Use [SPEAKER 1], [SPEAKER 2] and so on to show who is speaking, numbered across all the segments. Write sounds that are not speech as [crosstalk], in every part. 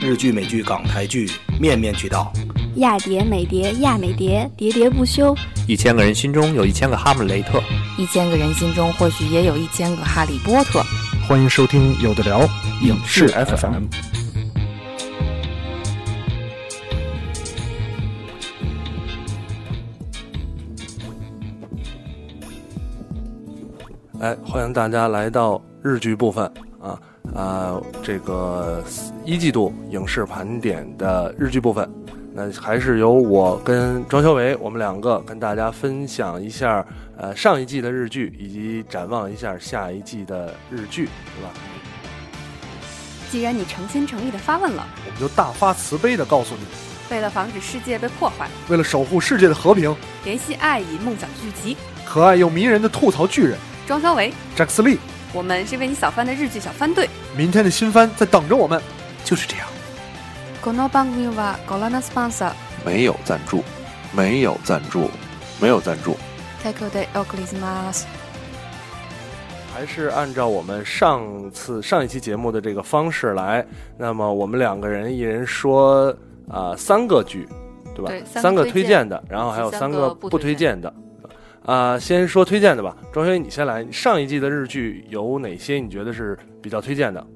[SPEAKER 1] 日剧、美剧、港台剧面面俱到。
[SPEAKER 2] 亚蝶、美蝶、亚美蝶，喋喋不休。
[SPEAKER 3] 一千个人心中有一千个哈姆雷特。
[SPEAKER 4] 一千个人心中或许也有一千个哈利波特。
[SPEAKER 5] 欢迎收听《有的聊》影视 FM。
[SPEAKER 6] 哎，欢迎大家来到日剧部分啊啊，这个一季度影视盘点的日剧部分，那还是由我跟庄小伟，我们两个跟大家分享一下呃上一季的日剧，以及展望一下下一季的日剧，对吧？
[SPEAKER 7] 既然你诚心诚意的发问了，
[SPEAKER 5] 我们就大发慈悲的告诉你，
[SPEAKER 7] 为了防止世界被破坏，
[SPEAKER 5] 为了守护世界的和平，
[SPEAKER 7] 联系爱以梦想聚集，
[SPEAKER 5] 可爱又迷人的吐槽巨人
[SPEAKER 7] 庄小伟，
[SPEAKER 5] j a c k s l e
[SPEAKER 7] 我们是为你扫翻的日剧小翻队。
[SPEAKER 5] 明天的新番在等着我们，就是这样。
[SPEAKER 7] この番組はご覧のスポンサー
[SPEAKER 8] 没有赞助，没有赞助，没有赞助。
[SPEAKER 4] t a k e でお送りします。
[SPEAKER 6] 还是按照我们上次上一期节目的这个方式来，那么我们两个人一人说啊、三个剧，对吧？
[SPEAKER 7] 对三个
[SPEAKER 6] 三个
[SPEAKER 7] 推
[SPEAKER 6] 推
[SPEAKER 7] 荐
[SPEAKER 6] 荐的，然后还有
[SPEAKER 7] 三
[SPEAKER 6] 三
[SPEAKER 7] 个
[SPEAKER 6] 个
[SPEAKER 7] 不
[SPEAKER 6] 不
[SPEAKER 7] 推
[SPEAKER 6] 推
[SPEAKER 7] 荐
[SPEAKER 6] 荐的。啊、先说推荐的吧，庄学你先来。上一季的日剧有哪些你觉得是比较推荐的，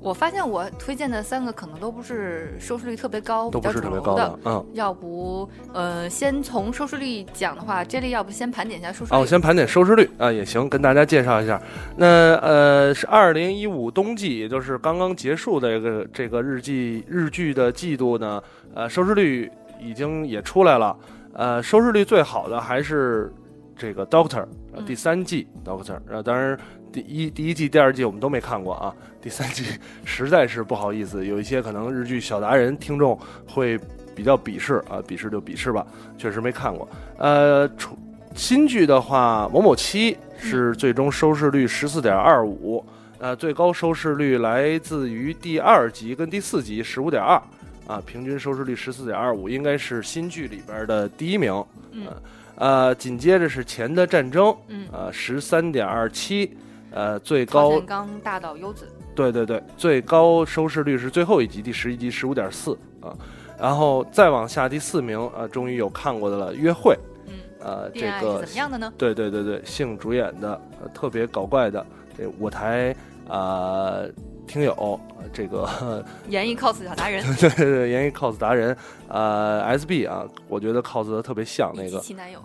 [SPEAKER 4] 我发现我推荐的三个可能都不是收视率特别高，
[SPEAKER 6] 都不
[SPEAKER 4] 比
[SPEAKER 6] 是
[SPEAKER 4] 较
[SPEAKER 6] 特
[SPEAKER 4] 主流
[SPEAKER 6] 别高
[SPEAKER 4] 的。？
[SPEAKER 6] 嗯，
[SPEAKER 4] 要不，呃，先从收视率讲的话，这里要不先盘点一下收视率。
[SPEAKER 6] 啊，我先盘点收视率啊，也行，跟大家介绍一下。那呃，是二零一五冬季，也就是刚刚结束的一个这个日记日剧的季度呢，呃，收视率已经也出来了。呃，收视率最好的还是这个 Doctor 呃
[SPEAKER 4] 嗯
[SPEAKER 6] 第三季 Doctor，呃，当然第一第一季、第二季我们都没看过啊，第三季 [laughs] 实在是不好意思，有一些可能日剧小达人听众会比较鄙视啊，鄙视就鄙视吧，确实没看过。呃，除新剧的话，《某某七》是最终收视率十四点二五，呃，最高收视率来自于第二集跟第四集十五点二，啊，平均收视率十四点二五，应该是新剧里边的第一名。
[SPEAKER 4] 嗯
[SPEAKER 6] 呃，紧接着是《钱的战争》，
[SPEAKER 4] 嗯，
[SPEAKER 6] 呃，十三点二七，呃，最
[SPEAKER 4] 朝
[SPEAKER 6] 高
[SPEAKER 4] 鲜刚大岛优子，
[SPEAKER 6] 对对对，最高收视率是最后一集第十一集十五点四啊，然后再往下第四名啊，终于有看过的了，《约会》
[SPEAKER 4] 嗯，
[SPEAKER 6] 呃，这
[SPEAKER 4] 恋爱是
[SPEAKER 6] 个
[SPEAKER 4] 怎么样的呢？
[SPEAKER 6] 对对对对，性主演的、呃特别搞怪的这我台啊、呃听友呃这个
[SPEAKER 4] 演绎 cos 小达
[SPEAKER 6] [laughs]
[SPEAKER 4] 人，
[SPEAKER 6] 对对对，演艺 cos 达人呃 SB 啊，我觉得 cos 的特别像那
[SPEAKER 4] 以及
[SPEAKER 6] 个啊
[SPEAKER 4] 其男友，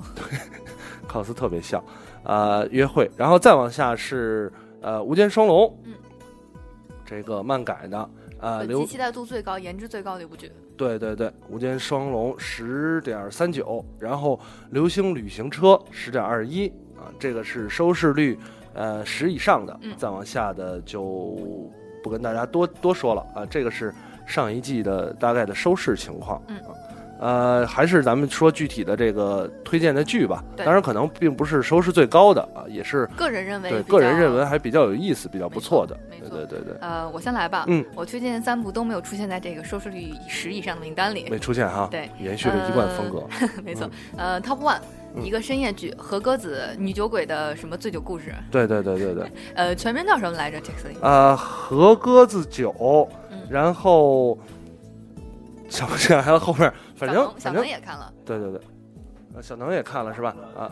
[SPEAKER 6] cos 特别像啊、呃约会，然后再往下是呃无间双龙，
[SPEAKER 4] 嗯
[SPEAKER 6] 这个漫改的啊、呃、
[SPEAKER 4] 本
[SPEAKER 6] 刘
[SPEAKER 4] 期期待度最高、颜值最高的一部剧。
[SPEAKER 6] 对对对，《无间双龙》十点三九，然后《流星旅行车》十点二一啊，这个是收视率呃十以上的
[SPEAKER 4] 嗯，
[SPEAKER 6] 再往下的就不跟大家多多说了啊，这个是上一季的大概的收视情况。
[SPEAKER 4] 嗯
[SPEAKER 6] 啊呃，还是咱们说具体的这个推荐的剧吧，
[SPEAKER 4] 对
[SPEAKER 6] 当然可能并不是收视最高的啊，也是
[SPEAKER 4] 个人认为，
[SPEAKER 6] 对个人认为。还比较有意思、比较不错的。
[SPEAKER 4] 没
[SPEAKER 6] 对
[SPEAKER 4] 错
[SPEAKER 6] 对对对，
[SPEAKER 4] 呃，我先来吧。
[SPEAKER 6] 嗯，
[SPEAKER 4] 我推荐的三部都没有出现在这个收视率十以上的名单里。
[SPEAKER 6] 没出现哈，
[SPEAKER 4] 对，
[SPEAKER 6] 延续了一贯风格。
[SPEAKER 4] [laughs] 没错，呃，Top One，
[SPEAKER 6] 嗯
[SPEAKER 4] 一个深夜剧《和歌子女酒鬼的什么醉酒故事》，
[SPEAKER 6] 对对对对对。
[SPEAKER 4] 呃，全名叫什么来着 j a c k s
[SPEAKER 6] 啊，和鸽子酒，
[SPEAKER 4] 嗯
[SPEAKER 6] 然后想不起来了后面，反正
[SPEAKER 4] 小
[SPEAKER 6] 反
[SPEAKER 4] 能
[SPEAKER 6] 正
[SPEAKER 4] 也看了，
[SPEAKER 6] 对对对，呃小能也看了是吧？啊，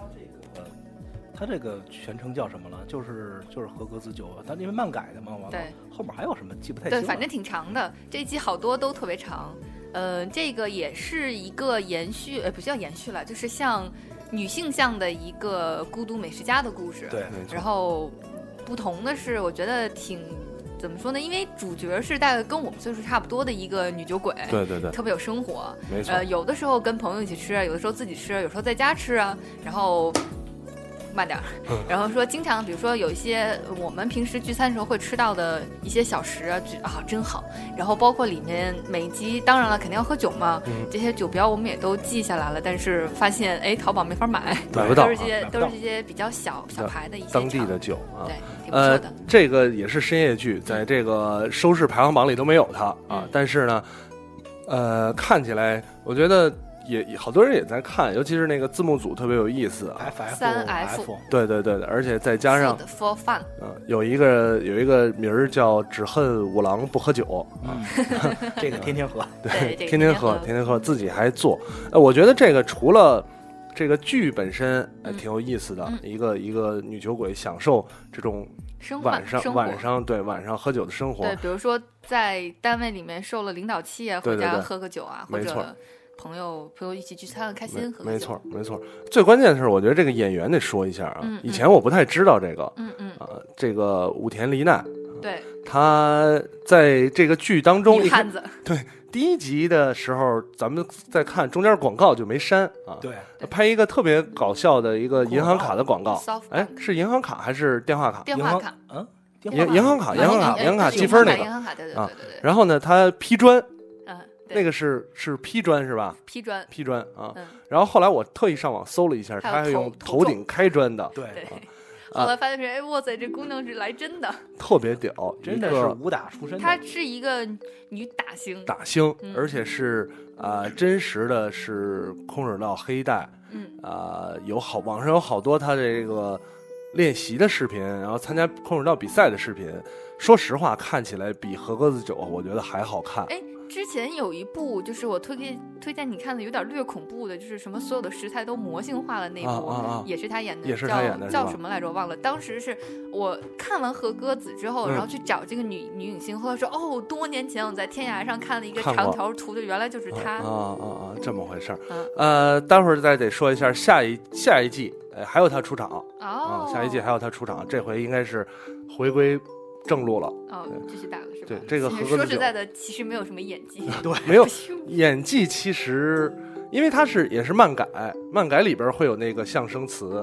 [SPEAKER 9] 它这个全称叫什么了？就是就是合格子酒，啊它因为漫改的嘛，完了
[SPEAKER 4] 对
[SPEAKER 9] 后面还有什么记不太清
[SPEAKER 4] 对，
[SPEAKER 9] 了。
[SPEAKER 4] 反正挺长的，这一季好多都特别长。呃，这个也是一个延续，呃，不叫延续了，就是像女性向的一个孤独美食家的故事。
[SPEAKER 9] 对
[SPEAKER 6] 没错
[SPEAKER 4] 然后不同的是，我觉得挺怎么说呢？因为主角是大概跟我们岁数差不多的一个女酒鬼，
[SPEAKER 6] 对对对，
[SPEAKER 4] 特别有生活。
[SPEAKER 6] 没错，
[SPEAKER 4] 呃，有的时候跟朋友一起吃啊，有的时候自己吃啊，有时候在家吃啊，然后慢点儿，
[SPEAKER 6] 嗯
[SPEAKER 4] [laughs] 然后说经常，比如说有一些呃我们平时聚餐时候会吃到的一些小食啊，觉啊真好。然后包括里面每一集，当然了，肯定要喝酒嘛，
[SPEAKER 6] 嗯
[SPEAKER 4] 这些酒标我们也都记下来了，但是发现哎，淘宝没法买，
[SPEAKER 6] 买不到
[SPEAKER 4] 都
[SPEAKER 6] 啊
[SPEAKER 4] 是这些
[SPEAKER 9] 买不
[SPEAKER 4] 都
[SPEAKER 9] 到
[SPEAKER 4] 是这些比较小小牌的一些
[SPEAKER 6] 当地的
[SPEAKER 4] 厂
[SPEAKER 6] 酒啊
[SPEAKER 4] 对。，挺不错
[SPEAKER 6] 呃
[SPEAKER 4] 的。，
[SPEAKER 6] 这个也是深夜剧，在这个收视排行榜里都没有它啊
[SPEAKER 4] 嗯。
[SPEAKER 6] 但是呢，呃，看起来我觉得也也好多人也在看，尤其是那个字幕组特别有意思啊。
[SPEAKER 9] F 哦 F
[SPEAKER 4] 三 F
[SPEAKER 6] 对对对对，而且再加上
[SPEAKER 4] Food for fun，
[SPEAKER 6] 啊，有一个有一个名儿叫“只恨五郎不喝酒啊
[SPEAKER 9] 嗯 [laughs]
[SPEAKER 5] 这个天天
[SPEAKER 6] [laughs]
[SPEAKER 5] 喝，”，
[SPEAKER 4] 对，这个
[SPEAKER 6] 天天
[SPEAKER 4] 喝嗯
[SPEAKER 6] 喝，，天天喝，自己还做。呃，我觉得这个除了这个剧本身，呃，
[SPEAKER 4] 嗯
[SPEAKER 6] 挺有意思的，
[SPEAKER 4] 嗯
[SPEAKER 6] 一个一个女酒鬼享受这种
[SPEAKER 4] 生活
[SPEAKER 6] 晚上
[SPEAKER 4] 生活
[SPEAKER 6] 晚上对晚上喝酒的生活
[SPEAKER 4] 对，，比如说在单位里面受了领导气啊，
[SPEAKER 6] 对
[SPEAKER 4] 回
[SPEAKER 6] 对
[SPEAKER 4] 家
[SPEAKER 6] 对
[SPEAKER 4] 喝个酒啊，
[SPEAKER 6] 没
[SPEAKER 4] 或
[SPEAKER 6] 错
[SPEAKER 4] 者朋友朋友一起聚餐开
[SPEAKER 6] 没
[SPEAKER 4] 心喝个酒，
[SPEAKER 6] 没错，没错。最关键的是，我觉得这个演员得说一下啊，
[SPEAKER 4] 嗯嗯
[SPEAKER 6] 以前我不太知道这个
[SPEAKER 4] 嗯嗯，
[SPEAKER 6] 啊、这个武田梨奈，
[SPEAKER 4] 对，
[SPEAKER 6] 她在这个剧当中
[SPEAKER 4] 女
[SPEAKER 6] 一开
[SPEAKER 4] 汉子，
[SPEAKER 6] 第一集的时候，咱们在看中间广告就没删啊，
[SPEAKER 9] 对，
[SPEAKER 6] 拍一个特别搞笑的一个银行卡的广告
[SPEAKER 4] Soft，
[SPEAKER 6] 哎
[SPEAKER 4] Bank，
[SPEAKER 6] 是银行卡还是电话卡？
[SPEAKER 4] 电
[SPEAKER 9] 银
[SPEAKER 4] 话
[SPEAKER 9] 行
[SPEAKER 4] 卡，
[SPEAKER 9] 嗯，
[SPEAKER 6] 银银行卡，银行卡，银行卡
[SPEAKER 4] 对
[SPEAKER 6] 积分那
[SPEAKER 4] 银
[SPEAKER 6] 个。
[SPEAKER 4] 行卡，对对
[SPEAKER 6] 啊
[SPEAKER 4] 对对对，
[SPEAKER 6] 然后呢，他劈砖，
[SPEAKER 4] 嗯，
[SPEAKER 6] 那个是是劈砖是吧？
[SPEAKER 4] 批砖，
[SPEAKER 6] 劈砖啊。
[SPEAKER 4] 嗯，
[SPEAKER 6] 然后后来我特意上网搜了一下，
[SPEAKER 4] 还有
[SPEAKER 6] 他还
[SPEAKER 4] 头
[SPEAKER 6] 用
[SPEAKER 4] 头
[SPEAKER 6] 头顶开砖的，
[SPEAKER 9] 对，
[SPEAKER 4] 对。
[SPEAKER 6] 啊
[SPEAKER 4] 后来发现是，哎，哇塞，这姑娘是来真的，
[SPEAKER 6] 特别屌，
[SPEAKER 9] 真
[SPEAKER 6] 一
[SPEAKER 9] 的
[SPEAKER 6] 个
[SPEAKER 9] 是武打出身的，
[SPEAKER 4] 她是一个女打星，
[SPEAKER 6] 打星
[SPEAKER 4] 嗯，
[SPEAKER 6] 而且是啊、呃真实的是空手道黑带
[SPEAKER 4] 嗯，
[SPEAKER 6] 啊、呃有好网上有好多他这个练习的视频，然后参加空手道比赛的视频。说实话，看起来比和鸽子酒我觉得还好看。
[SPEAKER 4] 哎之前有一部就是我推荐推荐你看的，有点略恐怖的，就是什么所有的食材都魔性化了那一
[SPEAKER 6] 啊
[SPEAKER 4] 部，
[SPEAKER 6] 啊啊！
[SPEAKER 4] 也是他演的，
[SPEAKER 6] 也是
[SPEAKER 4] 叫
[SPEAKER 6] 他演的是
[SPEAKER 4] 叫
[SPEAKER 6] 吧
[SPEAKER 4] 什么来着？我忘了。当时是我看完《和鸽子》之后，
[SPEAKER 6] 嗯
[SPEAKER 4] 然后去找这个女女影星，后来说哦，多年前我在天涯上看了一个
[SPEAKER 6] 看
[SPEAKER 4] 长
[SPEAKER 6] 过
[SPEAKER 4] 条图的，原来就是她。哦
[SPEAKER 6] 啊啊啊！这么回事儿
[SPEAKER 4] 嗯。
[SPEAKER 6] 呃，待会儿再得说一下下一下一季，呃，还有他出场啊
[SPEAKER 4] 哦，，
[SPEAKER 6] 下一季还有他出场，这回应该是回归正路了。
[SPEAKER 4] 哦，继续打了是吧？
[SPEAKER 6] 对这个
[SPEAKER 4] 其
[SPEAKER 6] 和
[SPEAKER 4] 实
[SPEAKER 6] 鸽
[SPEAKER 4] 说
[SPEAKER 6] 子
[SPEAKER 4] 实
[SPEAKER 6] 酒
[SPEAKER 4] 在的，其实没有什么演
[SPEAKER 6] [laughs]
[SPEAKER 4] 技。[laughs]
[SPEAKER 6] 没有
[SPEAKER 4] 是
[SPEAKER 6] 演技，其实因为他是也是漫改，漫改里边会有那个相声词，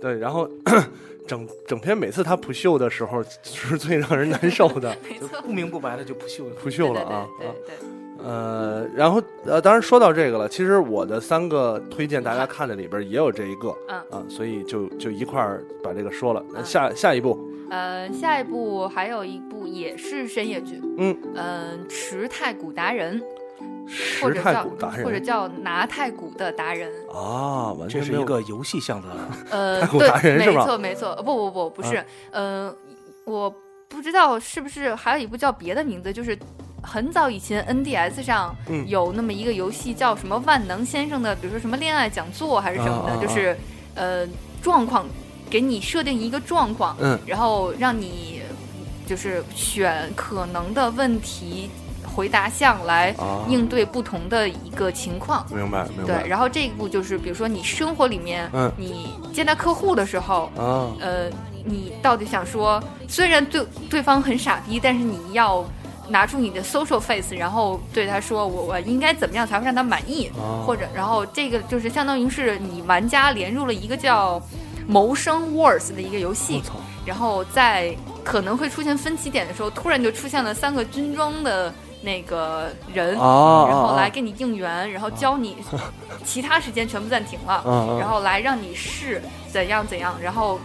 [SPEAKER 4] 对
[SPEAKER 6] 对，然后 [coughs] 整整篇每次他不秀的时候是最让人难受
[SPEAKER 4] [laughs]
[SPEAKER 6] 的，
[SPEAKER 4] 没
[SPEAKER 9] 就
[SPEAKER 6] [laughs]
[SPEAKER 4] 错，
[SPEAKER 9] 不明不白的就不秀了。
[SPEAKER 6] 不秀了啊
[SPEAKER 4] 对
[SPEAKER 6] 啊
[SPEAKER 4] 对对对对
[SPEAKER 6] 呃，然后呃，当然说到这个了，其实我的三个推荐大家看的里边也有这一个
[SPEAKER 4] 嗯
[SPEAKER 6] 啊，所以就就一块儿把这个说了。那
[SPEAKER 4] 嗯
[SPEAKER 6] 下下一步，
[SPEAKER 4] 呃，下一部还有一部也是深夜剧，
[SPEAKER 6] 嗯
[SPEAKER 4] 嗯、池太古达人，或
[SPEAKER 6] 石
[SPEAKER 4] 者
[SPEAKER 6] 太
[SPEAKER 4] 叫
[SPEAKER 6] 古达
[SPEAKER 4] 或者
[SPEAKER 6] 人
[SPEAKER 4] 叫拿太古的达人，
[SPEAKER 6] 啊，完
[SPEAKER 9] 这
[SPEAKER 6] 全
[SPEAKER 9] 是
[SPEAKER 6] 没
[SPEAKER 9] 一
[SPEAKER 6] 有啊
[SPEAKER 9] 个游戏向的，
[SPEAKER 4] 呃，
[SPEAKER 6] 太古
[SPEAKER 4] 对，
[SPEAKER 6] 达人是吧啊
[SPEAKER 4] 没错，没错，呃不不不，不是，呃，我不知道是不是还有一部叫别的名字，就是很早以前 NDS 上
[SPEAKER 6] 嗯
[SPEAKER 4] 有那么一个游戏叫什么“万能先生”的，比如说什么恋爱讲座还是什么的，
[SPEAKER 6] 啊啊啊
[SPEAKER 4] 就是呃状况给你设定一个状况，
[SPEAKER 6] 嗯
[SPEAKER 4] 然后让你就是选可能的问题回答项来
[SPEAKER 6] 啊，
[SPEAKER 4] 应对不同的一个情况。
[SPEAKER 6] 明白明
[SPEAKER 4] 对，
[SPEAKER 6] 白
[SPEAKER 4] 然后这一步就是，比如说你生活里面，
[SPEAKER 6] 嗯
[SPEAKER 4] 你见到客户的时候，
[SPEAKER 6] 啊，
[SPEAKER 4] 呃，你到底想说，虽然对对方很傻逼，但是你要拿出你的 social face，然后对他说我我应该怎么样才会让他满意，
[SPEAKER 6] 啊
[SPEAKER 4] 或者然后这个就是相当于是你玩家连入了一个叫谋生 wars 的一个游戏，然后在可能会出现分歧点的时候，突然就出现了三个军装的那个人，
[SPEAKER 6] 啊
[SPEAKER 4] 嗯然后来给你应援，然后教你， [laughs] 其他时间全部暂停了，
[SPEAKER 6] 嗯嗯
[SPEAKER 4] 然后来让你试怎样怎样，然后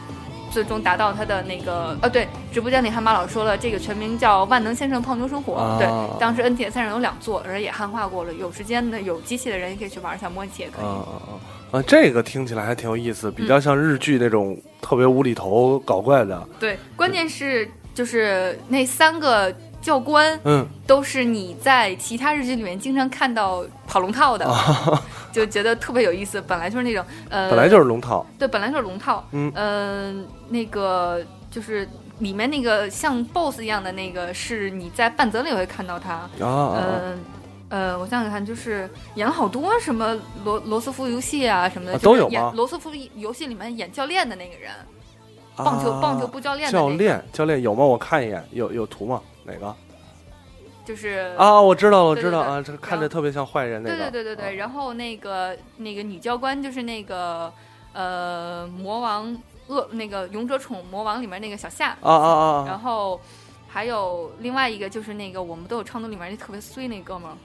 [SPEAKER 4] 最终达到他的那个呃、对，直播间里汉马老师说了，这个全名叫《万能先生泡妞生活》
[SPEAKER 6] 啊
[SPEAKER 4] 对，当时 NTS 上有两座，而且也汉化过了，有时间的有机器的人也可以去玩一下，模拟器也可以。
[SPEAKER 6] 啊啊啊！啊，这个听起来还挺有意思，
[SPEAKER 4] 嗯
[SPEAKER 6] 比较像日剧那种特别无厘头、搞怪的。
[SPEAKER 4] 对，关键是就是那三个教官
[SPEAKER 6] 嗯，
[SPEAKER 4] 都是你在其他日剧里面经常看到跑龙套的， [laughs] 就觉得特别有意思。本来就是那种呃，
[SPEAKER 6] 哦本来就是龙套。
[SPEAKER 4] 对，本来就是龙套，
[SPEAKER 6] 嗯
[SPEAKER 4] 呃，那个就是里面那个像 BOSS 一样的那个，是你在半泽里会看到他，
[SPEAKER 6] 啊啊啊！
[SPEAKER 4] 呃。呃，我想想看，就是演了好多什么罗罗斯福游戏啊什么的，
[SPEAKER 6] 啊
[SPEAKER 4] 就是
[SPEAKER 6] 都有吗
[SPEAKER 4] 演罗斯福游戏里面演教练的那个人，棒球、
[SPEAKER 6] 啊
[SPEAKER 4] 棒球部教练的那
[SPEAKER 6] 教
[SPEAKER 4] 个，
[SPEAKER 6] 练，教练有吗？我看一眼，有有图吗？哪个？
[SPEAKER 4] 就是
[SPEAKER 6] 啊，我知道了，我
[SPEAKER 4] 对
[SPEAKER 6] 知
[SPEAKER 4] 对
[SPEAKER 6] 道
[SPEAKER 4] 对
[SPEAKER 6] 啊，这看着特别像坏人那
[SPEAKER 4] 对
[SPEAKER 6] 个。
[SPEAKER 4] 对对对对，
[SPEAKER 6] 啊
[SPEAKER 4] 然后那个那个女教官就是那个呃魔王恶那个勇者宠魔王里面那个小夏，
[SPEAKER 6] 啊啊啊
[SPEAKER 4] 然后还有另外一个就是那个我们都有唱读里面那特别衰那哥们儿，
[SPEAKER 6] 啊！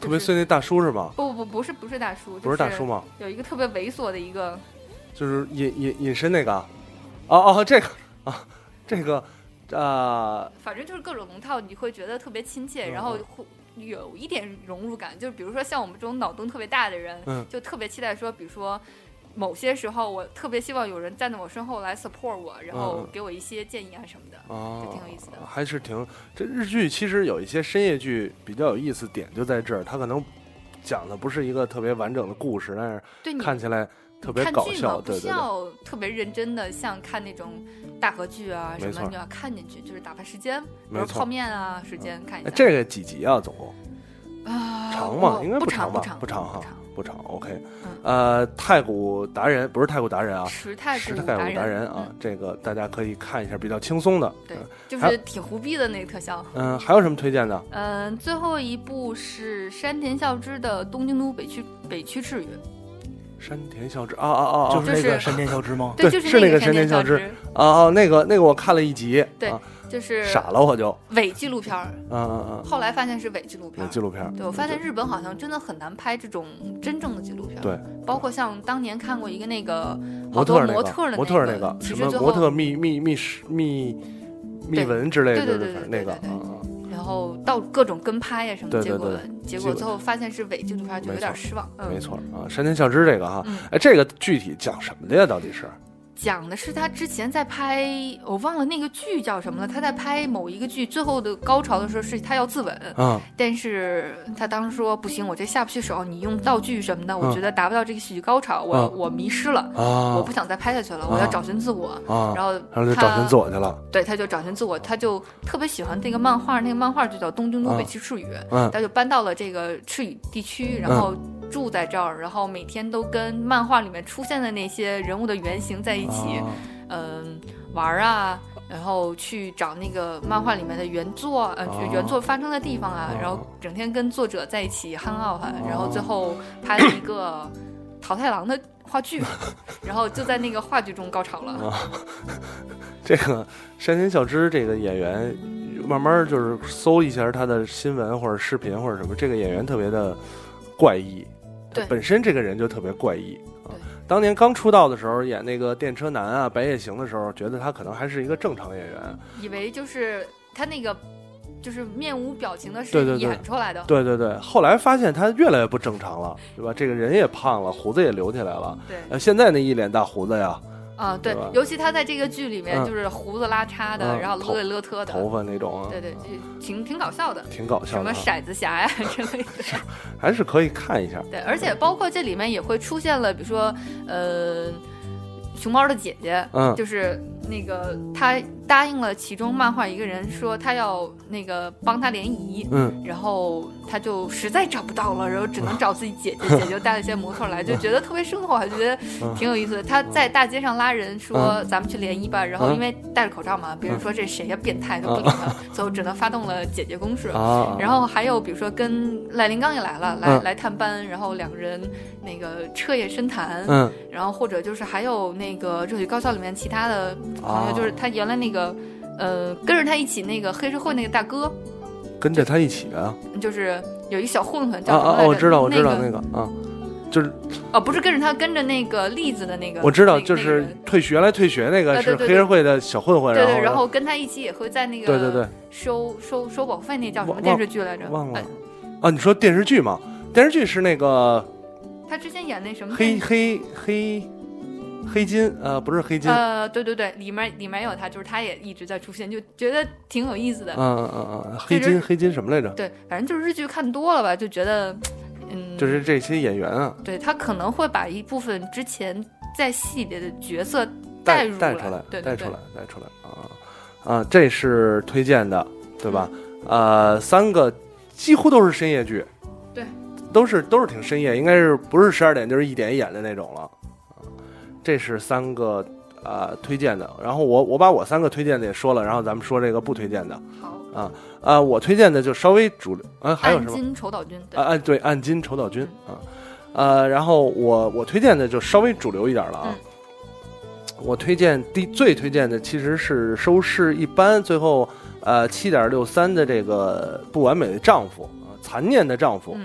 [SPEAKER 6] 特别碎那大叔是吗？
[SPEAKER 4] 不不不不是不是大叔，
[SPEAKER 6] 不是大叔，吗？
[SPEAKER 4] 有一个特别猥琐的一个，
[SPEAKER 6] 就是隐隐隐身那个啊。哦哦，这个啊，这个啊啊
[SPEAKER 4] 反正就是各种龙套，你会觉得特别亲切，
[SPEAKER 6] 嗯
[SPEAKER 4] 然后
[SPEAKER 6] 嗯
[SPEAKER 4] 互有一点融入感，就是比如说像我们这种脑洞特别大的人，
[SPEAKER 6] 嗯
[SPEAKER 4] 就特别期待说，比如说某些时候，我特别希望有人站在我身后来 support 我，然
[SPEAKER 6] 嗯
[SPEAKER 4] 后
[SPEAKER 6] 嗯
[SPEAKER 4] 给我一些建议啊什么的。
[SPEAKER 6] 哦，
[SPEAKER 4] 就挺有意思的
[SPEAKER 6] 还是挺这日剧其实有一些深夜剧比较有意思点就在这儿，它可能讲的不是一个特别完整的故事，但是
[SPEAKER 4] 对你
[SPEAKER 6] 看起来特别
[SPEAKER 4] 嗯看
[SPEAKER 6] 搞
[SPEAKER 4] 剧嘛，
[SPEAKER 6] 笑，
[SPEAKER 4] 不
[SPEAKER 6] 对
[SPEAKER 4] 需
[SPEAKER 6] 对对，
[SPEAKER 4] 要特别认真的，像看那种大合剧啊什
[SPEAKER 6] 没错
[SPEAKER 4] 么，你要看进去，就是打发时间，比
[SPEAKER 6] 没
[SPEAKER 4] 如
[SPEAKER 6] 错
[SPEAKER 4] 泡面啊，时间看一下。
[SPEAKER 6] 哎，这个几集啊，总共
[SPEAKER 4] 啊
[SPEAKER 6] 长吗？
[SPEAKER 4] 我
[SPEAKER 6] 应该
[SPEAKER 4] 不
[SPEAKER 6] 长
[SPEAKER 4] 不
[SPEAKER 6] 吧？
[SPEAKER 4] 长，
[SPEAKER 6] 不长
[SPEAKER 4] 不
[SPEAKER 6] 哈
[SPEAKER 4] 长。，
[SPEAKER 6] 不长。OK，
[SPEAKER 4] 嗯
[SPEAKER 6] 呃，太古达人不是太古达人啊，
[SPEAKER 4] 时态
[SPEAKER 6] 是
[SPEAKER 4] 古
[SPEAKER 6] 太古达人
[SPEAKER 4] 人
[SPEAKER 6] 啊
[SPEAKER 4] 嗯，
[SPEAKER 6] 这个大家可以看一下，比较轻松的。
[SPEAKER 4] 对
[SPEAKER 6] 嗯，
[SPEAKER 4] 就
[SPEAKER 6] 还
[SPEAKER 4] 是挺胡逼的那个特效。
[SPEAKER 6] 嗯，还有什么推荐的？
[SPEAKER 4] 嗯，最后一部是山田孝之的《东京都北区北区赤羽》，
[SPEAKER 6] 山田孝之啊啊啊，
[SPEAKER 9] 就
[SPEAKER 6] 啊
[SPEAKER 9] 是那个山田孝之吗？
[SPEAKER 6] 对
[SPEAKER 4] 就是是
[SPEAKER 6] 那个
[SPEAKER 4] 个
[SPEAKER 6] 山
[SPEAKER 4] 山
[SPEAKER 6] 田孝
[SPEAKER 4] 孝
[SPEAKER 6] 之，啊啊，那个那个我看了一集，
[SPEAKER 4] 对
[SPEAKER 6] 啊
[SPEAKER 4] 就是
[SPEAKER 6] 傻了我就，
[SPEAKER 4] 伪纪录片儿，
[SPEAKER 6] 嗯嗯
[SPEAKER 4] 后来发现是伪纪录片
[SPEAKER 6] 嗯，
[SPEAKER 4] 儿。
[SPEAKER 6] 纪录片儿。
[SPEAKER 4] 对，我发现日本好像真的很难拍这种真正的纪录片。
[SPEAKER 6] 对，
[SPEAKER 4] 包括像当年看过一个那个
[SPEAKER 6] 模
[SPEAKER 4] 嗯好
[SPEAKER 6] 特
[SPEAKER 4] 多
[SPEAKER 6] 儿那
[SPEAKER 4] 模
[SPEAKER 6] 个
[SPEAKER 4] 特儿的
[SPEAKER 6] 模特儿那
[SPEAKER 4] 个，
[SPEAKER 6] 什
[SPEAKER 4] 其实
[SPEAKER 6] 么
[SPEAKER 4] 最
[SPEAKER 6] 模
[SPEAKER 4] 后
[SPEAKER 6] 特密密密室密密
[SPEAKER 4] 对
[SPEAKER 6] 文之类的，
[SPEAKER 4] 对对
[SPEAKER 6] 就是
[SPEAKER 4] 对
[SPEAKER 6] 反正
[SPEAKER 4] 对
[SPEAKER 6] 那个
[SPEAKER 4] 对对
[SPEAKER 6] 嗯嗯
[SPEAKER 4] 然后到各种跟拍呀什
[SPEAKER 6] 对
[SPEAKER 4] 么，
[SPEAKER 6] 对
[SPEAKER 4] 结果
[SPEAKER 6] 对
[SPEAKER 4] 结
[SPEAKER 6] 基
[SPEAKER 4] 果
[SPEAKER 6] 本
[SPEAKER 4] 最后发现是伪纪录片，就
[SPEAKER 6] 没
[SPEAKER 4] 有点
[SPEAKER 6] 错
[SPEAKER 4] 失望。嗯，
[SPEAKER 6] 没错啊。山田孝之这个哈
[SPEAKER 4] 嗯，
[SPEAKER 6] 哎，这个具体讲什么的呀？到底是
[SPEAKER 4] 讲的是他之前在拍，我忘了那个剧叫什么了。他在拍某一个剧，最后的高潮的时候是他要自刎，
[SPEAKER 6] 啊
[SPEAKER 4] 但是他当时说不行，我这下不去手，你用道具什么的，
[SPEAKER 6] 嗯
[SPEAKER 4] 我觉得达不到这个戏剧高潮，我
[SPEAKER 6] 嗯
[SPEAKER 4] 我迷失了，我
[SPEAKER 6] 啊
[SPEAKER 4] 不想再拍下去了，我要找寻自我。
[SPEAKER 6] 啊，
[SPEAKER 4] 然后
[SPEAKER 6] 然后就找寻自我去了。
[SPEAKER 4] 对，他就找寻自我，他就特别喜欢那个漫画，那个漫画就叫《东京都北区赤羽》，
[SPEAKER 6] 嗯
[SPEAKER 4] 他就搬到了这个赤羽地区，然
[SPEAKER 6] 嗯
[SPEAKER 4] 后住在这儿，然后每天都跟漫画里面出现的那些人物的原型在一起，
[SPEAKER 6] 啊
[SPEAKER 4] 嗯、玩儿啊，然后去找那个漫画里面的原作，呃，
[SPEAKER 6] 哦
[SPEAKER 4] 原作发生的地方啊，然后整天跟作者在一起憨傲哈，
[SPEAKER 6] 哦
[SPEAKER 4] 然后最后拍了一个桃太郎的话
[SPEAKER 6] [laughs]
[SPEAKER 4] 剧，然后就在那个话剧中高潮了。
[SPEAKER 6] 哦啊这个山田孝之这个演员，慢慢就是搜一下他的新闻或者视频或者什么，这个演员特别的怪异，
[SPEAKER 4] 对
[SPEAKER 6] 本身这个人就特别怪异啊
[SPEAKER 4] 对。
[SPEAKER 6] 当年刚出道的时候演那个电车男啊、白夜行的时候，觉得他可能还是一个正常演员，
[SPEAKER 4] 以为就是他那个就是面无表情的
[SPEAKER 6] 对对
[SPEAKER 4] 是
[SPEAKER 6] 对
[SPEAKER 4] 演出来的，
[SPEAKER 6] 对对对。后来发现他越来越不正常了，对吧？这个人也胖了，胡子也留起来了，
[SPEAKER 4] 对
[SPEAKER 6] 呃，现在那一脸大胡子呀，
[SPEAKER 4] 啊对
[SPEAKER 6] 对吧，
[SPEAKER 4] 尤其他在这个剧里面
[SPEAKER 6] 嗯
[SPEAKER 4] 就是胡子拉碴的，
[SPEAKER 6] 嗯
[SPEAKER 4] 然后
[SPEAKER 6] 头
[SPEAKER 4] 勒里勒特的，
[SPEAKER 6] 头发那种啊，
[SPEAKER 4] 对对，就挺挺搞笑的，
[SPEAKER 6] 挺搞
[SPEAKER 4] 什
[SPEAKER 6] 笑的
[SPEAKER 4] 么
[SPEAKER 6] 啊，
[SPEAKER 4] 骰子侠呀之类的，
[SPEAKER 6] 还是可以看一下。
[SPEAKER 4] 对，而且包括这里面也会出现了，比如说呃，熊猫的姐姐，
[SPEAKER 6] 嗯
[SPEAKER 4] 就是那个他答应了其中漫画一个人说他要那个帮他联谊，
[SPEAKER 6] 嗯，
[SPEAKER 4] 然后他就实在找不到了，然后只能找自己姐姐，姐就带了些模特来，就觉得特别生活，就觉得
[SPEAKER 6] 嗯
[SPEAKER 4] 挺有意思的。他在大街上拉人说咱们去联谊吧，然后
[SPEAKER 6] 嗯
[SPEAKER 4] 因为戴着口罩嘛，别人说这谁呀变态都不理他，最后只能发动了姐姐攻势。
[SPEAKER 6] 啊，
[SPEAKER 4] 然后还有比如说跟赖林刚也来了，来
[SPEAKER 6] 嗯
[SPEAKER 4] 来探班，然后两个人那个彻夜深谈，
[SPEAKER 6] 嗯
[SPEAKER 4] 然后或者就是还有那个《热血高校》里面其他的朋
[SPEAKER 6] 啊
[SPEAKER 4] 友，就是他原来那个，呃，跟着他一起那个黑社会那个大哥，
[SPEAKER 6] 跟着他一起啊。
[SPEAKER 4] 就是有一小混混
[SPEAKER 6] 啊
[SPEAKER 4] 叫什么来
[SPEAKER 6] 啊！
[SPEAKER 4] 着？
[SPEAKER 6] 我知道，我知道
[SPEAKER 4] 那
[SPEAKER 6] 那
[SPEAKER 4] 个
[SPEAKER 6] 个啊，就是
[SPEAKER 4] 哦，不是跟着他，跟着那个栗子的那个，
[SPEAKER 6] 我知道，
[SPEAKER 4] 那个
[SPEAKER 6] 就
[SPEAKER 4] 那个
[SPEAKER 6] 是
[SPEAKER 4] 人
[SPEAKER 6] 退学原来退学那个
[SPEAKER 4] 啊
[SPEAKER 6] 是
[SPEAKER 4] 对对
[SPEAKER 6] 黑
[SPEAKER 4] 对
[SPEAKER 6] 社会的小混混，
[SPEAKER 4] 对对，
[SPEAKER 6] 然
[SPEAKER 4] 然
[SPEAKER 6] 后
[SPEAKER 4] 后跟他一起也会在那个
[SPEAKER 6] 对对对
[SPEAKER 4] 收收收保护费那叫什
[SPEAKER 6] 忘
[SPEAKER 4] 么
[SPEAKER 6] 忘
[SPEAKER 4] 电视剧来着？
[SPEAKER 6] 忘了
[SPEAKER 4] 哎
[SPEAKER 6] 啊，你说电视剧嘛？电视剧是那个
[SPEAKER 4] 他之前演那什么
[SPEAKER 6] 黑
[SPEAKER 4] 电视
[SPEAKER 6] 黑黑黑金呃，不是黑金，嗯
[SPEAKER 4] 呃，对对对，里面里面有他，就是他也一直在出现，就觉得挺有意思的。
[SPEAKER 6] 嗯嗯嗯，黑
[SPEAKER 4] 这
[SPEAKER 6] 金
[SPEAKER 4] 是
[SPEAKER 6] 黑金什么来着？
[SPEAKER 4] 对，反正就是日剧看多了吧，就觉得，嗯，
[SPEAKER 6] 就是这些演员啊，
[SPEAKER 4] 对他可能会把一部分之前在戏里的角色
[SPEAKER 6] 带
[SPEAKER 4] 入
[SPEAKER 6] 带出来，
[SPEAKER 4] 对
[SPEAKER 6] 带
[SPEAKER 4] 对
[SPEAKER 6] 出
[SPEAKER 4] 对
[SPEAKER 6] 来，带出来啊啊，这是推荐的，对吧？呃，三个几乎都是深夜剧，
[SPEAKER 4] 对，
[SPEAKER 6] 都是都是挺深夜，应该是不是十二点就是一点演的那种了。啊这是三个呃推荐的，然后我我把我三个推荐的也说了，然后咱们说这个不推荐的
[SPEAKER 4] 好，
[SPEAKER 6] 啊、我推荐的就稍微主流啊，还有
[SPEAKER 4] 暗
[SPEAKER 6] 什么？
[SPEAKER 4] 金丑岛君，对
[SPEAKER 6] 啊，按对按金丑岛君
[SPEAKER 4] 嗯
[SPEAKER 6] 啊，呃，然后我我推荐的就稍微主流一点了
[SPEAKER 4] 嗯
[SPEAKER 6] 啊。我推荐第最推荐的其实是收视一般，最后呃七点六三的这个不完美的丈夫啊，残念的丈夫、
[SPEAKER 4] 嗯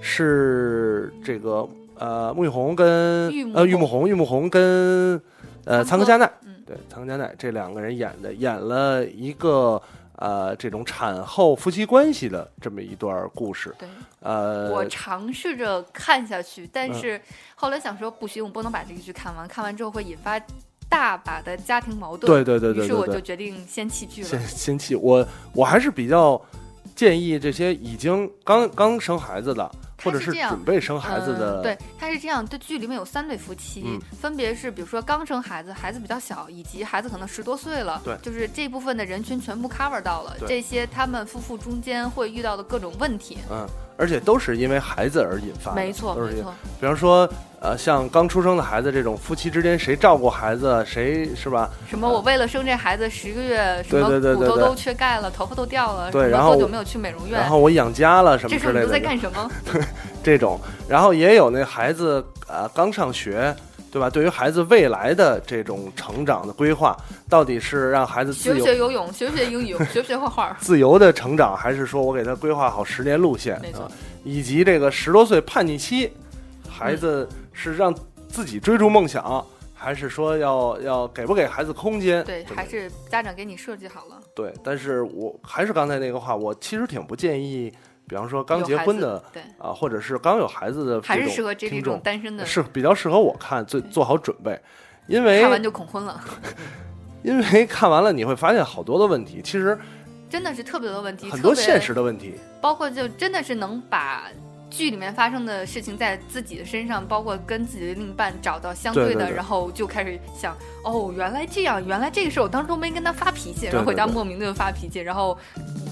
[SPEAKER 6] 是这个呃穆玉红跟
[SPEAKER 4] 玉木
[SPEAKER 6] 呃
[SPEAKER 4] 宏
[SPEAKER 6] 玉木红玉木红跟呃
[SPEAKER 4] 仓
[SPEAKER 6] 仓
[SPEAKER 4] 科
[SPEAKER 6] 科佳奈
[SPEAKER 4] 嗯
[SPEAKER 6] 对仓科佳奈这两个人演的演了一个呃这种产后夫妻关系的这么一段故事。
[SPEAKER 4] 对，
[SPEAKER 6] 呃，
[SPEAKER 4] 我尝试着看下去，但
[SPEAKER 6] 嗯
[SPEAKER 4] 是后来想说不行，我不能把这个剧看完，看完之后会引发大把的家庭矛盾。
[SPEAKER 6] 对对对对对对，
[SPEAKER 4] 于是我就决定先弃剧
[SPEAKER 6] 先
[SPEAKER 4] 了。
[SPEAKER 6] 先弃我，我还是比较建议这些已经刚刚生孩子的，
[SPEAKER 4] 他
[SPEAKER 6] 或者
[SPEAKER 4] 是
[SPEAKER 6] 是
[SPEAKER 4] 这样
[SPEAKER 6] 准备生孩子
[SPEAKER 4] 嗯、
[SPEAKER 6] 的，
[SPEAKER 4] 对，他是这样。这剧里面有三对夫妻，
[SPEAKER 6] 嗯
[SPEAKER 4] 分别是比如说刚生孩子，孩子比较小，以及孩子可能十多岁了，
[SPEAKER 6] 对
[SPEAKER 4] 就是这部分的人群全部 cover 到了
[SPEAKER 6] 对
[SPEAKER 4] 这些他们夫妇中间会遇到的各种问题。
[SPEAKER 6] 而且都是因为孩子而引发的，
[SPEAKER 4] 没错，
[SPEAKER 6] 啊都是
[SPEAKER 4] 没
[SPEAKER 6] 因为
[SPEAKER 4] 错，
[SPEAKER 6] 比方说，呃，像刚出生的孩子这种，夫妻之间谁照顾孩子，谁是吧？
[SPEAKER 4] 什么我为了生这孩子十个月，什
[SPEAKER 6] 啊对
[SPEAKER 4] 么
[SPEAKER 6] 对对
[SPEAKER 4] 骨
[SPEAKER 6] 对
[SPEAKER 4] 头
[SPEAKER 6] 对
[SPEAKER 4] 都缺钙了，头发都掉了，
[SPEAKER 6] 对
[SPEAKER 4] 什么
[SPEAKER 6] 然后
[SPEAKER 4] 多久
[SPEAKER 6] 我
[SPEAKER 4] 没有去美容院
[SPEAKER 6] 然，后我养家了什么
[SPEAKER 4] 这时
[SPEAKER 6] 之
[SPEAKER 4] 候你
[SPEAKER 6] 类
[SPEAKER 4] 都在
[SPEAKER 6] 的
[SPEAKER 4] 干什么？
[SPEAKER 6] 这种，然后也有那孩子呃刚上学。对吧？对于孩子未来的这种成长的规划，到底是让孩子
[SPEAKER 4] 学
[SPEAKER 6] 自
[SPEAKER 4] 不
[SPEAKER 6] 由
[SPEAKER 4] 学游泳？学不学英语？学不学画画？
[SPEAKER 6] 自由的成长，还是说我给他规划好十年路线
[SPEAKER 4] 没错
[SPEAKER 6] 啊？以及这个十多岁叛逆期，孩子是让自己追逐梦想，还是说要要给不给孩子空间？
[SPEAKER 4] 对，
[SPEAKER 6] 不
[SPEAKER 4] 还是家长给你设计好了。
[SPEAKER 6] 对。但是我还是刚才那个话，我其实挺不建议，比方说刚
[SPEAKER 4] 有
[SPEAKER 6] 结
[SPEAKER 4] 孩
[SPEAKER 6] 婚
[SPEAKER 4] 子
[SPEAKER 6] 的
[SPEAKER 4] 对，
[SPEAKER 6] 啊，或者是刚有孩子的，
[SPEAKER 4] 还是适合这这
[SPEAKER 6] 听
[SPEAKER 4] 种
[SPEAKER 6] 众
[SPEAKER 4] 单身的，
[SPEAKER 6] 是比较适合我看，最做好准备，因为
[SPEAKER 4] 看完就恐婚了，
[SPEAKER 6] 因为看完了你会发现好多的问题，其实
[SPEAKER 4] 真的是特别多问题，
[SPEAKER 6] 很
[SPEAKER 4] 特
[SPEAKER 6] 多
[SPEAKER 4] 别
[SPEAKER 6] 现实的问题。
[SPEAKER 4] 包括就真的是能把剧里面发生的事情在自己的身上，包括跟自己的另一半找到相的，
[SPEAKER 6] 对对对
[SPEAKER 4] 然后就开始想，哦，原来这样，原来这个事儿我当时都没跟他发脾气，
[SPEAKER 6] 对
[SPEAKER 4] 然后回家
[SPEAKER 6] 对对
[SPEAKER 4] 莫名的发脾气，然后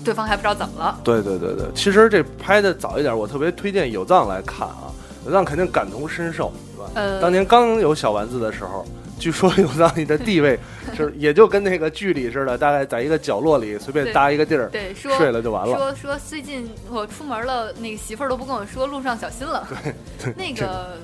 [SPEAKER 4] 对方还不知道怎么了。
[SPEAKER 6] 对对对对，其实这拍的早一点，我特别推荐有藏来看啊，有藏肯定感同身受，对吧？
[SPEAKER 4] 呃，
[SPEAKER 6] 当年刚有小丸子的时候，据说有藏你的地位是也就跟那个剧里似的，大概在一个角落里随便
[SPEAKER 4] 对
[SPEAKER 6] 搭一个地儿
[SPEAKER 4] 对说
[SPEAKER 6] 睡了就完了。
[SPEAKER 4] 说说最近我出门了，那个媳妇儿都不跟我说路上小心了。那个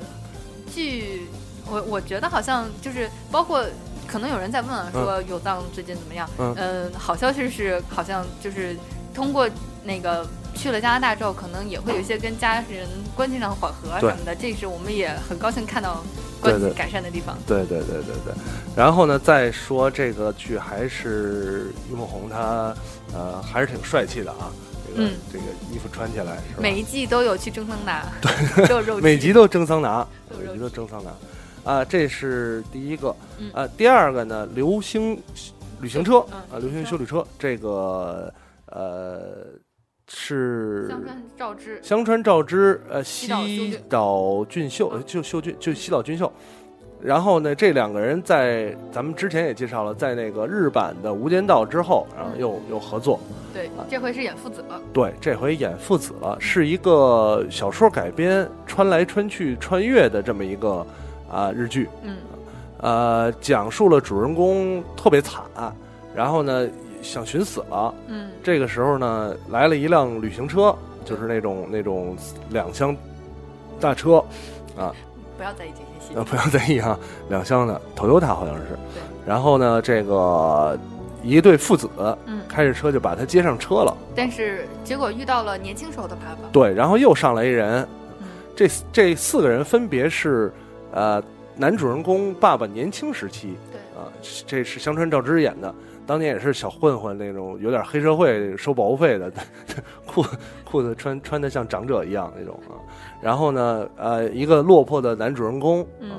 [SPEAKER 4] 剧，我我觉得好像就是包括。可能有人在问啊，说有藏最近怎么样？
[SPEAKER 6] 嗯
[SPEAKER 4] 呃好消息是，好像就是通过那个去了加拿大之后，可能也会有一些跟家人关系上的缓和啊
[SPEAKER 6] 对
[SPEAKER 4] 什么的，这是我们也很高兴看到关
[SPEAKER 6] 对
[SPEAKER 4] 系
[SPEAKER 6] 对
[SPEAKER 4] 改善的地方。
[SPEAKER 6] 对对对对对，然后呢，再说这个剧还是于梦红她呃还是挺帅气的啊，这个、
[SPEAKER 4] 嗯
[SPEAKER 6] 这个衣服穿起来是吧？
[SPEAKER 4] 每一季都有去蒸桑拿， [laughs] 都有肉
[SPEAKER 6] 每
[SPEAKER 4] 吃
[SPEAKER 6] 集都蒸桑拿，
[SPEAKER 4] 都
[SPEAKER 6] 每
[SPEAKER 4] 有
[SPEAKER 6] 集
[SPEAKER 4] 肉
[SPEAKER 6] 都蒸桑拿，啊，这是第一个
[SPEAKER 4] 嗯，
[SPEAKER 6] 啊，第二个呢，流星旅行车
[SPEAKER 4] 嗯
[SPEAKER 6] 啊，流星修理车这个呃是
[SPEAKER 4] 香川照之，
[SPEAKER 6] 香川照之，呃，西
[SPEAKER 4] 岛秀俊嗯
[SPEAKER 6] 岛俊秀，呃就秀俊就西岛俊秀。然后呢，这两个人在咱们之前也介绍了，在那个日版的《无间道》之后，然后
[SPEAKER 4] 嗯
[SPEAKER 6] 又又合作，
[SPEAKER 4] 对
[SPEAKER 6] 啊，
[SPEAKER 4] 这回是演父子了。
[SPEAKER 6] 对，这回演父子了，是一个小说改编，穿来穿去穿越的这么一个啊、日剧，
[SPEAKER 4] 嗯，
[SPEAKER 6] 呃，讲述了主人公特别惨，然后呢想寻死了，
[SPEAKER 4] 嗯，
[SPEAKER 6] 这个时候呢来了一辆旅行车，就是那种那种两厢大车，
[SPEAKER 4] 不要在意这些细
[SPEAKER 6] 啊，
[SPEAKER 4] 节。
[SPEAKER 6] 不要在意啊，两厢的 Toyota 好像是
[SPEAKER 4] 对。
[SPEAKER 6] 然后呢，这个一对父子
[SPEAKER 4] 嗯，
[SPEAKER 6] 开着车就把他接上车了。
[SPEAKER 4] 但是结果遇到了年轻时候的爸爸。
[SPEAKER 6] 对，然后又上来一人，
[SPEAKER 4] 嗯，
[SPEAKER 6] 这这四个人分别是，呃，男主人公爸爸年轻时期
[SPEAKER 4] 对，
[SPEAKER 6] 啊、这是香川照之演的，当年也是小混混那种，有点黑社会收保护费的， [laughs] 裤裤子穿穿的像长者一样那种啊。然后呢，呃，一个落魄的男主人公，啊
[SPEAKER 4] 嗯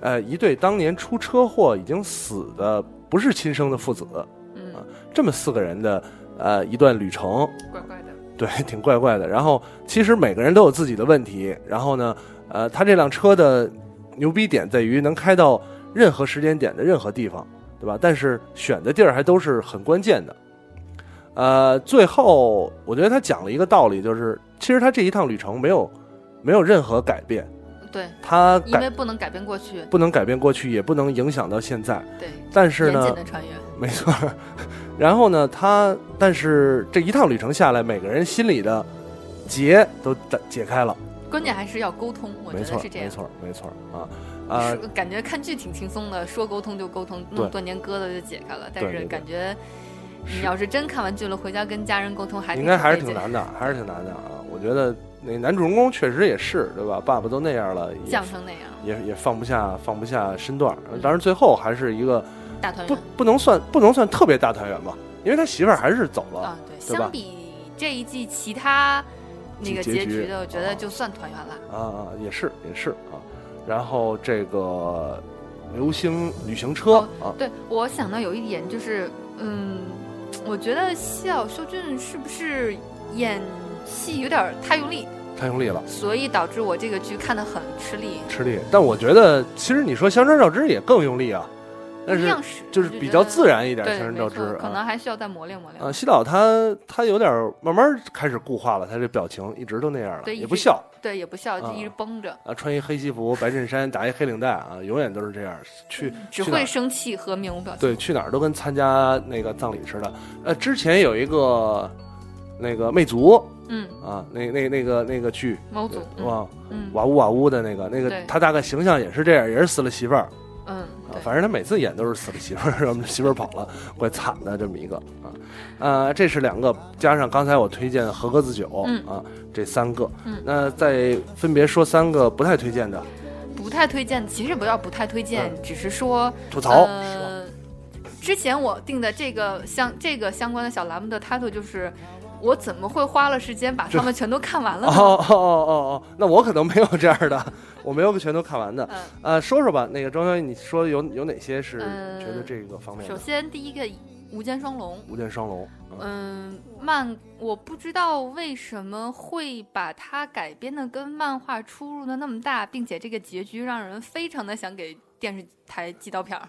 [SPEAKER 6] 呃，一对当年出车祸已经死的不是亲生的父子，啊
[SPEAKER 4] 嗯，
[SPEAKER 6] 这么四个人的呃一段旅程，
[SPEAKER 4] 怪怪的。
[SPEAKER 6] [laughs] 对，挺怪怪的。然后其实每个人都有自己的问题，然后呢，呃，他这辆车的牛逼点在于能开到任何时间点的任何地方，对吧？但是选的地儿还都是很关键的。呃，最后我觉得他讲了一个道理，就是其实他这一趟旅程没有没有任何改变，
[SPEAKER 4] 对，
[SPEAKER 6] 他
[SPEAKER 4] 因
[SPEAKER 6] 改
[SPEAKER 4] 为不能改变过去，
[SPEAKER 6] 不能改变过去，也不能影响到现在。
[SPEAKER 4] 对，
[SPEAKER 6] 但是
[SPEAKER 4] 严
[SPEAKER 6] 呢
[SPEAKER 4] 谨，的穿越。
[SPEAKER 6] [laughs] 没错。然后呢，他但是这一趟旅程下来，每个人心里的结都打解开了，
[SPEAKER 4] 关键还是要沟通，我觉
[SPEAKER 6] 没错
[SPEAKER 4] 得，是这
[SPEAKER 6] 没
[SPEAKER 4] 样。
[SPEAKER 6] 错，没错啊啊、
[SPEAKER 4] 说感觉看剧挺轻松的，说沟通就沟通，
[SPEAKER 6] 对
[SPEAKER 4] 弄多年疙瘩就解开了。但
[SPEAKER 6] 对对
[SPEAKER 4] 是
[SPEAKER 6] 对
[SPEAKER 4] 感觉
[SPEAKER 6] 是
[SPEAKER 4] 你要是真看完剧了，回家跟家人沟通还
[SPEAKER 6] 应该还是
[SPEAKER 4] 费
[SPEAKER 6] 挺
[SPEAKER 4] 劲
[SPEAKER 6] 难的，还是挺难的啊。我觉得那男主人公确实也是，对吧？爸爸都那样了，也
[SPEAKER 4] 犟成那样，
[SPEAKER 6] 也也放不下，放
[SPEAKER 4] 嗯
[SPEAKER 6] 不下身段儿。当然，最后还是一个
[SPEAKER 4] 大团
[SPEAKER 6] 不
[SPEAKER 4] 圆。
[SPEAKER 6] 不能算不能算特别大团圆吧，因为他媳妇儿还是走了
[SPEAKER 4] 啊，，对，
[SPEAKER 6] 对吧
[SPEAKER 4] 相比这一季其他那个
[SPEAKER 6] 结
[SPEAKER 4] 结
[SPEAKER 6] 局
[SPEAKER 4] 局的，我觉得
[SPEAKER 6] 啊
[SPEAKER 4] 就算团圆了。
[SPEAKER 6] 啊啊，也是也是啊。然后这个流星旅行车啊，
[SPEAKER 4] 对我想到有一点就是，嗯，我觉得西岛秀俊是不是演戏有点儿太用力，
[SPEAKER 6] 太用力了，
[SPEAKER 4] 所以导致我这个剧看得很吃力。
[SPEAKER 6] 吃力。但我觉得其实你说香川照之也更用力啊，但是
[SPEAKER 4] 样式
[SPEAKER 6] 就是比较自，然一
[SPEAKER 4] 我
[SPEAKER 6] 点。
[SPEAKER 4] 就觉
[SPEAKER 6] 香
[SPEAKER 4] 得
[SPEAKER 6] 川
[SPEAKER 4] 对，
[SPEAKER 6] 照
[SPEAKER 4] 没
[SPEAKER 6] 之
[SPEAKER 4] 错，可
[SPEAKER 6] 啊
[SPEAKER 4] 能还需要再磨练磨练。
[SPEAKER 6] 啊，西岛他他有点儿慢慢开始固化了，他这表情一直都那样了，
[SPEAKER 4] 对一
[SPEAKER 6] 也
[SPEAKER 4] 直
[SPEAKER 6] 不笑。
[SPEAKER 4] 对，也不笑，就一直
[SPEAKER 6] 啊
[SPEAKER 4] 绷着，
[SPEAKER 6] 啊，穿一黑西服、白衬衫，打一黑领带啊，永远都是这样。去
[SPEAKER 4] 嗯只
[SPEAKER 6] 去哪
[SPEAKER 4] 会
[SPEAKER 6] 儿
[SPEAKER 4] 生气和面无表情。
[SPEAKER 6] 对，去哪儿都跟参加那个葬礼似的。呃，之前有一个那个魅族
[SPEAKER 4] 嗯，
[SPEAKER 6] 啊，那那那个那个剧，
[SPEAKER 4] 猫总，嗯
[SPEAKER 6] 哇，
[SPEAKER 4] 嗯
[SPEAKER 6] 哇呜哇呜的那个那个
[SPEAKER 4] 对，
[SPEAKER 6] 他大概形象也是这样，也是死了媳妇儿
[SPEAKER 4] 嗯，
[SPEAKER 6] 啊
[SPEAKER 4] 对。
[SPEAKER 6] 反正他每次演都是死了媳妇儿，让我们媳妇儿跑了，怪惨的这么一个啊。呃，这是两个，加上刚才我推荐的和歌子酒、
[SPEAKER 4] 嗯
[SPEAKER 6] 啊，这三个。
[SPEAKER 4] 嗯
[SPEAKER 6] 那再分别说三个不太推荐的，
[SPEAKER 4] 不太推荐，其实不叫不太推荐，
[SPEAKER 6] 嗯
[SPEAKER 4] 只是说
[SPEAKER 6] 吐槽。
[SPEAKER 4] 呃，之前我定的这个相这个相关的小栏目的 title 就是，我怎么会花了时间把他们全都看完了
[SPEAKER 6] 哦
[SPEAKER 4] 呢？
[SPEAKER 6] 哦哦哦哦，那我可能没有这样的，我没有全都看完的。
[SPEAKER 4] 嗯
[SPEAKER 6] 呃，说说吧，那个庄小姐，你说有有哪些是
[SPEAKER 4] 嗯
[SPEAKER 6] 觉得这个方面的？
[SPEAKER 4] 首先第一个《无间双龙》，
[SPEAKER 6] 无间双龙，嗯
[SPEAKER 4] 嗯，漫我不知道为什么会把它改编的跟漫画出入的那么大，并且这个结局让人非常的想给电视台寄刀片儿。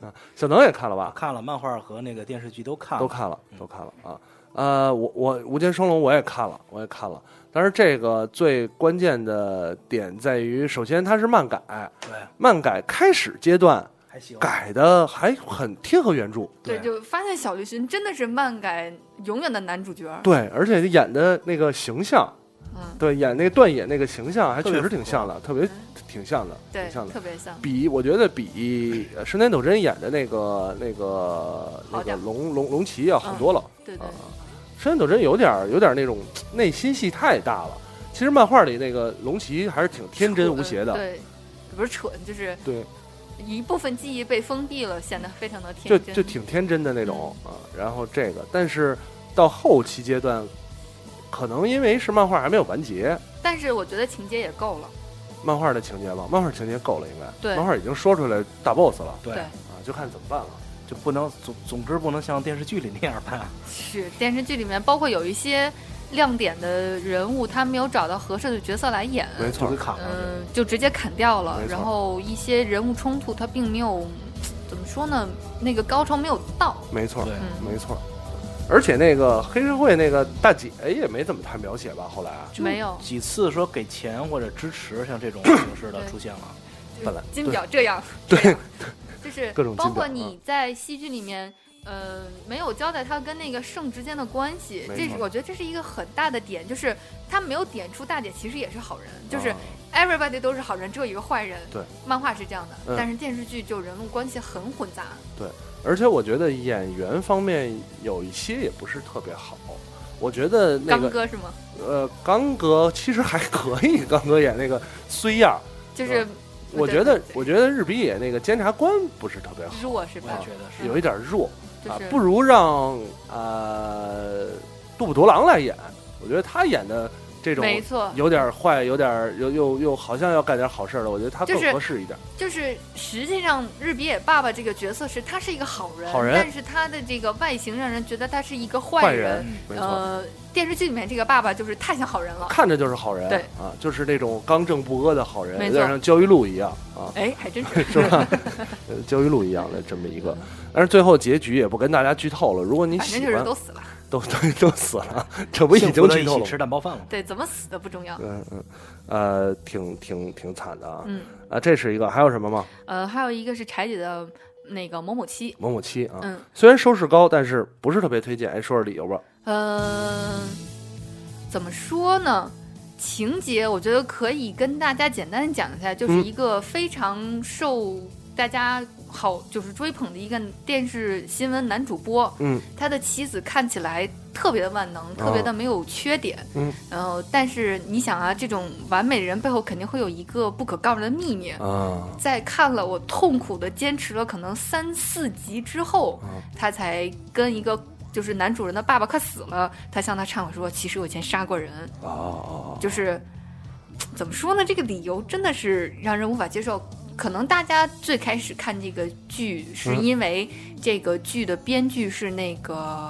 [SPEAKER 6] 啊小能也看了吧？
[SPEAKER 9] 看了漫画和那个电视剧都看了，
[SPEAKER 6] 都看了，都看了啊。呃，我我无间双龙我也看了，我也看了。但是这个最关键的点在于，首先它是漫改，
[SPEAKER 9] 对，
[SPEAKER 6] 漫改开始阶段
[SPEAKER 9] 还行。
[SPEAKER 6] 改的还很贴合原著，
[SPEAKER 9] 对
[SPEAKER 4] 对，就发现小栗旬真的是漫改永远的男主角儿。
[SPEAKER 6] 对，而且演的那个形象，
[SPEAKER 4] 嗯，
[SPEAKER 6] 对，演那个段野那个形象还
[SPEAKER 9] 特
[SPEAKER 6] 确
[SPEAKER 9] 别
[SPEAKER 6] 实
[SPEAKER 9] 符
[SPEAKER 6] 挺
[SPEAKER 9] 合
[SPEAKER 6] 像的，特别挺像的，
[SPEAKER 4] 对
[SPEAKER 6] 挺，像的。
[SPEAKER 4] 特别像。
[SPEAKER 6] 比我觉得比呃神田斗真演的那个那个
[SPEAKER 4] 好
[SPEAKER 6] 那个
[SPEAKER 4] 点儿
[SPEAKER 6] 龙龙龙骑要好多了。
[SPEAKER 4] 对对
[SPEAKER 6] 啊，神田斗真有点儿有点儿那种内心戏太大了。其实漫画里那个龙骑还是挺天真无邪的，
[SPEAKER 4] 对，不是蠢，就是
[SPEAKER 6] 对，
[SPEAKER 4] 一部分记忆被封闭了，显得非常的
[SPEAKER 6] 就
[SPEAKER 4] 天真。嗯
[SPEAKER 6] 就挺天真的那种啊。然后这个，但是到后期阶段，可能因为是漫画还没有完结，
[SPEAKER 4] 但是我觉得情节也够了。
[SPEAKER 6] 漫画的情节吧，漫画情节够了，应该，
[SPEAKER 4] 对
[SPEAKER 6] 漫画已经说出来大 boss 了
[SPEAKER 9] 对
[SPEAKER 4] 对
[SPEAKER 6] 啊，就看怎么办了。
[SPEAKER 9] 就不能总总之不能像电视剧里那样拍。
[SPEAKER 4] 是电视剧里面，包括有一些亮点的人物，他没有找到合适的角色来演，
[SPEAKER 6] 没错
[SPEAKER 9] 就给砍
[SPEAKER 4] 嗯、
[SPEAKER 9] 了。
[SPEAKER 4] 就直接砍掉了
[SPEAKER 6] 没。错
[SPEAKER 4] 然后一些人物冲突，他并没有怎么说呢，那个高潮没有到。
[SPEAKER 6] 没错，
[SPEAKER 9] 对，
[SPEAKER 4] 嗯，
[SPEAKER 6] 没错。而且那个黑社会那个大姐也没怎么太描写吧？后来啊，
[SPEAKER 9] 就
[SPEAKER 4] 没有
[SPEAKER 9] 几次说给钱或者支持，像这种形式的
[SPEAKER 4] 对啊
[SPEAKER 9] 出现了。
[SPEAKER 4] 就是
[SPEAKER 6] 本来
[SPEAKER 4] 金表这样，
[SPEAKER 6] 对
[SPEAKER 4] 这样，就是
[SPEAKER 6] 各种金表啊
[SPEAKER 4] 包括你在戏剧里面，呃，没有交代他跟那个圣之间的关系，
[SPEAKER 6] 没错
[SPEAKER 4] 这是我觉得这是一个很大的点，就是他没有点出大姐其实也是好人，就是
[SPEAKER 6] 啊
[SPEAKER 4] everybody 都是好人，只有一个坏人。
[SPEAKER 6] 对，
[SPEAKER 4] 漫画是这样的，
[SPEAKER 6] 嗯
[SPEAKER 4] 但是电视剧就人物关系很混杂。
[SPEAKER 6] 而且我觉得演员方面有一些也不是特别好。我觉得那
[SPEAKER 4] 刚
[SPEAKER 6] 个
[SPEAKER 4] 哥是吗？
[SPEAKER 6] 呃，刚哥其实还可以，刚哥演那个虽样儿，
[SPEAKER 4] 就是
[SPEAKER 6] 我
[SPEAKER 4] 对
[SPEAKER 6] 觉
[SPEAKER 4] 对
[SPEAKER 6] 得
[SPEAKER 4] 对
[SPEAKER 6] 我觉得日比野那个监察官不是特别好，
[SPEAKER 4] 弱是
[SPEAKER 9] 我也
[SPEAKER 4] 吧？
[SPEAKER 9] 觉得是。
[SPEAKER 6] 有一点弱
[SPEAKER 4] 就
[SPEAKER 6] 啊
[SPEAKER 4] 是，
[SPEAKER 6] 不如让呃杜布卓郎来演，我觉得他演的这种
[SPEAKER 4] 没错，
[SPEAKER 6] 有点坏，有点又又又好像要干点好事儿了，我觉得他更
[SPEAKER 4] 就是
[SPEAKER 6] 合适一点。
[SPEAKER 4] 就是实际上日比野爸爸这个角色是他是一个好人，
[SPEAKER 6] 好人
[SPEAKER 4] 但是他的这个外形让人觉得他是一个
[SPEAKER 6] 坏
[SPEAKER 4] 坏人。
[SPEAKER 9] 嗯
[SPEAKER 6] 没错，
[SPEAKER 4] 呃，电视剧里面这个爸爸就是太像好人了，
[SPEAKER 6] 看着就是好人，
[SPEAKER 4] 对
[SPEAKER 6] 啊，就是那种刚正不阿的好人，
[SPEAKER 4] 没
[SPEAKER 6] 有
[SPEAKER 4] 错
[SPEAKER 6] 点像焦裕禄一样啊，
[SPEAKER 4] 哎，还真 [laughs] 是。
[SPEAKER 6] 是吧？呃焦裕禄一样的这么一个，但是最后结局也不跟大家剧透了。如果你
[SPEAKER 4] 反正
[SPEAKER 6] 喜
[SPEAKER 4] 就是
[SPEAKER 6] 欢，
[SPEAKER 4] 都死了，
[SPEAKER 6] 都都 [laughs] 都死了，这不已
[SPEAKER 9] 幸
[SPEAKER 6] 经
[SPEAKER 9] 福的
[SPEAKER 6] 剧
[SPEAKER 9] 一
[SPEAKER 6] 透
[SPEAKER 9] 起
[SPEAKER 6] 了
[SPEAKER 9] 吃
[SPEAKER 6] 吗？
[SPEAKER 9] 蛋包饭了。
[SPEAKER 4] 对，怎么死的不重要。
[SPEAKER 6] 嗯嗯，呃，挺挺挺惨的啊
[SPEAKER 4] 嗯，
[SPEAKER 6] 啊，这是一个，还有什么吗？
[SPEAKER 4] 呃，还有一个是柴姐的那个某某七，
[SPEAKER 6] 某某七啊，
[SPEAKER 4] 嗯，
[SPEAKER 6] 虽然收视高，但是不是特别推荐。哎，说说理由吧。
[SPEAKER 4] 呃，怎么说呢？情节我觉得可以跟大家简单讲一下，就是
[SPEAKER 6] 嗯
[SPEAKER 4] 一个非常受大家好就是追捧的一个电视新闻男主播，
[SPEAKER 6] 嗯，哦
[SPEAKER 4] 他的妻子看起来特别的万能，特别的没有缺点，
[SPEAKER 6] 嗯，
[SPEAKER 4] 然后但是你想啊，这种完美人背后肯定会有一个不可告人的秘密。
[SPEAKER 6] 啊，
[SPEAKER 4] 在看了我痛苦的坚持了可能三四集之后，
[SPEAKER 6] 嗯
[SPEAKER 4] 他才跟一个就是男主人的爸爸快死了，他向他忏悔说，其实我以前杀过人，
[SPEAKER 6] 哦哦
[SPEAKER 4] 就是怎么说呢？这个理由真的是让人无法接受。可能大家最开始看这个剧，是因为这个剧的编剧是那个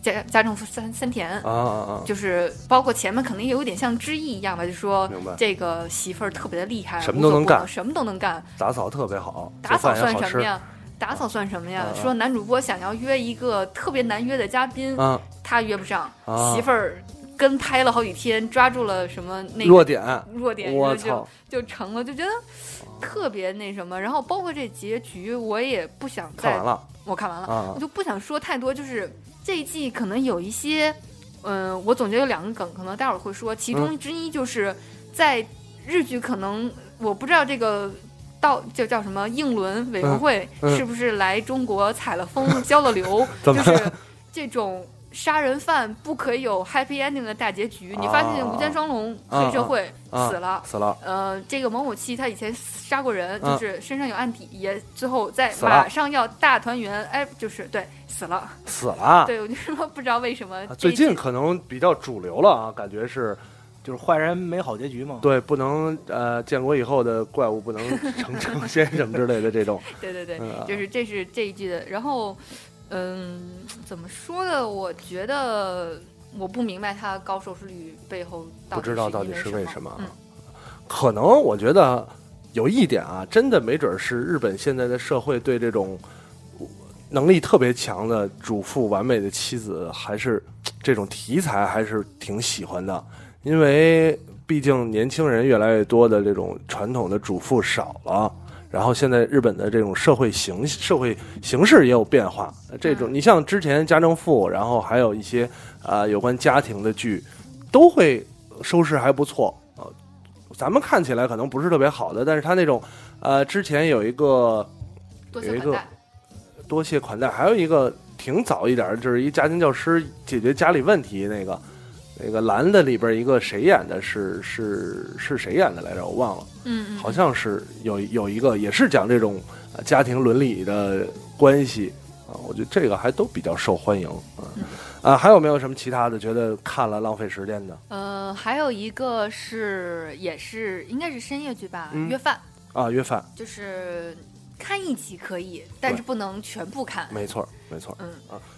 [SPEAKER 4] 家家政夫三三田
[SPEAKER 6] 哦，啊啊
[SPEAKER 4] 就是包括前面可能也有点像知意一样吧，就说
[SPEAKER 6] 明白
[SPEAKER 4] 这个媳妇儿特别的厉害，
[SPEAKER 6] 什么都能
[SPEAKER 4] 无
[SPEAKER 6] 干
[SPEAKER 4] 所不什么都能干
[SPEAKER 6] 啊，，打扫特别好，
[SPEAKER 4] 打扫
[SPEAKER 6] 做饭
[SPEAKER 4] 算
[SPEAKER 6] 也好
[SPEAKER 4] 什
[SPEAKER 6] 吃
[SPEAKER 4] 么呀？打扫算什么呀
[SPEAKER 6] 啊？啊
[SPEAKER 4] 说男主播想要约一个特别难约的嘉宾，
[SPEAKER 6] 啊，
[SPEAKER 4] 他约不上，
[SPEAKER 6] 啊
[SPEAKER 4] 媳妇儿跟拍了好几天，抓住了什么那个
[SPEAKER 6] 弱点，
[SPEAKER 4] 弱点，然
[SPEAKER 6] 我
[SPEAKER 4] 后就
[SPEAKER 6] 操，
[SPEAKER 4] 就成了，就觉得特别那什么。然后包括这结局，我也不想再
[SPEAKER 6] 看完了
[SPEAKER 4] 我看完了，
[SPEAKER 6] 啊
[SPEAKER 4] 我就不想说太多。就是这一季可能有一些，嗯、我总结有两个梗，可能待会儿会说，其
[SPEAKER 6] 嗯
[SPEAKER 4] 中之一就是在日剧可能我不知道这个。到就叫什么应轮委员会、
[SPEAKER 6] 嗯嗯
[SPEAKER 4] 是不是来中国踩了风、浇了
[SPEAKER 6] [laughs]
[SPEAKER 4] 流？
[SPEAKER 6] 怎么
[SPEAKER 4] 就是这种杀人犯不可以有 happy ending 的大结局。你发现《无间双龙》
[SPEAKER 6] 啊
[SPEAKER 4] 黑社会
[SPEAKER 6] 啊
[SPEAKER 4] 死了，
[SPEAKER 6] 死了，
[SPEAKER 4] 呃，这个某某七他以前杀过人，就
[SPEAKER 6] 嗯
[SPEAKER 4] 是身上有案底，也最后在
[SPEAKER 6] 死了
[SPEAKER 4] 马上要大团圆，哎，就是对死了。
[SPEAKER 6] 死了。
[SPEAKER 4] 对我就说不知道为什么
[SPEAKER 6] 啊
[SPEAKER 4] 这
[SPEAKER 6] 最
[SPEAKER 4] 一
[SPEAKER 6] 近
[SPEAKER 4] 季
[SPEAKER 6] 可能比较主流了啊，感觉是
[SPEAKER 9] 就是坏人没好结局
[SPEAKER 4] 哦
[SPEAKER 9] 嘛。
[SPEAKER 6] 对不能呃，建国以后的怪物不能成成仙什么之类的这种，
[SPEAKER 4] 对 [laughs] 对对，
[SPEAKER 6] 嗯啊
[SPEAKER 4] 就是这是这一季的。然后，嗯，怎么说呢？我觉得我不明白他高收视率背后到
[SPEAKER 6] 啊不
[SPEAKER 4] 底
[SPEAKER 6] 知道到底是
[SPEAKER 4] 因为
[SPEAKER 6] 为
[SPEAKER 4] 什
[SPEAKER 6] 什么啊
[SPEAKER 4] 嗯。
[SPEAKER 6] 可能我觉得有一点啊，真的没准儿是日本现在的社会对这种能力特别强的主妇、完美的妻子，还是这种题材还是挺喜欢的，因为毕竟年轻人越来越多的这种传统的主妇少了。然后现在日本的这种社会形社会形式也有变化，这种
[SPEAKER 4] 嗯
[SPEAKER 6] 你像之前家政妇，然后还有一些啊、有关家庭的剧，都会收视还不错。呃，咱们看起来可能不是特别好的，但是他那种，呃，之前有一个
[SPEAKER 4] 多
[SPEAKER 6] 有
[SPEAKER 4] 谢
[SPEAKER 6] 一
[SPEAKER 4] 款
[SPEAKER 6] 个
[SPEAKER 4] 待。
[SPEAKER 6] 多谢款待，还有一个挺早一点儿，就是一家庭教师解决家里问题那个，那个蓝的里边一个谁演的是是是谁演的来着？我忘了。
[SPEAKER 4] 嗯嗯，
[SPEAKER 6] 好像是有有一个也是讲这种呃家庭伦理的关系啊，我觉得这个还都比较受欢迎啊
[SPEAKER 4] 嗯
[SPEAKER 6] 啊，还有没有什么其他的觉得看了浪费时间的
[SPEAKER 4] 呃，还有一个是也是应该是深夜剧吧，
[SPEAKER 6] 嗯
[SPEAKER 4] 约饭。
[SPEAKER 6] 啊？约饭，
[SPEAKER 4] 就是看一集可以，但是不能全部看。
[SPEAKER 6] 没错儿没错儿
[SPEAKER 4] 嗯，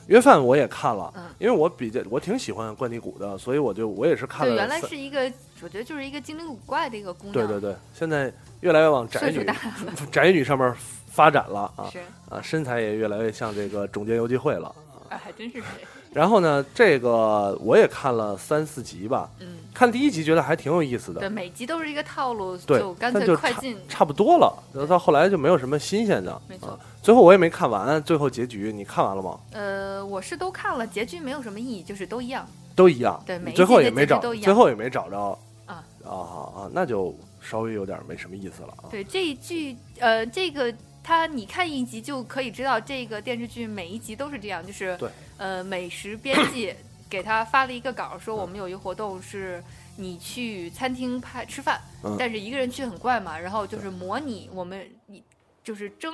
[SPEAKER 6] 约饭我也看了
[SPEAKER 4] 嗯，
[SPEAKER 6] 因为我比较我挺喜欢关帝谷的，所以我就我也是看
[SPEAKER 4] 对，
[SPEAKER 6] 了
[SPEAKER 4] 原来
[SPEAKER 6] 三
[SPEAKER 4] 是一个，我觉得就是一个精灵古怪的一个姑娘，
[SPEAKER 6] 对对对，现在越来越往宅
[SPEAKER 4] 岁数
[SPEAKER 6] 女
[SPEAKER 4] 大了，
[SPEAKER 6] [laughs] 宅女上面发展了啊
[SPEAKER 4] 是，
[SPEAKER 6] 啊，身材也越来越像这个种间游记会了。
[SPEAKER 4] 哎，还真是谁，
[SPEAKER 6] 然后呢，这个我也看了三四集吧，
[SPEAKER 4] [laughs] 嗯，
[SPEAKER 6] 看第一集觉得还挺有意思的
[SPEAKER 4] 对，，每集都是一个套路，
[SPEAKER 6] 对
[SPEAKER 4] 就干
[SPEAKER 6] 但就
[SPEAKER 4] 脆快
[SPEAKER 6] 差
[SPEAKER 4] 进，
[SPEAKER 6] 差不多了。然后到后来就没有什么新鲜的，
[SPEAKER 4] 没错
[SPEAKER 6] 啊。最后我也没看完，最后结局你看完了吗？
[SPEAKER 4] 呃，我是都看了，结局没有什么意义，就是都一样。
[SPEAKER 6] 都一样，
[SPEAKER 4] 对每一
[SPEAKER 6] 最后
[SPEAKER 4] 季
[SPEAKER 6] 也
[SPEAKER 4] 的
[SPEAKER 6] 没
[SPEAKER 4] 结局
[SPEAKER 6] 找，
[SPEAKER 4] 都一样
[SPEAKER 6] 最后也没找着
[SPEAKER 4] 啊
[SPEAKER 6] 啊啊，那就稍微有点没什么意思了啊。
[SPEAKER 4] 对，这一剧，呃，这个它你看一集就可以知道，这个电视剧每一集都是这样，就是
[SPEAKER 6] 对，
[SPEAKER 4] 呃，美食编
[SPEAKER 6] [coughs]
[SPEAKER 4] 辑给他发了一个稿，
[SPEAKER 6] 嗯
[SPEAKER 4] 说我们有一个活动是你去餐厅拍吃饭，
[SPEAKER 6] 嗯
[SPEAKER 4] 但是一个人去很怪嘛，然后就是模拟我们你。就是征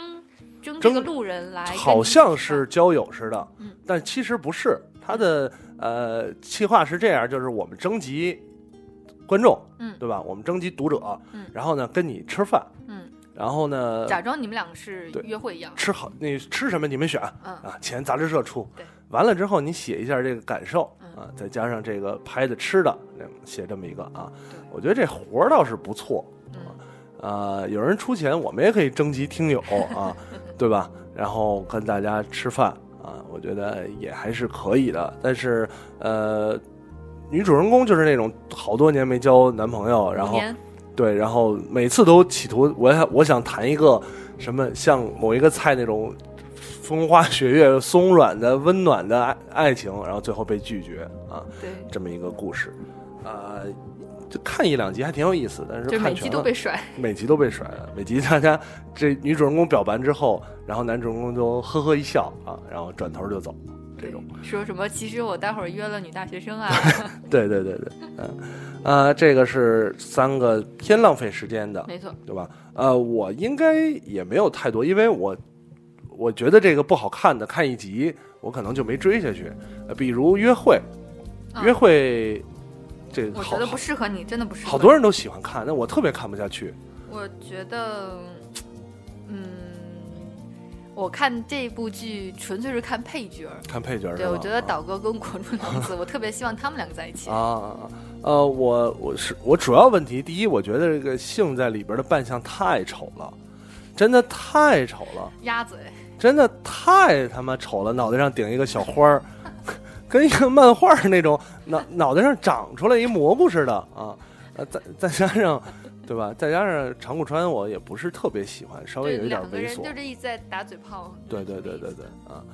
[SPEAKER 4] 征这
[SPEAKER 6] 征
[SPEAKER 4] 个路人来跟你一起吃饭，
[SPEAKER 6] 好像是交友似的，
[SPEAKER 4] 嗯
[SPEAKER 6] 但其实不是。他的呃计划是这样，就是我们征集观众，
[SPEAKER 4] 嗯
[SPEAKER 6] 对吧？我们征集读者，
[SPEAKER 4] 嗯
[SPEAKER 6] 然后呢跟你吃饭，
[SPEAKER 4] 嗯，
[SPEAKER 6] 然后呢
[SPEAKER 4] 假装你们两个是
[SPEAKER 6] 呃对
[SPEAKER 4] 约会一样，
[SPEAKER 6] 吃好那吃什么你们选，
[SPEAKER 4] 嗯
[SPEAKER 6] 啊，钱杂志社出
[SPEAKER 4] 对，
[SPEAKER 6] 完了之后你写一下这个感受
[SPEAKER 4] 嗯
[SPEAKER 6] 啊，再加上这个拍的吃的，这写这么一个啊
[SPEAKER 4] 对，
[SPEAKER 6] 我觉得这活儿倒是不错，
[SPEAKER 4] 嗯，
[SPEAKER 6] 呃，有人出钱，我们也可以征集听友
[SPEAKER 4] [laughs]
[SPEAKER 6] 啊，对吧？然后跟大家吃饭啊，我觉得也还是可以的。但是呃，女主人公就是那种好多年没交男朋友，然
[SPEAKER 4] 五
[SPEAKER 6] 后
[SPEAKER 4] 年
[SPEAKER 6] 对，然后每次都企图我想我想谈一个什么像某一个菜那种风花雪月、松软的、温暖的爱爱情，然后最后被拒绝啊，
[SPEAKER 4] 对，
[SPEAKER 6] 这么一个故事。呃，就看一两集还挺有意思，但是
[SPEAKER 4] 就是
[SPEAKER 6] 看
[SPEAKER 4] 每
[SPEAKER 6] 全
[SPEAKER 4] 集
[SPEAKER 6] 了
[SPEAKER 4] 都被甩，
[SPEAKER 6] 每集都被甩了，每集大家这女主人公表白之后，然后男主人公都呵呵一笑啊，然后转头就走，这种。
[SPEAKER 4] 说什么其实我待会儿约了女大学
[SPEAKER 6] [laughs]
[SPEAKER 4] 生啊，
[SPEAKER 6] 对对对对，嗯啊、这个是三个偏浪费时间的，
[SPEAKER 4] 没错，
[SPEAKER 6] 对吧？呃，我应该也没有太多，因为我我觉得这个不好看的，看一集我可能就没追下去。呃、比如约会，
[SPEAKER 4] 嗯
[SPEAKER 6] 约会这个
[SPEAKER 4] 我
[SPEAKER 6] 好
[SPEAKER 4] 觉得不适合你，真的不适合。
[SPEAKER 6] 好多人都喜欢看，但我特别看不下去。
[SPEAKER 4] 我觉得，嗯，我看这部剧纯粹是看配角儿。
[SPEAKER 6] 看配角是
[SPEAKER 4] 对，
[SPEAKER 6] 吧
[SPEAKER 4] 我觉得岛哥跟国柱男子，我特别希望他们两个在一起。
[SPEAKER 6] 啊，呃，我我是我主要问题，第一，我觉得这个性在里边的扮相太丑了，真的太丑了，
[SPEAKER 4] 鸭嘴，
[SPEAKER 6] 真的太他妈丑了，脑袋上顶一个小花儿， [laughs] 跟一个漫画儿那种脑脑袋上长出来一蘑菇似的啊，呃，再再加上。对吧？再加上长谷川，我也不是特别喜欢，稍微
[SPEAKER 4] 对，
[SPEAKER 6] 有一点
[SPEAKER 4] 两个
[SPEAKER 6] 猥
[SPEAKER 4] 人
[SPEAKER 6] 琐。
[SPEAKER 4] 就这一直在打嘴炮。
[SPEAKER 6] 对对对对对啊，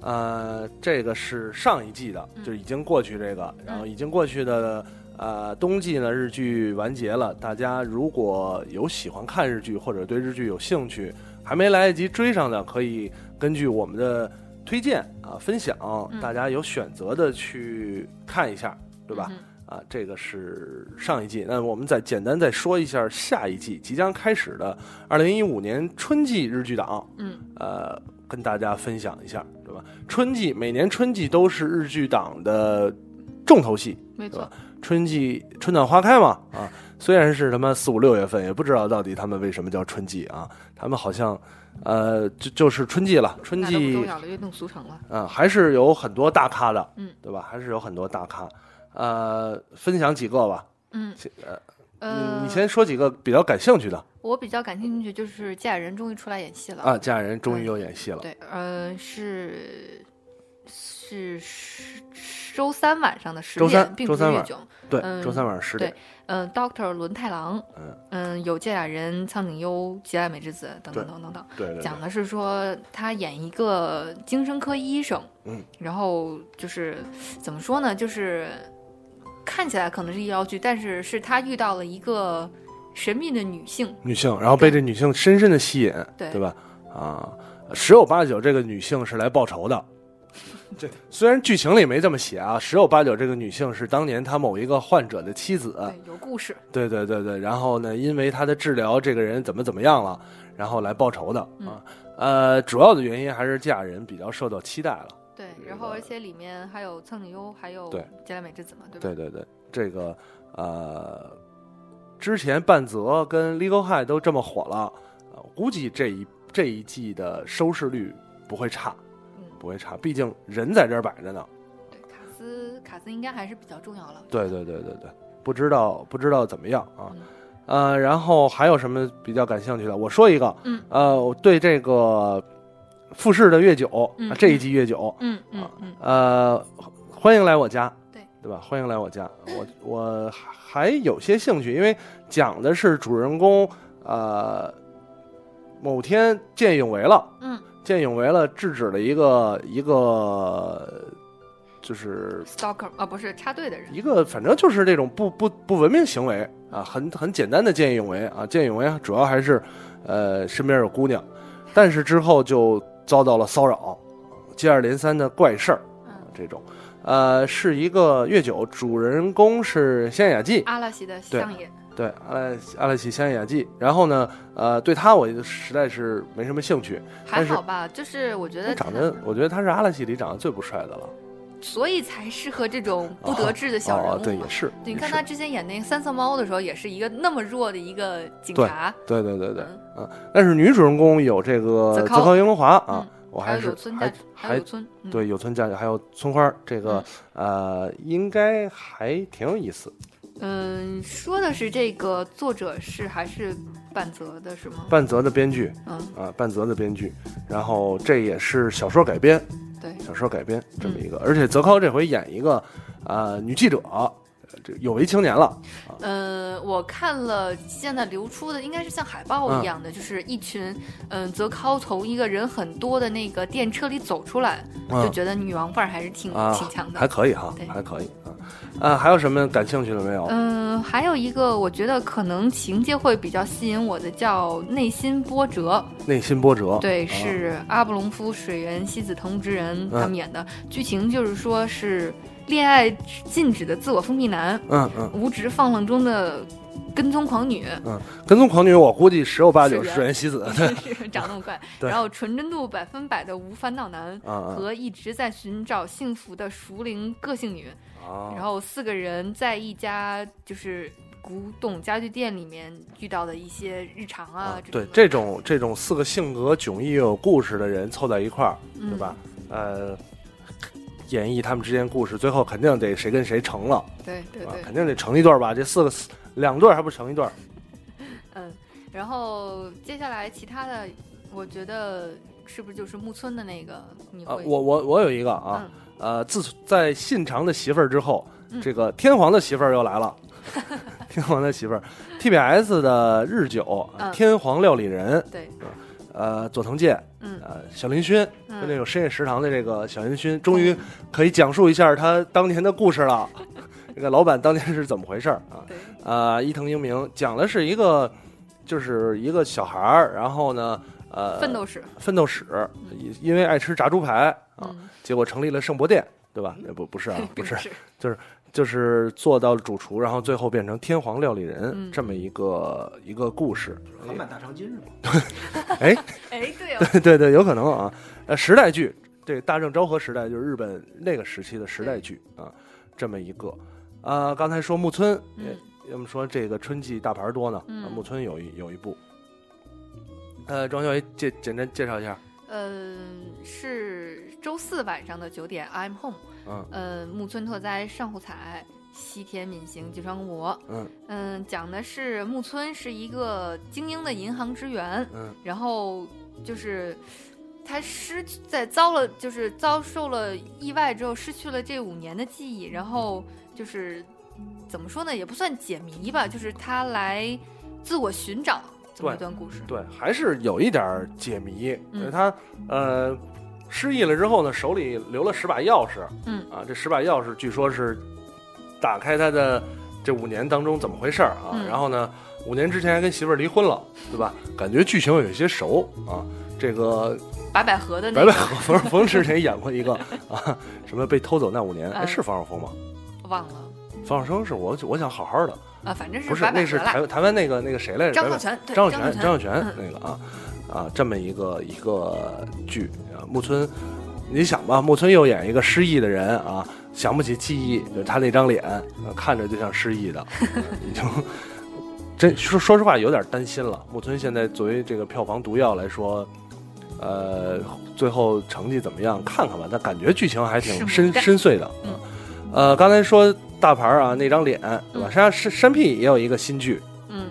[SPEAKER 6] 呃，这个是上一季的，
[SPEAKER 4] 嗯
[SPEAKER 6] 就是已经过去这个，然后已经过去的呃冬季呢日剧完结了。大家如果有喜欢看日剧或者对日剧有兴趣，还没来得及追上的，可以根据我们的推荐啊分享，
[SPEAKER 4] 嗯
[SPEAKER 6] 大家有选择的去看一下，对吧？
[SPEAKER 4] 嗯
[SPEAKER 6] 啊，这个是上一季。那我们再简单再说一下下一季即将开始的二零一五年春季日剧档。
[SPEAKER 4] 嗯，
[SPEAKER 6] 呃，跟大家分享一下，对吧？春季每年春季都是日剧档的重头戏，
[SPEAKER 4] 没
[SPEAKER 6] 对
[SPEAKER 4] 错
[SPEAKER 6] 吧。春季春暖花开嘛啊，虽然是他妈四五六月份，也不知道到底他们为什么叫春季啊，他们好像呃就就是春季了，春
[SPEAKER 4] 那都不
[SPEAKER 6] 季
[SPEAKER 4] 重要了，约定俗成了。
[SPEAKER 6] 啊，还是有很多大咖的，
[SPEAKER 4] 嗯，
[SPEAKER 6] 对吧？还是有很多大咖，呃，分享几个吧，
[SPEAKER 4] 嗯，
[SPEAKER 6] 先呃，
[SPEAKER 4] 呃，
[SPEAKER 6] 你你先说几个比较感兴趣的
[SPEAKER 4] 我比较感兴趣就是《嫁人》终于出来演戏了。
[SPEAKER 6] 啊，家人
[SPEAKER 4] 嗯
[SPEAKER 6] 终于有演戏了，
[SPEAKER 4] 对，呃，是是是周三晚上的十
[SPEAKER 6] 周
[SPEAKER 4] 点
[SPEAKER 6] 三，
[SPEAKER 4] 并
[SPEAKER 6] 周
[SPEAKER 4] 不是
[SPEAKER 6] 三
[SPEAKER 4] 月
[SPEAKER 6] 晚
[SPEAKER 4] 囧。
[SPEAKER 6] 对，
[SPEAKER 4] 嗯
[SPEAKER 6] 周三晚上十点，
[SPEAKER 4] 嗯，Doctor 轮太郎，
[SPEAKER 6] 嗯
[SPEAKER 4] 嗯，有芥雅人、苍井优、吉濑美智子等等
[SPEAKER 6] 对
[SPEAKER 4] 等等等，
[SPEAKER 6] 对对对
[SPEAKER 4] 讲的是说他演一个精神科医生，
[SPEAKER 6] 嗯，
[SPEAKER 4] 然后就是怎么说呢，就是看起来可能是医疗剧，但是是他遇到了一个神秘的女性，
[SPEAKER 6] 女性，然后被这女性深深的吸引，
[SPEAKER 4] 对
[SPEAKER 6] 哎吧？啊，十有八九这个女性是来报仇的。这虽然剧情里没这么写啊，十有八九这个女性是当年她某一个患者的妻子，
[SPEAKER 4] 对，有故事，
[SPEAKER 6] 对对对对，然后呢，因为他的治疗，这个人怎么怎么样了，然后来报仇的啊。呃，主要的原因还是嫁人比较受到期待了。
[SPEAKER 4] 对，
[SPEAKER 6] 这
[SPEAKER 4] 然后
[SPEAKER 6] 个
[SPEAKER 4] 而且里面还有苍井优，还有
[SPEAKER 6] 对
[SPEAKER 4] 吉濑美智子嘛，对吧？
[SPEAKER 6] 对对对，这个呃，之前半泽跟 Legal High 都这么火了，呃估计这一这一季的收视率不会差，
[SPEAKER 4] 嗯，
[SPEAKER 6] 不会差，毕竟人在这儿摆着呢。
[SPEAKER 4] 对，卡斯卡斯应该还是比较重要了。
[SPEAKER 6] 对对对对对，不知道不知道怎么样啊
[SPEAKER 4] 嗯。
[SPEAKER 6] 呃，然后还有什么比较感兴趣的？我说一个，
[SPEAKER 4] 嗯，
[SPEAKER 6] 呃，我对这个复试的月九，
[SPEAKER 4] 嗯
[SPEAKER 6] 啊这一季月九，
[SPEAKER 4] 嗯嗯
[SPEAKER 6] 啊
[SPEAKER 4] 嗯，
[SPEAKER 6] 呃，欢迎来我家，
[SPEAKER 4] 对
[SPEAKER 6] 对吧？欢迎来我家，我我还有些兴趣，因为讲的是主人公呃某天见义勇为了，
[SPEAKER 4] 嗯，
[SPEAKER 6] 见义勇为了，制止了一个一个就是。
[SPEAKER 4] stalker 啊，不是插队的人，
[SPEAKER 6] 一个反正就是这种不不不文明行为啊，很很简单的见义勇为啊，见义勇为主要还是，呃，身边有姑娘，但是之后就遭到了骚扰，接二连三的怪事儿，啊
[SPEAKER 4] 嗯，
[SPEAKER 6] 这种，呃，是一个月九，主人公是香雅纪，
[SPEAKER 4] 阿拉西的相爷，
[SPEAKER 6] 对，阿莱阿莱西香雅纪。然后呢，呃，对他我实在是没什么兴趣。
[SPEAKER 4] 还好吧？就是我觉
[SPEAKER 6] 他
[SPEAKER 4] 得
[SPEAKER 6] 长
[SPEAKER 4] 他
[SPEAKER 6] 得，我觉得他是阿莱西里长得最不帅的了。
[SPEAKER 4] 所以才适合这种不得志的小人物嘛。
[SPEAKER 6] 哦，啊对，也是。
[SPEAKER 4] 对你
[SPEAKER 6] 也
[SPEAKER 4] 看
[SPEAKER 6] 是
[SPEAKER 4] 他，之前演那个三色猫的时候，也是一个那么弱的一个警察，
[SPEAKER 6] 对对对对，
[SPEAKER 4] 嗯
[SPEAKER 6] 嗯。但是女主人公有这个
[SPEAKER 4] 泽
[SPEAKER 6] 泽
[SPEAKER 4] 尻
[SPEAKER 6] 尻英华啊
[SPEAKER 4] 嗯，
[SPEAKER 6] 我
[SPEAKER 4] 还
[SPEAKER 6] 还
[SPEAKER 4] 有有
[SPEAKER 6] 是
[SPEAKER 4] 村
[SPEAKER 6] 还
[SPEAKER 4] 在，还有
[SPEAKER 6] 还
[SPEAKER 4] 有村，嗯，
[SPEAKER 6] 对有村家还有村花儿这个呃，应该还挺有意思。
[SPEAKER 4] 嗯，说的是这个作者是还是半泽的是吗？
[SPEAKER 6] 半泽的编剧
[SPEAKER 4] 嗯，
[SPEAKER 6] 啊，半泽的编剧，然后这也是小说改编。
[SPEAKER 4] 对，嗯
[SPEAKER 6] 小说改编这么一个，而且泽尻这回演一个呃女记者，呃这有为青年了，
[SPEAKER 4] 呃，我看了现在流出的，应该是像海报一样的，就是一群，嗯、泽尻从一个人很多的那个电车里走出来，就
[SPEAKER 6] 嗯
[SPEAKER 4] 觉得女王范儿还是挺、
[SPEAKER 6] 啊
[SPEAKER 4] 嗯挺强，的
[SPEAKER 6] 还。可以哈
[SPEAKER 4] 对，
[SPEAKER 6] 还可以啊。啊，还有什么感兴趣的没有？
[SPEAKER 4] 嗯，还有一个我觉得可能情节会比较吸引我的叫《内心波折
[SPEAKER 6] 内心波折》，，
[SPEAKER 4] 对，是阿布隆夫、水原希子藤之人
[SPEAKER 6] 哦
[SPEAKER 4] 他
[SPEAKER 6] 嗯
[SPEAKER 4] 们演的。剧情就是说是恋爱禁止的自我封闭男，
[SPEAKER 6] 嗯嗯，
[SPEAKER 4] 无职放浪中的跟踪狂女，
[SPEAKER 6] 跟踪狂女，我估计十有八九
[SPEAKER 4] 是
[SPEAKER 6] 是
[SPEAKER 4] 的
[SPEAKER 6] 水原希子，对，
[SPEAKER 4] 真是 [laughs] 长那么快。
[SPEAKER 6] 对
[SPEAKER 4] 然后纯真度百分百的无烦恼男。
[SPEAKER 6] 啊啊
[SPEAKER 4] 和一直在寻找幸福的熟龄个性女，然
[SPEAKER 6] 啊，
[SPEAKER 4] 后四个人在一家就是古董家具店里面遇到的一些日常啊，
[SPEAKER 6] 嗯对
[SPEAKER 4] 种的
[SPEAKER 6] 这种这种四个性格迥异又有故事的人凑在一块儿，
[SPEAKER 4] 嗯
[SPEAKER 6] 对吧？呃，演绎他们之间故事，最后肯定得谁跟谁成了，
[SPEAKER 4] 对对
[SPEAKER 6] 啊
[SPEAKER 4] 对，
[SPEAKER 6] 肯定得成一对儿吧？这四个两对儿还不成一对儿？
[SPEAKER 4] 嗯。然后接下来其他的，我觉得是不是就是木村的那个？你会、
[SPEAKER 6] 啊，我我我有一个啊，呃，自从在信长的媳妇儿之后，
[SPEAKER 4] 嗯
[SPEAKER 6] 这个天皇的媳妇儿又来
[SPEAKER 4] [laughs]
[SPEAKER 6] 了。天皇的媳妇儿，TBS 的日久、
[SPEAKER 4] 嗯
[SPEAKER 6] 天皇料理人，
[SPEAKER 4] 对，
[SPEAKER 6] 呃，佐藤健，
[SPEAKER 4] 嗯
[SPEAKER 6] 呃，小林勋，
[SPEAKER 4] 嗯
[SPEAKER 6] 就那种深夜食堂的这个小林勋，终于可以讲述一下他当年的故事了。这个老板当年是怎么回事儿啊？
[SPEAKER 4] 对，
[SPEAKER 6] 呃，伊藤英明讲的是一个，就是一个小孩儿，然后呢，呃，
[SPEAKER 4] 奋斗史
[SPEAKER 6] 奋斗史，因为爱吃炸猪排啊，
[SPEAKER 4] 嗯，
[SPEAKER 6] 结果成立了圣博店，对吧？呃不不是啊，
[SPEAKER 4] [laughs]
[SPEAKER 6] 不
[SPEAKER 4] 并
[SPEAKER 6] 是
[SPEAKER 4] 不，
[SPEAKER 6] 就是做到了主厨，然后最后变成天皇料理人、
[SPEAKER 4] 嗯
[SPEAKER 6] 这么一个一个故事。
[SPEAKER 9] 韩版大长今是吗？
[SPEAKER 4] 哎，对
[SPEAKER 6] [laughs]
[SPEAKER 4] 哦，
[SPEAKER 6] 对对对，有可能啊。呃，时代剧，这大正昭和时代就是日本那个时期的时代剧啊，这么一个。啊、刚才说木村，
[SPEAKER 4] 嗯
[SPEAKER 6] 呃要么说这个春季大牌多呢，
[SPEAKER 4] 嗯
[SPEAKER 6] 啊木村有一有一部。呃，庄小姐介简单介绍一下，
[SPEAKER 4] 呃，是周四晚上的九点，I'm home。
[SPEAKER 6] 嗯
[SPEAKER 4] 呃，木村拓哉、上户彩、西田敏行、吉川国。
[SPEAKER 6] 嗯
[SPEAKER 4] 嗯，讲的是木村是一个精英的银行职员，
[SPEAKER 6] 嗯
[SPEAKER 4] 然后就是他失去在遭了就是遭受了意外之后，失去了这五年的记忆，然后就是怎么说呢，也不算解谜吧，就是他来自我寻找这么一
[SPEAKER 6] 对
[SPEAKER 4] 段故事。
[SPEAKER 6] 对，还是有一点儿解谜。
[SPEAKER 4] 嗯
[SPEAKER 6] 因为他呃失忆了之后呢，手里留了十把钥匙。
[SPEAKER 4] 嗯
[SPEAKER 6] 啊，这十把钥匙据说是打开他的这五年当中怎么回事儿啊？
[SPEAKER 4] 嗯
[SPEAKER 6] 然后呢，五年之前还跟媳妇儿离婚了，对吧？感觉剧情有一些熟啊。这个
[SPEAKER 4] 白百合的那
[SPEAKER 6] 白
[SPEAKER 4] 个
[SPEAKER 6] 百合冯绍峰之前演过一个啊，什么被偷走那五年，哎，
[SPEAKER 4] 嗯
[SPEAKER 6] 是冯绍峰吗？
[SPEAKER 4] 忘了
[SPEAKER 6] 冯绍峰是我我想好好的，
[SPEAKER 4] 啊，反正是
[SPEAKER 6] 不是
[SPEAKER 4] 白百
[SPEAKER 6] 那
[SPEAKER 4] 合
[SPEAKER 6] 是
[SPEAKER 4] 啦。
[SPEAKER 6] 台台湾那个那个谁来着？
[SPEAKER 4] 张
[SPEAKER 6] 白
[SPEAKER 4] 浩
[SPEAKER 6] 百
[SPEAKER 4] 全，对，
[SPEAKER 6] 张
[SPEAKER 4] 张
[SPEAKER 6] 小泉，
[SPEAKER 4] 全，
[SPEAKER 6] 张小泉
[SPEAKER 4] 嗯
[SPEAKER 6] 那个啊啊，这么一个一个剧啊，木村，你想吧，木村又演一个失忆的人啊，想不起记忆，就是他那张脸、呃看着就像失忆的，呃已经真说说实话有点担心了。木村现在作为这个票房毒药来说，呃，最后成绩怎么样？看看吧，但感觉剧情还挺
[SPEAKER 4] 拭目
[SPEAKER 6] 深
[SPEAKER 4] 以待
[SPEAKER 6] 深邃的。
[SPEAKER 4] 嗯
[SPEAKER 6] 呃，刚才说大牌儿啊，那张脸对吧？
[SPEAKER 4] 嗯
[SPEAKER 6] 山下山山 P 也有一个新剧，
[SPEAKER 4] 嗯，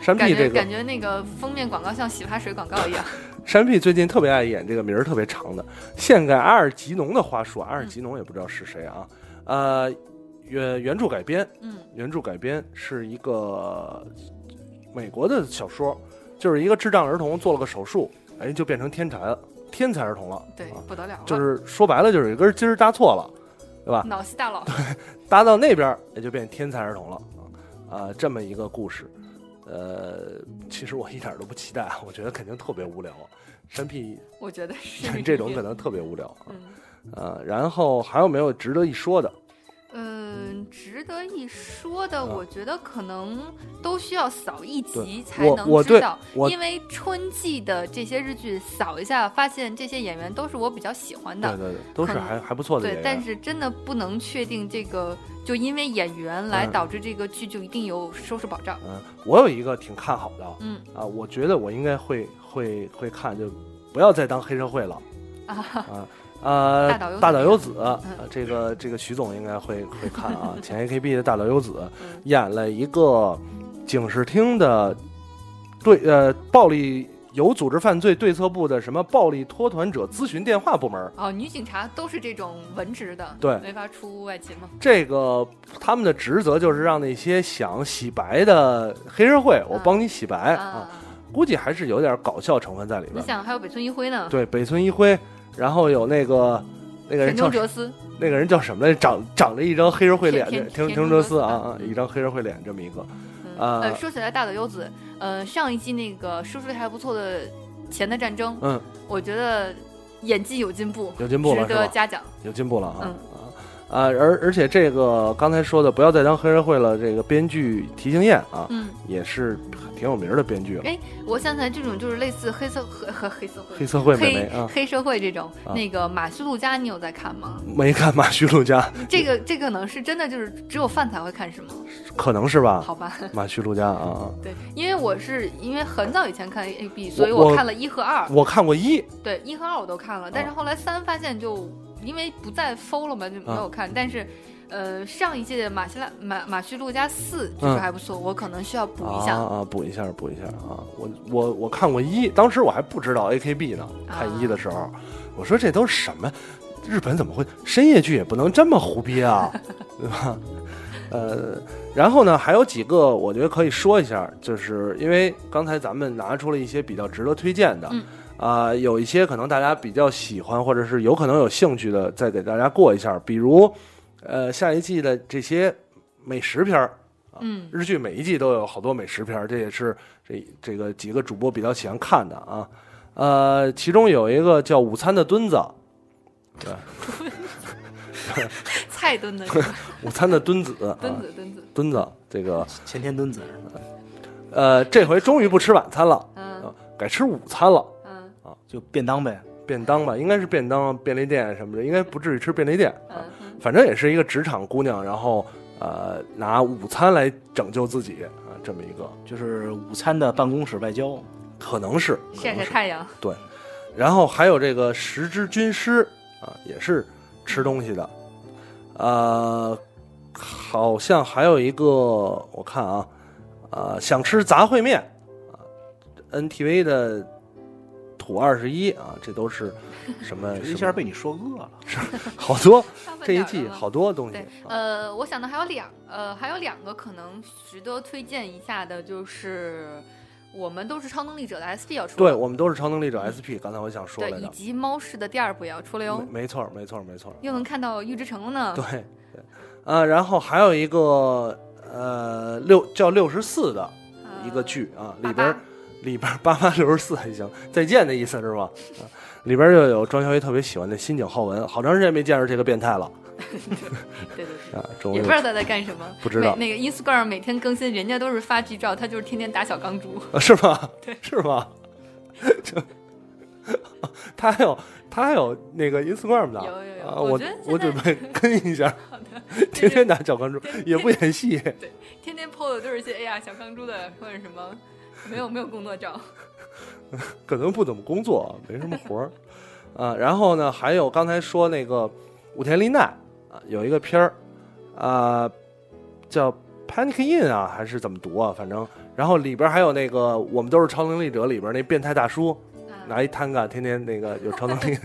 [SPEAKER 6] 山
[SPEAKER 4] 感
[SPEAKER 6] P
[SPEAKER 4] 觉
[SPEAKER 6] 这个
[SPEAKER 4] 感觉那个封面广告像洗发水广告一
[SPEAKER 6] [laughs]
[SPEAKER 4] 样。
[SPEAKER 6] 山 P 最近特别爱演这个名儿特别长的，献给阿尔吉农的花束。啊阿尔吉农也不知道是谁啊，呃，原原著改编，
[SPEAKER 4] 嗯
[SPEAKER 6] 原著改编是一个美国的小说，就是一个智障儿童做了个手术，哎，就变成天才了，天才儿童了。，
[SPEAKER 4] 对
[SPEAKER 6] 啊，
[SPEAKER 4] 不得了了，
[SPEAKER 6] 就是说白了就是有一根筋儿搭错了，
[SPEAKER 4] 脑系大
[SPEAKER 6] [laughs]
[SPEAKER 4] 佬。
[SPEAKER 6] 搭到那边儿也就变天才儿童了啊啊、这么一个故事。呃，其实我一点儿都不期待，我觉得肯定特别无聊。啊山 P
[SPEAKER 4] 我觉得是
[SPEAKER 6] 演 [laughs] 这种可能特别无聊啊。
[SPEAKER 4] 嗯
[SPEAKER 6] 呃，然后还有没有值得一说的？
[SPEAKER 4] 嗯，值得一说的，
[SPEAKER 6] 啊
[SPEAKER 4] 我觉得可能都需要扫一集才
[SPEAKER 6] 我
[SPEAKER 4] 能
[SPEAKER 6] 我
[SPEAKER 4] 知
[SPEAKER 6] 对
[SPEAKER 4] 道，
[SPEAKER 6] 我
[SPEAKER 4] 因为春季的这些日剧扫一下，发现这些演员都是我比较喜欢的
[SPEAKER 6] 对。对对，都是
[SPEAKER 4] 可能
[SPEAKER 6] 还还不错的演
[SPEAKER 4] 对
[SPEAKER 6] 员。，啊
[SPEAKER 4] 但是真的不能确定这个，就因为演员来
[SPEAKER 6] 嗯
[SPEAKER 4] 导致这个剧就一定有收视保障。
[SPEAKER 6] 嗯，我有一个挺看好的
[SPEAKER 4] 嗯
[SPEAKER 6] 啊，我觉得我应该会会会看，就不要再当黑社会了
[SPEAKER 4] 啊，
[SPEAKER 6] 啊。
[SPEAKER 4] [laughs]
[SPEAKER 6] 呃，
[SPEAKER 4] 大岛优子
[SPEAKER 6] 大岛优子，
[SPEAKER 4] 嗯
[SPEAKER 6] 呃这个这个徐总应该会会看
[SPEAKER 4] [laughs]
[SPEAKER 6] 啊。前 AKB 的大岛优子
[SPEAKER 4] 嗯
[SPEAKER 6] 演了一个警视厅的对呃暴力有组织犯罪对策部的什么暴力脱团者咨询电话部门，
[SPEAKER 4] 哦，女警察都是这种文职的，
[SPEAKER 6] 对
[SPEAKER 4] 没法出外勤嘛。
[SPEAKER 6] 这个他们的职责就是让那些想洗白的黑社会，我帮你洗白啊，
[SPEAKER 4] 啊，
[SPEAKER 6] 估计还是有点搞笑成分在里
[SPEAKER 4] 你啊
[SPEAKER 6] 边。
[SPEAKER 4] 想还有北村一辉呢？
[SPEAKER 6] 对，北村一辉，然后有那个那个
[SPEAKER 4] 田
[SPEAKER 6] 人
[SPEAKER 4] 中
[SPEAKER 6] 叫
[SPEAKER 4] 哲司，
[SPEAKER 6] 那个人叫什么来着？长长着一张黑社会脸，
[SPEAKER 4] 田
[SPEAKER 6] 的，
[SPEAKER 4] 田
[SPEAKER 6] 听
[SPEAKER 4] 田中
[SPEAKER 6] 听
[SPEAKER 4] 嗯
[SPEAKER 6] 哲
[SPEAKER 4] 哲
[SPEAKER 6] 司
[SPEAKER 4] 司
[SPEAKER 6] 啊啊，一张黑社会脸这么一个，
[SPEAKER 4] 嗯
[SPEAKER 6] 啊
[SPEAKER 4] 呃，说起来大岛优子，呃，上一季那个说出来还不错的《钱的战争》，
[SPEAKER 6] 嗯，
[SPEAKER 4] 我觉得演技有进步，
[SPEAKER 6] 有进步
[SPEAKER 4] 值
[SPEAKER 6] 了是
[SPEAKER 4] 得
[SPEAKER 6] 吧？
[SPEAKER 4] 嘉奖。
[SPEAKER 6] 有进步了啊、
[SPEAKER 4] 嗯
[SPEAKER 6] 啊！而而且这个刚才说的不要再当黑社会了，这个编剧提刑燕啊，
[SPEAKER 4] 嗯，哎
[SPEAKER 6] 也是挺有名的编剧了，
[SPEAKER 4] 我想起来这种就是类似黑社和和黑社会 [laughs]
[SPEAKER 6] 黑社会美眉
[SPEAKER 4] 黑
[SPEAKER 6] 啊，
[SPEAKER 4] 黑社会这种，
[SPEAKER 6] 啊
[SPEAKER 4] 那个马修路加，你有在看吗？
[SPEAKER 6] 没看马旭路加，
[SPEAKER 4] 这个这个可能是真的，就是只有饭才会看，是吗？
[SPEAKER 6] 可能是吧？
[SPEAKER 4] 好吧，
[SPEAKER 6] 马旭路加啊啊，
[SPEAKER 4] 对，因为我是因为很早以前看 A B，所以
[SPEAKER 6] 我
[SPEAKER 4] 看了一和二，
[SPEAKER 6] 我啊看过一，
[SPEAKER 4] 对一和二我都看了，但是后来三发现就因为不再 follow 了嘛，就没
[SPEAKER 6] 啊
[SPEAKER 4] 有看。但是，呃，上一届的马西拉马马旭路加四就是
[SPEAKER 6] 嗯
[SPEAKER 4] 还不错，我可能需要补一下。
[SPEAKER 6] 啊啊，补一下，补一下啊！我我我看过一，当时我还不知道 A K B 呢，
[SPEAKER 4] 啊
[SPEAKER 6] 看一的时候，我说这都是什么？日本怎么会深夜剧也不能这么胡逼啊，
[SPEAKER 4] [laughs]
[SPEAKER 6] 对吧？呃，然后呢，还有几个我觉得可以说一下，就是因为刚才咱们拿出了一些比较值得推荐的，啊、
[SPEAKER 4] 嗯
[SPEAKER 6] 有一些可能大家比较喜欢或者是有可能有兴趣的，再给大家过一下，比如，呃，下一季的这些美食片儿，
[SPEAKER 4] 嗯，
[SPEAKER 6] 日剧每一季都有好多美食片，儿，这也是这这个几个主播比较喜欢看的啊。呃，其中有一个叫《午餐的墩子》，
[SPEAKER 4] 菜墩
[SPEAKER 6] [laughs]
[SPEAKER 4] 的
[SPEAKER 6] 午餐的墩
[SPEAKER 4] [laughs]
[SPEAKER 6] 子，啊
[SPEAKER 4] 墩子墩子，
[SPEAKER 6] 墩子，这个
[SPEAKER 1] 前天墩子，
[SPEAKER 6] 呃，这回终于不吃晚餐了，
[SPEAKER 4] 嗯
[SPEAKER 6] 啊改吃午餐了，
[SPEAKER 4] 嗯
[SPEAKER 9] 就便当呗，
[SPEAKER 6] 便当吧，应该是便当、便利店什么的，应该不至于吃便利店啊。
[SPEAKER 4] 嗯嗯，
[SPEAKER 6] 反正也是一个职场姑娘，然后呃，拿午餐来拯救自己啊，这么一个
[SPEAKER 9] 就是午餐的办公室外交，
[SPEAKER 6] 可能是可
[SPEAKER 4] 晒
[SPEAKER 6] 能
[SPEAKER 4] 晒
[SPEAKER 6] 是
[SPEAKER 4] 太
[SPEAKER 6] [laughs]
[SPEAKER 4] 阳，
[SPEAKER 6] 然后还有这个十只军师啊，也是吃东西的，呃，好像还有一个我看啊，呃，想吃杂烩面啊，NTV 的土二十一啊，这都是什
[SPEAKER 9] [laughs]
[SPEAKER 6] 么
[SPEAKER 9] 一
[SPEAKER 6] 什
[SPEAKER 9] 下
[SPEAKER 6] 么
[SPEAKER 9] 被你说饿了。
[SPEAKER 6] [laughs] 好
[SPEAKER 4] [laughs]
[SPEAKER 6] 多
[SPEAKER 4] 上半
[SPEAKER 6] 这一
[SPEAKER 4] 点儿
[SPEAKER 6] 季
[SPEAKER 4] 了
[SPEAKER 6] 好多东西
[SPEAKER 4] 对，
[SPEAKER 6] 啊
[SPEAKER 4] 呃，我想到还有两，呃，还有两个可能值得推荐一下的，就是我们都是超能力者的 SP 要出
[SPEAKER 6] 对
[SPEAKER 4] 了，
[SPEAKER 6] 我们都是超能力者 SP，刚才我想说
[SPEAKER 4] 对
[SPEAKER 6] 来
[SPEAKER 4] 以
[SPEAKER 6] 着，
[SPEAKER 4] 及猫式的第二部也要出了哟，
[SPEAKER 6] 没没错儿没错儿没错儿，
[SPEAKER 4] 又能看到玉之城了呢。
[SPEAKER 6] [laughs] 对对，啊，然后还有一个呃六叫六十四的一个
[SPEAKER 4] 呃，
[SPEAKER 6] 剧啊，
[SPEAKER 4] 爸
[SPEAKER 6] 里边
[SPEAKER 4] 爸
[SPEAKER 6] 里边八八六十四还行，再见的意思是吧？啊里边又有庄小一特别喜欢的新井浩文，好长时间没见着这个变态了
[SPEAKER 4] 对对对。
[SPEAKER 6] 啊，终
[SPEAKER 4] 也
[SPEAKER 6] 于
[SPEAKER 4] 不知道他在干什么，
[SPEAKER 6] 不知道
[SPEAKER 4] 每那个 Instagram 每天更新，人家都是发剧照，他就是天天打小钢珠。 [laughs]
[SPEAKER 6] 啊是吗？是吗？ [laughs] 就他还有他还有那个 Instagram 的
[SPEAKER 4] 有有有
[SPEAKER 6] 啊，
[SPEAKER 4] 我
[SPEAKER 6] 我
[SPEAKER 4] 觉得现
[SPEAKER 6] 我
[SPEAKER 4] 在
[SPEAKER 6] 准备跟
[SPEAKER 4] [laughs]
[SPEAKER 6] 一下，
[SPEAKER 4] 就
[SPEAKER 6] 天
[SPEAKER 4] 是
[SPEAKER 6] 天打小关注，也不演戏，
[SPEAKER 4] 天天 PO 的都是一些哎呀小钢珠的或者什么，没有没有工作
[SPEAKER 6] [laughs]
[SPEAKER 4] 照。
[SPEAKER 6] 可能不怎么工作，没什么活儿啊。然后呢，还有刚才说那个武田丽奈啊，有一个片儿啊，叫《Panic In》啊，还是怎么读啊？反正，然后里边还有那个《我们都是超能力者》里边那变态大叔
[SPEAKER 4] 啊，
[SPEAKER 6] 拿一摊杆，天天那个有超能力。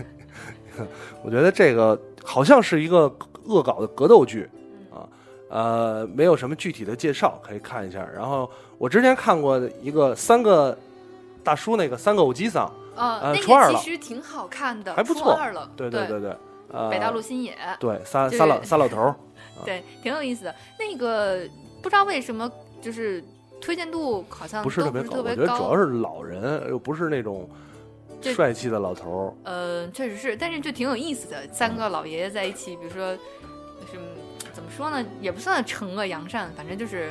[SPEAKER 6] [laughs] 我觉得这个好像是一个恶搞的格斗剧，
[SPEAKER 4] 嗯
[SPEAKER 6] 啊，呃，没有什么具体的介绍，可以看一下。然后我之前看过一个三个大叔那个三个五基桑，
[SPEAKER 4] 呃
[SPEAKER 6] 呃，
[SPEAKER 4] 那
[SPEAKER 6] 初二
[SPEAKER 4] 个
[SPEAKER 6] 了
[SPEAKER 4] 其实挺好看的，
[SPEAKER 6] 还不错
[SPEAKER 4] 初二了，
[SPEAKER 6] 对
[SPEAKER 4] 对
[SPEAKER 6] 对对，呃，
[SPEAKER 4] 北大陆新野，
[SPEAKER 6] 对仨
[SPEAKER 4] 就是
[SPEAKER 6] 仨老仨老头儿，
[SPEAKER 4] 对，挺有意思的。那个不知道为什么，就是推荐度好像
[SPEAKER 6] 不是
[SPEAKER 4] 嗯都
[SPEAKER 6] 特
[SPEAKER 4] 不
[SPEAKER 6] 别
[SPEAKER 4] 是特别
[SPEAKER 6] 高，我觉得主要
[SPEAKER 4] 高。
[SPEAKER 6] 是老人，又不是那种
[SPEAKER 4] 这
[SPEAKER 6] 帅气的老头
[SPEAKER 4] 呃，确实是，但是就挺有意思的，三个老爷爷在一起，比如说什么。怎么说呢？也不算惩恶扬善，反正就是
[SPEAKER 6] 儿。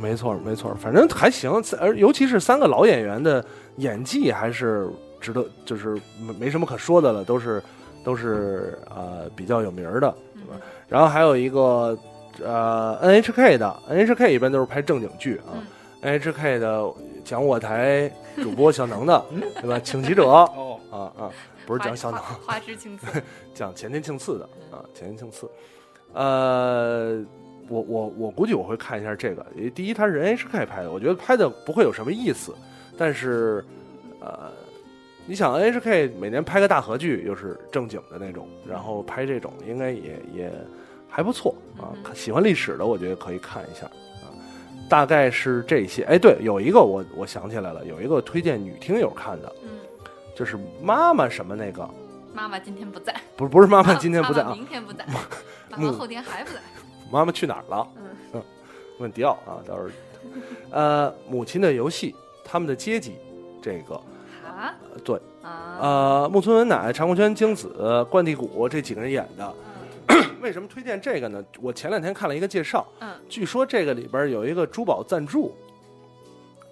[SPEAKER 6] 没错没错，反正还行，而尤其是三个老演员的演技还是值得，就是没没什么可说的了，都是都是呃比较有名儿的。
[SPEAKER 4] 嗯
[SPEAKER 6] 吧然后还有一个呃 NHK 的 NHK 一般都是拍正经剧啊、n h k 的讲我台主播小能的对吧？请记者啊
[SPEAKER 9] 哦，
[SPEAKER 6] 啊，不是
[SPEAKER 4] 花
[SPEAKER 6] 讲小能
[SPEAKER 4] 花，花枝青子，
[SPEAKER 6] [laughs] 讲前田庆次的
[SPEAKER 4] 嗯
[SPEAKER 6] 啊，前田庆次，呃。我我我估计我会看一下这个，因为第一它是 NHK 拍的，我觉得拍的不会有什么意思，但是，呃，你想 NHK 每年拍个大合剧，又是正经的那种，
[SPEAKER 4] 嗯
[SPEAKER 6] 然后拍这种应该也也还不错啊
[SPEAKER 4] 嗯。哼
[SPEAKER 6] 喜欢历史的，我觉得可以看一下啊。大概是这些。哎，对，有一个我我想起来了，有一个推荐女听友看的，
[SPEAKER 4] 嗯，
[SPEAKER 6] 就是妈妈什么那个
[SPEAKER 4] 妈妈今天不在，
[SPEAKER 6] 不是不是妈妈今天不
[SPEAKER 4] [laughs]
[SPEAKER 6] 在
[SPEAKER 4] 妈
[SPEAKER 6] 啊
[SPEAKER 4] 妈，明天不在，妈
[SPEAKER 6] 木
[SPEAKER 4] 妈后天还不在。
[SPEAKER 6] 妈妈去哪儿了？嗯， [laughs] 问迪奥啊，到时候， [laughs] 呃，母亲的游戏，他们的阶级，这个
[SPEAKER 4] 啊
[SPEAKER 6] 呃对，
[SPEAKER 4] 啊
[SPEAKER 6] 呃，木村文乃、长谷川京子、冠地谷这几个人演的。
[SPEAKER 4] 嗯
[SPEAKER 6] 为什么推荐这个呢？我前两天看了一个介绍，
[SPEAKER 4] 嗯，
[SPEAKER 6] 据说这个里边有一个珠宝赞助，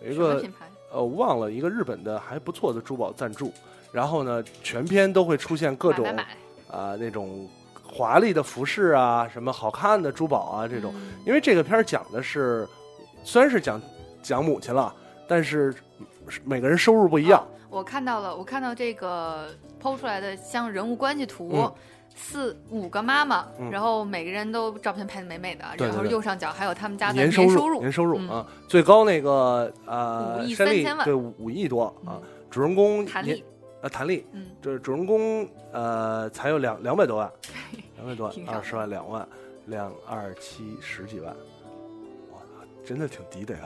[SPEAKER 6] 有一
[SPEAKER 4] 什么
[SPEAKER 6] 个
[SPEAKER 4] 品牌？
[SPEAKER 6] 呃，我忘了一个日本的还不错的珠宝赞助。然后呢，全篇都会出现各种
[SPEAKER 4] 买买买
[SPEAKER 6] 啊、那种华丽的服饰啊，什么好看的珠宝啊这种。
[SPEAKER 4] 嗯
[SPEAKER 6] 因为这个片儿讲的是，虽然是讲讲母亲了，但是每个人收入不一样。
[SPEAKER 4] 我看到了，我看到这个剖出来的像人物关系图。
[SPEAKER 6] 嗯
[SPEAKER 4] 四五个妈妈，
[SPEAKER 6] 嗯
[SPEAKER 4] 然后每个人都照片拍的美美的，
[SPEAKER 6] 对对
[SPEAKER 4] 然后
[SPEAKER 6] 对
[SPEAKER 4] 右上角还有他们家的
[SPEAKER 6] 年
[SPEAKER 4] 收
[SPEAKER 6] 入，年收入
[SPEAKER 4] 嗯
[SPEAKER 6] 啊，最高那个呃
[SPEAKER 4] 五，亿
[SPEAKER 6] 山
[SPEAKER 4] 三
[SPEAKER 6] 丽
[SPEAKER 4] 千万
[SPEAKER 6] 对五五亿多啊
[SPEAKER 4] 嗯。
[SPEAKER 6] 主人公
[SPEAKER 4] 弹
[SPEAKER 6] 年
[SPEAKER 4] 力，
[SPEAKER 6] 呃谭丽，
[SPEAKER 4] 嗯，
[SPEAKER 6] 这主人公呃才有两两百多万，两百多
[SPEAKER 4] 挺
[SPEAKER 6] 万，
[SPEAKER 4] 少的
[SPEAKER 6] 二十万两万，两二七十几万，哇，真的挺低的呀。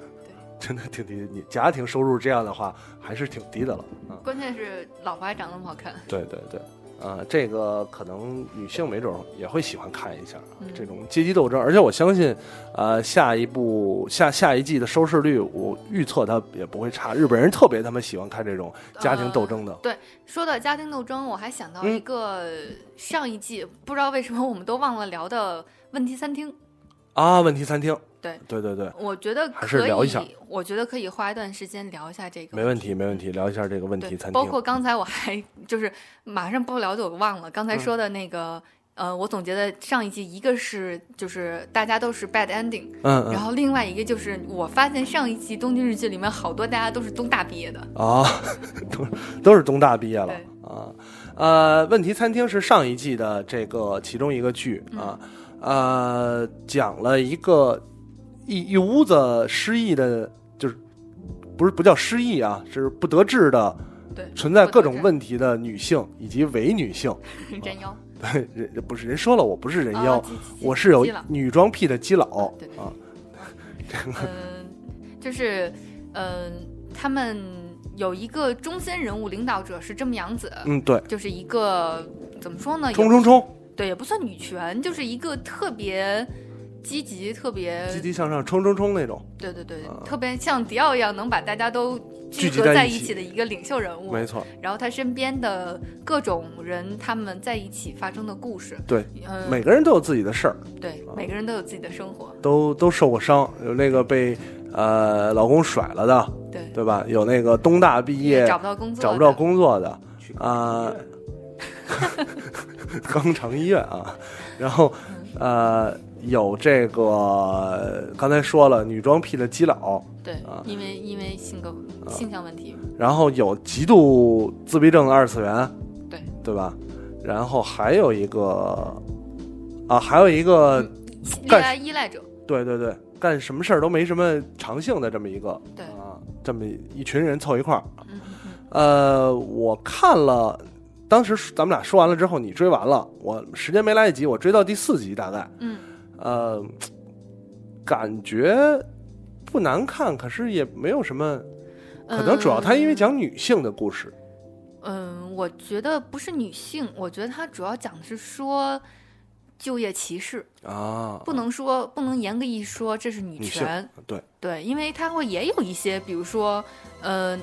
[SPEAKER 6] [laughs] 真的挺低的，你家庭收入这样的话，还是挺低的了啊。
[SPEAKER 4] 关键是老婆还长那么好看，
[SPEAKER 6] 对对对，啊、这个可能女性没准儿也会喜欢看一下、啊
[SPEAKER 4] 嗯
[SPEAKER 6] 这种阶级斗争，而且我相信，呃，下一部下下一季的收视率，我预测它也不会差。日本人特别他妈喜欢看这种家庭斗争的，
[SPEAKER 4] 说到家庭斗争，我还想到
[SPEAKER 6] 嗯
[SPEAKER 4] 一个上一季、不知道为什么我们都忘了聊的问题餐厅。
[SPEAKER 6] 啊，问题餐厅，
[SPEAKER 4] 对
[SPEAKER 6] 对对对，
[SPEAKER 4] 我觉得
[SPEAKER 6] 还是
[SPEAKER 4] 可以，
[SPEAKER 6] 聊一下
[SPEAKER 4] 我觉得可以花一段时间聊一下这个。
[SPEAKER 6] 没问题没问题，聊一下这个问
[SPEAKER 4] 对
[SPEAKER 6] 题餐厅，
[SPEAKER 4] 包括刚才我还就是马上不聊就我忘了刚
[SPEAKER 6] 嗯
[SPEAKER 4] 才说的那个。呃，我总结的上一季，一个是就是大家都是 bad ending，、
[SPEAKER 6] 嗯
[SPEAKER 4] 然
[SPEAKER 6] 嗯
[SPEAKER 4] 后另外一个就是我发现上一季东京日剧里面好多大家都是东大毕业的， [laughs]
[SPEAKER 6] 啊， [laughs] 都都是东大毕业了
[SPEAKER 4] 对
[SPEAKER 6] 啊，呃，问题餐厅是上一季的这个其中一个剧
[SPEAKER 4] 嗯
[SPEAKER 6] 啊，呃，讲了一个一一屋子失忆的，就是不是不叫失忆啊，是不得志的，
[SPEAKER 4] 对，
[SPEAKER 6] 存在各种
[SPEAKER 4] 不得
[SPEAKER 6] 问题的女性以及伪女性， [laughs]
[SPEAKER 4] 志人妖，
[SPEAKER 6] 对，人不是人说了，我不是人妖，
[SPEAKER 4] 哦记记
[SPEAKER 6] 哦我是有
[SPEAKER 4] 记了
[SPEAKER 6] 女装癖的基佬
[SPEAKER 4] 啊对
[SPEAKER 6] 啊，
[SPEAKER 4] 嗯，就是，嗯，他们有一个中心人物领导者是真木阳子，
[SPEAKER 6] 嗯，对，
[SPEAKER 4] 就是一个怎么说呢？也
[SPEAKER 6] 冲冲冲，
[SPEAKER 4] 对，也不算女权，就是一个特别积极、特别
[SPEAKER 6] 积极向上，冲冲冲那种，
[SPEAKER 4] 对对对，
[SPEAKER 6] 啊
[SPEAKER 4] 特别像迪奥一样能把大家都
[SPEAKER 6] 聚
[SPEAKER 4] 聚
[SPEAKER 6] 集
[SPEAKER 4] 合
[SPEAKER 6] 在
[SPEAKER 4] 在
[SPEAKER 6] 一起
[SPEAKER 4] 起的一个领袖人物。
[SPEAKER 6] 没错，
[SPEAKER 4] 然后他身边的各种人，他们在一起发生的故事。
[SPEAKER 6] 对，
[SPEAKER 4] 嗯，
[SPEAKER 6] 每个人都有自己的事儿。
[SPEAKER 4] 对
[SPEAKER 6] 啊
[SPEAKER 4] 每个人都有自己的生活。
[SPEAKER 6] 都都受过伤，有那个被呃老公甩了的，
[SPEAKER 4] 对，
[SPEAKER 6] 对吧？有那个东大毕业
[SPEAKER 4] 找不到工作，
[SPEAKER 6] 找不到。工作的啊， [laughs] 肛肠医院啊，然后呃有这个刚才说了女装癖的基佬，
[SPEAKER 4] 对，
[SPEAKER 6] 啊
[SPEAKER 4] 因为因为性格、性向问题。
[SPEAKER 6] 然后有极度自闭症的二次元，
[SPEAKER 4] 对
[SPEAKER 6] 对吧？然后还有一个啊，还有
[SPEAKER 4] 嗯
[SPEAKER 6] 一个干
[SPEAKER 4] 恋爱依赖者，
[SPEAKER 6] 对对对，干什么事儿都没什么长性的这么一个，
[SPEAKER 4] 对
[SPEAKER 6] 啊，这么一群人凑一块儿。
[SPEAKER 4] 嗯嗯
[SPEAKER 6] 呃，我看了，当时咱们俩说完了之后，你追完了，我时间没来得及，我追到第四集大概，
[SPEAKER 4] 嗯，
[SPEAKER 6] 呃，感觉不难看，可是也没有什么，
[SPEAKER 4] 嗯
[SPEAKER 6] 可能主要它因为，讲女性的故事，
[SPEAKER 4] 嗯，我觉得不是女性，我觉得它主要讲的是说就业歧视，
[SPEAKER 6] 啊，
[SPEAKER 4] 嗯不能说不能严格一说这是女
[SPEAKER 6] 女性
[SPEAKER 4] 权，
[SPEAKER 6] 对
[SPEAKER 4] 对，因为它会也有一些，比如说，呃，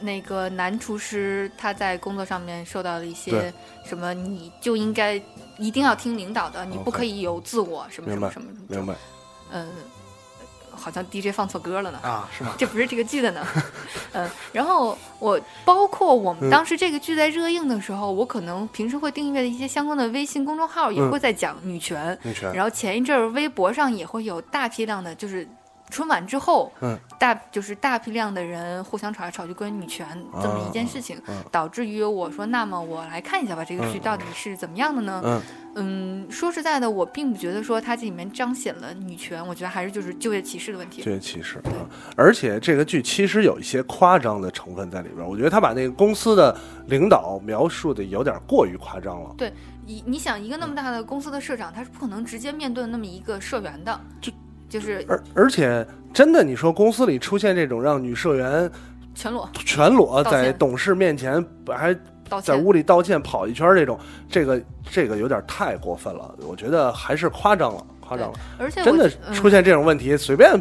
[SPEAKER 4] 那个男厨师他在工作上面受到了一些
[SPEAKER 6] 对
[SPEAKER 4] 什么，你就应该一定要听领导的，你不可以有自我什么什
[SPEAKER 6] 明白
[SPEAKER 4] 么什么什么，
[SPEAKER 6] 明白
[SPEAKER 4] 嗯，好像 DJ 放错歌了呢。
[SPEAKER 6] 啊，是吗？
[SPEAKER 4] 这不是这个剧的
[SPEAKER 6] [laughs]
[SPEAKER 4] 呢，嗯，然后我包括我们
[SPEAKER 6] 嗯
[SPEAKER 4] 当时这个剧在热映的时候，我可能平时会订阅的一些相关的微信公众号也
[SPEAKER 6] 嗯
[SPEAKER 4] 会在讲女权，
[SPEAKER 6] 女权
[SPEAKER 4] 然后前一阵儿微博上也会有大批量的，就是春晚之后，
[SPEAKER 6] 嗯，
[SPEAKER 4] 大就是大批量的人互相吵来吵去关于女权这么一件事情，
[SPEAKER 6] 嗯嗯
[SPEAKER 4] 导致于我说，那么我来看一下吧，这个剧
[SPEAKER 6] 嗯
[SPEAKER 4] 到底是怎么样的呢？
[SPEAKER 6] 嗯
[SPEAKER 4] 嗯说实在的，我并不觉得说它这里面彰显了女权，我觉得还是就是就业歧视的问题。
[SPEAKER 6] 这些歧视啊，而且这个剧其实有一些夸张的成分在里边儿，我觉得他把那个公司的领导描述的有点过于夸张了。
[SPEAKER 4] 你你想，一个那么大的公司的社长，他是不可能直接面对那么一个社员的，
[SPEAKER 6] 这
[SPEAKER 4] 就是
[SPEAKER 6] 而而且真的，你说公司里出现这种让女社员
[SPEAKER 4] 全裸。
[SPEAKER 6] 全裸
[SPEAKER 4] 道
[SPEAKER 6] 在
[SPEAKER 4] 歉
[SPEAKER 6] 董事面前还
[SPEAKER 4] 道
[SPEAKER 6] 在
[SPEAKER 4] 歉。
[SPEAKER 6] 屋里道歉跑一圈儿这种，这个这个有点太过分了，我觉得还是夸张了，夸张了。
[SPEAKER 4] 而且我
[SPEAKER 6] 真的
[SPEAKER 4] 觉嗯
[SPEAKER 6] 出现这种问题，随便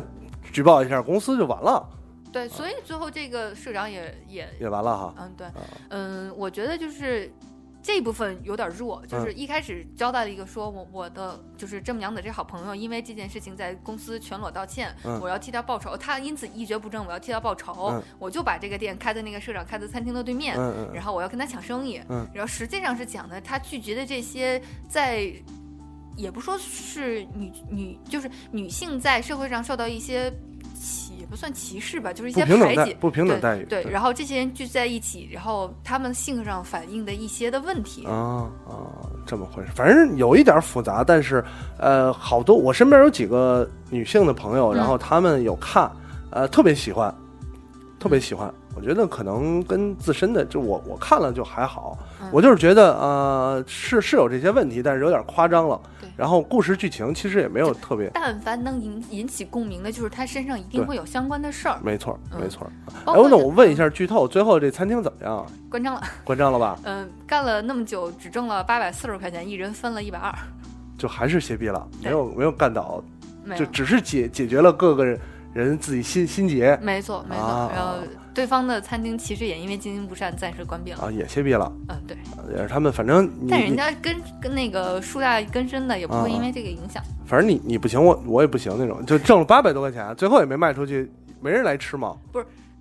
[SPEAKER 6] 举报一下公司就完了，
[SPEAKER 4] 对，所以最后这个社长也也
[SPEAKER 6] 也完了哈。
[SPEAKER 4] 嗯对，嗯，我觉得就是。这部分有点弱，就
[SPEAKER 6] 嗯
[SPEAKER 4] 是一开始交代了一个说，我我的就是丈母娘的这好朋友，因为这件事情在公司全裸道歉，
[SPEAKER 6] 嗯
[SPEAKER 4] 我要替他报仇，他因此一蹶不振，我要替他报仇，
[SPEAKER 6] 嗯
[SPEAKER 4] 我就把这个店开在那个社长开的餐厅的对面，
[SPEAKER 6] 嗯嗯嗯
[SPEAKER 4] 然后我要跟他抢生意，
[SPEAKER 6] 嗯
[SPEAKER 4] 然后实际上是讲的他拒绝的这些在，也不说是女女，就是女性在社会上受到一些歧，也不算歧视吧，就是一
[SPEAKER 6] 不
[SPEAKER 4] 些
[SPEAKER 6] 平等
[SPEAKER 4] 排
[SPEAKER 6] 待
[SPEAKER 4] 挤。
[SPEAKER 6] 不平等待遇，
[SPEAKER 4] 对，然后这些人聚在一起，然后他们性格上反映的一些的问题，
[SPEAKER 6] 啊啊，这么回事，反正有一点复杂，但是呃，好多我身边有几个女性的朋友，
[SPEAKER 4] 嗯
[SPEAKER 6] 然后她们有看，呃，特别喜欢，特别喜欢。我觉得可能跟自身的，就我我看了就还好，
[SPEAKER 4] 嗯
[SPEAKER 6] 我就是觉得呃是是有这些问题，但是有点夸张了
[SPEAKER 4] 对。嗯
[SPEAKER 6] 然后故事剧情其实也没有特别，
[SPEAKER 4] 但凡能引引起共鸣的，就是他身上一定
[SPEAKER 6] 对
[SPEAKER 4] 会有相关的事儿。
[SPEAKER 6] 没错
[SPEAKER 4] 嗯
[SPEAKER 6] 没错。
[SPEAKER 4] 包
[SPEAKER 6] 哎，
[SPEAKER 4] 括嗯就
[SPEAKER 6] 那我问一，下剧透，最后这餐厅怎么样啊？
[SPEAKER 4] 关张了，
[SPEAKER 6] 关张了吧？
[SPEAKER 4] 嗯、干了那么久，只挣了八百四十块钱，一人分了一百二，
[SPEAKER 6] 就还是歇逼了，
[SPEAKER 4] 对
[SPEAKER 6] 没有没有干倒，
[SPEAKER 4] 没
[SPEAKER 6] 就
[SPEAKER 4] 有。
[SPEAKER 6] 只是解解决了各个人人自己心心结。
[SPEAKER 4] 没错，没错。
[SPEAKER 6] 啊
[SPEAKER 4] 然后对方的餐厅其实也因为经营不善暂时关闭了。
[SPEAKER 6] 啊，也歇逼了，
[SPEAKER 4] 嗯，对。
[SPEAKER 6] 也是他们，反正你
[SPEAKER 4] 但人
[SPEAKER 6] 你
[SPEAKER 4] 家跟跟那个树大根深的也不会
[SPEAKER 6] 啊
[SPEAKER 4] 因为这个影响。
[SPEAKER 6] 反正你你不行，我我也不行那种，就挣了八百多块钱，最后也没卖出去，没人来吃嘛。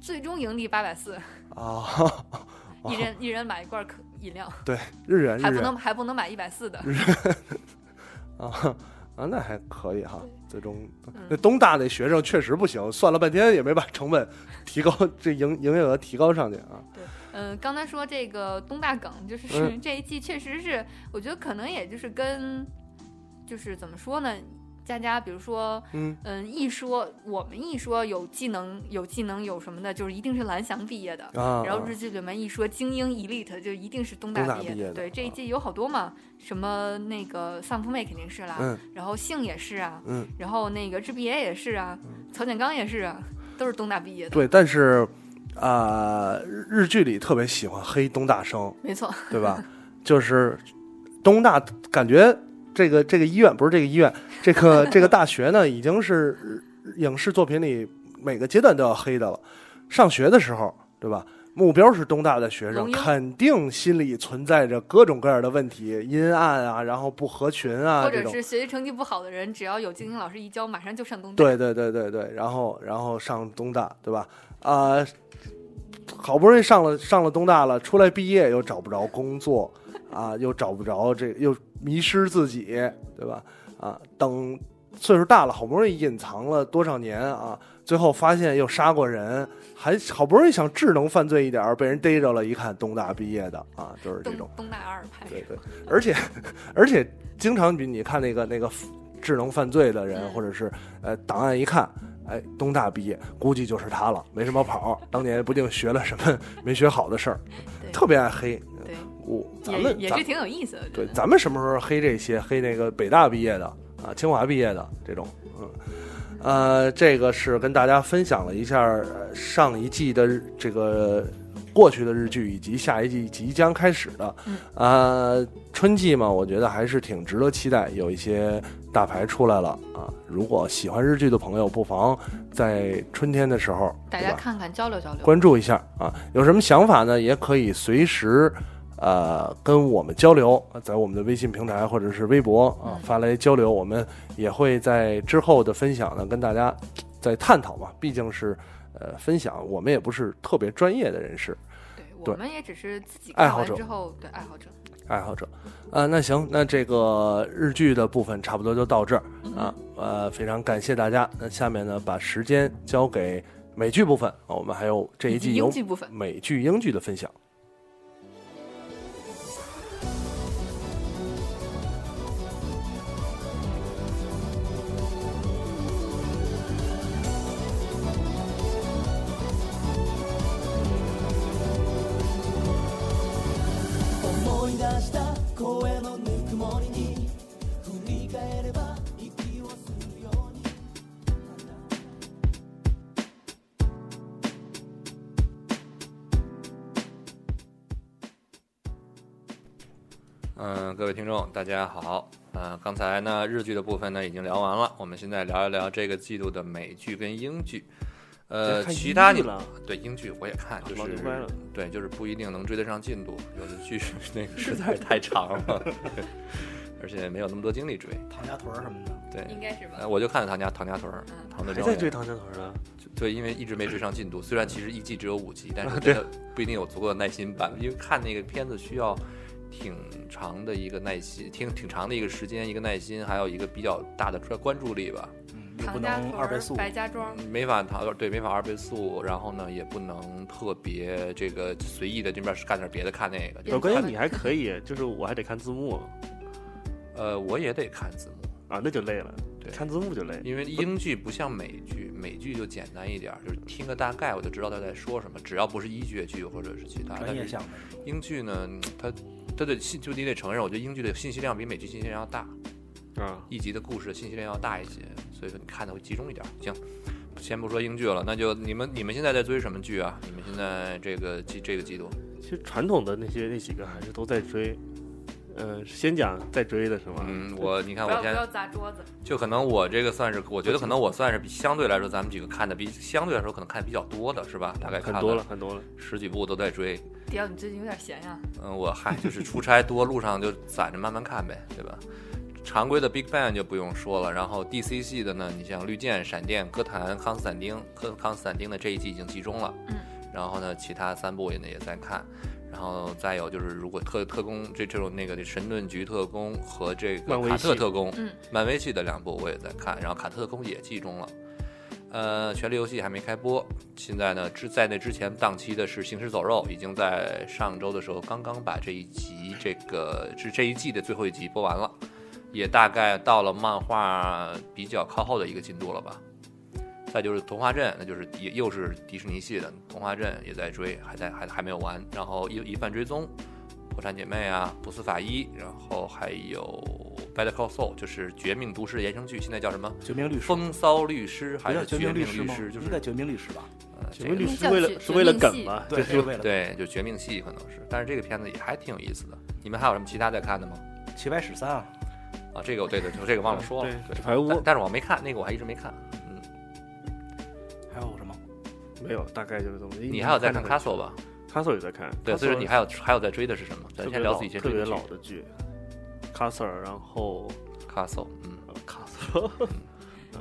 [SPEAKER 4] 最终盈利八百四，
[SPEAKER 6] 啊，哦
[SPEAKER 4] 一人一人买一罐可饮料，
[SPEAKER 6] 日元
[SPEAKER 4] 还
[SPEAKER 6] 日
[SPEAKER 4] 不
[SPEAKER 6] 元
[SPEAKER 4] 能还不能买一百四的。
[SPEAKER 6] 啊啊，那还可以哈。最终那
[SPEAKER 4] 嗯，
[SPEAKER 6] 东大那学生确实不行，算了半天也没把成本提高，这营营业额提高上去啊。
[SPEAKER 4] 嗯，刚才说这个东大梗，就是是 [laughs]
[SPEAKER 6] 嗯
[SPEAKER 4] 这一季确实是，我觉得可能也就是跟，就是怎么说呢？大家比如说，
[SPEAKER 6] 嗯
[SPEAKER 4] 嗯，一说我们一说有技能、有技能、有什么的，就是一定是蓝翔毕业的。
[SPEAKER 6] 啊，
[SPEAKER 4] 然后日剧里面一说精英 elite 就一定是东
[SPEAKER 6] 东
[SPEAKER 4] 大
[SPEAKER 6] 大
[SPEAKER 4] 毕业
[SPEAKER 6] 毕业的
[SPEAKER 4] 对，这
[SPEAKER 6] 啊
[SPEAKER 4] 一季有好多嘛，什么那个丧夫妹肯定是啦，
[SPEAKER 6] 嗯
[SPEAKER 4] 然后杏也是啊，
[SPEAKER 6] 嗯，
[SPEAKER 4] 然后那个志毕也也是啊，曹建刚也是啊，都是东大毕业的，
[SPEAKER 6] 对，但是啊、日日剧里特别喜欢黑东大生，
[SPEAKER 4] 没错，
[SPEAKER 6] 对吧？就是东大感觉这个这个医院不是这个医院，这个这个大学呢，已经是影视作品里每个阶段都要黑的了。上学的时候，对吧？目标是东大的学
[SPEAKER 4] 龙
[SPEAKER 6] 生，
[SPEAKER 4] 樱
[SPEAKER 6] 肯定心里存在着各种各样的问题，阴暗啊，然后不合群啊
[SPEAKER 4] 或
[SPEAKER 6] 这
[SPEAKER 4] 者
[SPEAKER 6] 种。
[SPEAKER 4] 是学习成绩不好的人，只要有精英老师一教，马上就上东大。
[SPEAKER 6] 对对对对对，然后然后上东大，对吧？啊、好不容易上了上了东大了，出来毕业又找不着工作，啊、又找不着这又迷失自己，对吧？啊、等岁数大了，好不容易隐藏了多少年啊，最后发现又杀过人，还好不容易想智能犯罪一点儿，被人逮着了，一看东大毕业的啊，就是这
[SPEAKER 4] 东
[SPEAKER 6] 种。
[SPEAKER 4] 东大二派，
[SPEAKER 6] 对对，而且 [laughs] 而且经常比你看那个那个智能犯罪的人，
[SPEAKER 4] 嗯
[SPEAKER 6] 或者是呃档案一看，哎，东大毕业，估计就是他了，没什么跑儿，当年不定学了什么没学好的事儿，
[SPEAKER 4] 对
[SPEAKER 6] 特别爱黑。
[SPEAKER 4] 对，
[SPEAKER 6] 我咱
[SPEAKER 4] 也
[SPEAKER 6] 们
[SPEAKER 4] 也
[SPEAKER 6] 咱
[SPEAKER 4] 是挺有意思的，我觉
[SPEAKER 6] 对
[SPEAKER 4] 得
[SPEAKER 6] 咱们什么时候黑这些黑那个北大毕业的啊，清华毕业的这种，嗯。呃，这个是跟大家分享了一下呃上一季的日这个过去的日剧，以及下一季即将开始的
[SPEAKER 4] 嗯
[SPEAKER 6] 呃，春季嘛，我觉得还是挺值得期待，有一些大牌出来了啊。如果喜欢日剧的朋友，不妨在春天的时候，
[SPEAKER 4] 大
[SPEAKER 6] 对
[SPEAKER 4] 家
[SPEAKER 6] 吧
[SPEAKER 4] 看看交流交流。
[SPEAKER 6] 关注一下啊。有什么想法呢？也可以随时呃跟我们交流，在我们的微信平台或者是微博啊
[SPEAKER 4] 嗯
[SPEAKER 6] 发来交流，我们也会在之后的分享呢跟大家再探讨嘛。毕竟是呃分享，我们也不是特别专业的人士
[SPEAKER 4] 对，我
[SPEAKER 6] 对
[SPEAKER 4] 们也只是自己
[SPEAKER 6] 爱
[SPEAKER 4] 看
[SPEAKER 6] 好
[SPEAKER 4] 完
[SPEAKER 6] 者
[SPEAKER 4] 之后，对爱好者。
[SPEAKER 6] 爱好者。啊、那行，那这个日剧的部分差不多就到这儿
[SPEAKER 4] 嗯
[SPEAKER 6] 啊。呃，非常感谢大家。那下面呢，把时间交给美剧部分啊，我们还有这一
[SPEAKER 4] 以及
[SPEAKER 6] 季有
[SPEAKER 4] 英剧部分，
[SPEAKER 6] 美剧、英剧的分享。
[SPEAKER 10] 「
[SPEAKER 3] 嗯，各位听众，大家好。啊，刚才呢日剧的部分呢已经聊完了，我们现在聊一聊这个季度的美剧跟英剧。呃，
[SPEAKER 6] 看
[SPEAKER 3] 其他
[SPEAKER 6] 英
[SPEAKER 3] 你
[SPEAKER 6] 剧了，
[SPEAKER 3] 对英剧我也看，就
[SPEAKER 6] 老
[SPEAKER 3] 是
[SPEAKER 6] 牛掰了
[SPEAKER 3] 对，就是不一定能追得上进度，有的剧 [laughs] 那个实在是太长了，
[SPEAKER 6] [laughs]
[SPEAKER 3] 对而且没有那么多精力追。
[SPEAKER 9] 唐家屯儿什么的，
[SPEAKER 3] 对，
[SPEAKER 4] 应该是吧
[SPEAKER 3] 呃，？我就看了唐家唐家屯儿，
[SPEAKER 4] 嗯
[SPEAKER 3] 唐德
[SPEAKER 6] 还
[SPEAKER 3] 庄
[SPEAKER 6] 在
[SPEAKER 3] 园
[SPEAKER 6] 追唐家屯呢，
[SPEAKER 3] 对，因为一直没追上进度，虽然其实一季只有五集，但是真的不一定有足够的耐心吧，因为看那个片子需要挺长的一个耐心，挺挺长的一个时间，一个耐心，还有一个比较大的专关注力吧。
[SPEAKER 9] 嗯，又不
[SPEAKER 4] 唐家
[SPEAKER 9] 能二倍
[SPEAKER 4] 屯、
[SPEAKER 9] 速，
[SPEAKER 4] 白家庄，
[SPEAKER 3] 没法逃，对，没法二倍速，然后呢，也不能特别这个随意的这边干点别的看那个。 [laughs]
[SPEAKER 4] 别的
[SPEAKER 3] 就
[SPEAKER 4] 关
[SPEAKER 3] 看
[SPEAKER 4] 键你
[SPEAKER 10] 还可以，就是我还得看字幕
[SPEAKER 3] 呃，我也得看字幕，
[SPEAKER 10] 啊，那就累了，
[SPEAKER 3] 对
[SPEAKER 10] 看字幕就累。
[SPEAKER 3] 因为英剧不像美剧，美剧就简单一点儿，就是听个大概我就知道他在说什么，只要不是医学剧或者是其他。
[SPEAKER 9] 专
[SPEAKER 3] 但
[SPEAKER 9] 业
[SPEAKER 3] 是
[SPEAKER 9] 项目是吧
[SPEAKER 3] 英剧呢，它它的信就你得承认，我觉得英剧的信息量比美剧信息量要大，
[SPEAKER 10] 啊，
[SPEAKER 3] 一集的故事信息量要大一些，所以说你看的会集中一点。行，先不说英剧了，那就你们你们现在在追什么剧啊？你们现在这个季这个季度，
[SPEAKER 10] 其实传统的那些那几个还是都在追。呃，先讲在追的是吗？
[SPEAKER 3] 嗯，我你看
[SPEAKER 4] 不
[SPEAKER 3] 我
[SPEAKER 4] 要
[SPEAKER 3] 现
[SPEAKER 4] 不
[SPEAKER 3] 在
[SPEAKER 4] 要砸桌子。
[SPEAKER 3] 就可能我这个算是，我觉得可能我算是比相对来说咱们几个看的比相对来说可能看的比较多的是吧？大概
[SPEAKER 10] 很
[SPEAKER 3] 看
[SPEAKER 10] 多了，，很多了。
[SPEAKER 3] 十几部都在追。
[SPEAKER 4] 迪奥，你最近有点闲呀？
[SPEAKER 3] 嗯，我嗨，就是出差多，路上就攒着慢慢看呗，对吧？常规的 Big Bang 就不用说了，然后 DC 系的呢，你像绿箭、闪电、歌坛、康斯坦丁、康康斯坦丁的这一季已经集中了，
[SPEAKER 4] 嗯，
[SPEAKER 3] 然后呢，其他三部也呢也在看，然后再有就是如果特特工这这种那个神盾局特工和这个
[SPEAKER 10] 漫威
[SPEAKER 3] 卡特
[SPEAKER 10] 系
[SPEAKER 3] 特工，
[SPEAKER 4] 嗯，
[SPEAKER 3] 漫威系的两部我也在看，然后卡特特工也集中了。呃，《权力游戏》还没开播，现在呢，之在那之前档期的是《行尸走肉》，已经在上周的时候刚刚把这一集这个是这一季的最后一集播完了，也大概到了漫画比较靠后的一个进度了吧。再就是《童话镇》，那就是也又是迪士尼系的《童话镇》也在追，还在还还没有完。然后一《疑犯追踪》，《破产姐妹》啊，《不死法医》，然后还有《Better Call Saul》，就是《绝命毒师》的衍生剧，现在叫什么？
[SPEAKER 9] 绝命律师，
[SPEAKER 3] 风骚律师还
[SPEAKER 9] 不
[SPEAKER 3] 是
[SPEAKER 9] 叫绝
[SPEAKER 3] 命
[SPEAKER 9] 律
[SPEAKER 3] 师
[SPEAKER 9] 吗？
[SPEAKER 3] 就
[SPEAKER 9] 应该
[SPEAKER 3] 是
[SPEAKER 9] 绝命律师吧？
[SPEAKER 3] 呃
[SPEAKER 10] 请
[SPEAKER 3] 这
[SPEAKER 10] 问
[SPEAKER 3] 个
[SPEAKER 10] 律
[SPEAKER 4] 那
[SPEAKER 10] 师
[SPEAKER 4] 叫
[SPEAKER 10] 为
[SPEAKER 4] 绝
[SPEAKER 10] 了是为
[SPEAKER 4] 绝
[SPEAKER 10] 了
[SPEAKER 4] 命
[SPEAKER 10] 梗
[SPEAKER 4] 戏
[SPEAKER 10] 吗？
[SPEAKER 9] 对，是为了
[SPEAKER 3] 对，就绝命戏可能是，但是这个片子也还挺有意思的。你们还有什么其他在看的吗？
[SPEAKER 9] 齐白十三啊，
[SPEAKER 3] 啊，这个我对对，这个忘了说了。对，
[SPEAKER 10] 反正
[SPEAKER 3] 但
[SPEAKER 10] 嗯我
[SPEAKER 3] 但是我没看，那个我还一直没看。嗯，
[SPEAKER 9] 还有什么？
[SPEAKER 10] 没有，大概就是这么。
[SPEAKER 3] 你还有在看
[SPEAKER 10] 卡索
[SPEAKER 3] Castle 吧？
[SPEAKER 10] 卡索也在看。
[SPEAKER 3] 对，
[SPEAKER 10] Castle
[SPEAKER 3] 所以说你还有还有在追的是什么？咱
[SPEAKER 10] 特别
[SPEAKER 3] 先聊
[SPEAKER 10] 老
[SPEAKER 3] 自己先
[SPEAKER 10] 特
[SPEAKER 3] 追
[SPEAKER 10] 别
[SPEAKER 3] 的剧
[SPEAKER 10] 老的剧，卡索尔，然后
[SPEAKER 3] Castle，嗯，
[SPEAKER 10] 卡索 [laughs] 尔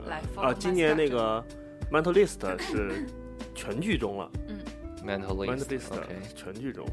[SPEAKER 4] 来
[SPEAKER 10] 啊，今年那个 Mental List 是全剧终了
[SPEAKER 3] Mental
[SPEAKER 10] ，Mental
[SPEAKER 3] List。OK，
[SPEAKER 10] List 全剧终，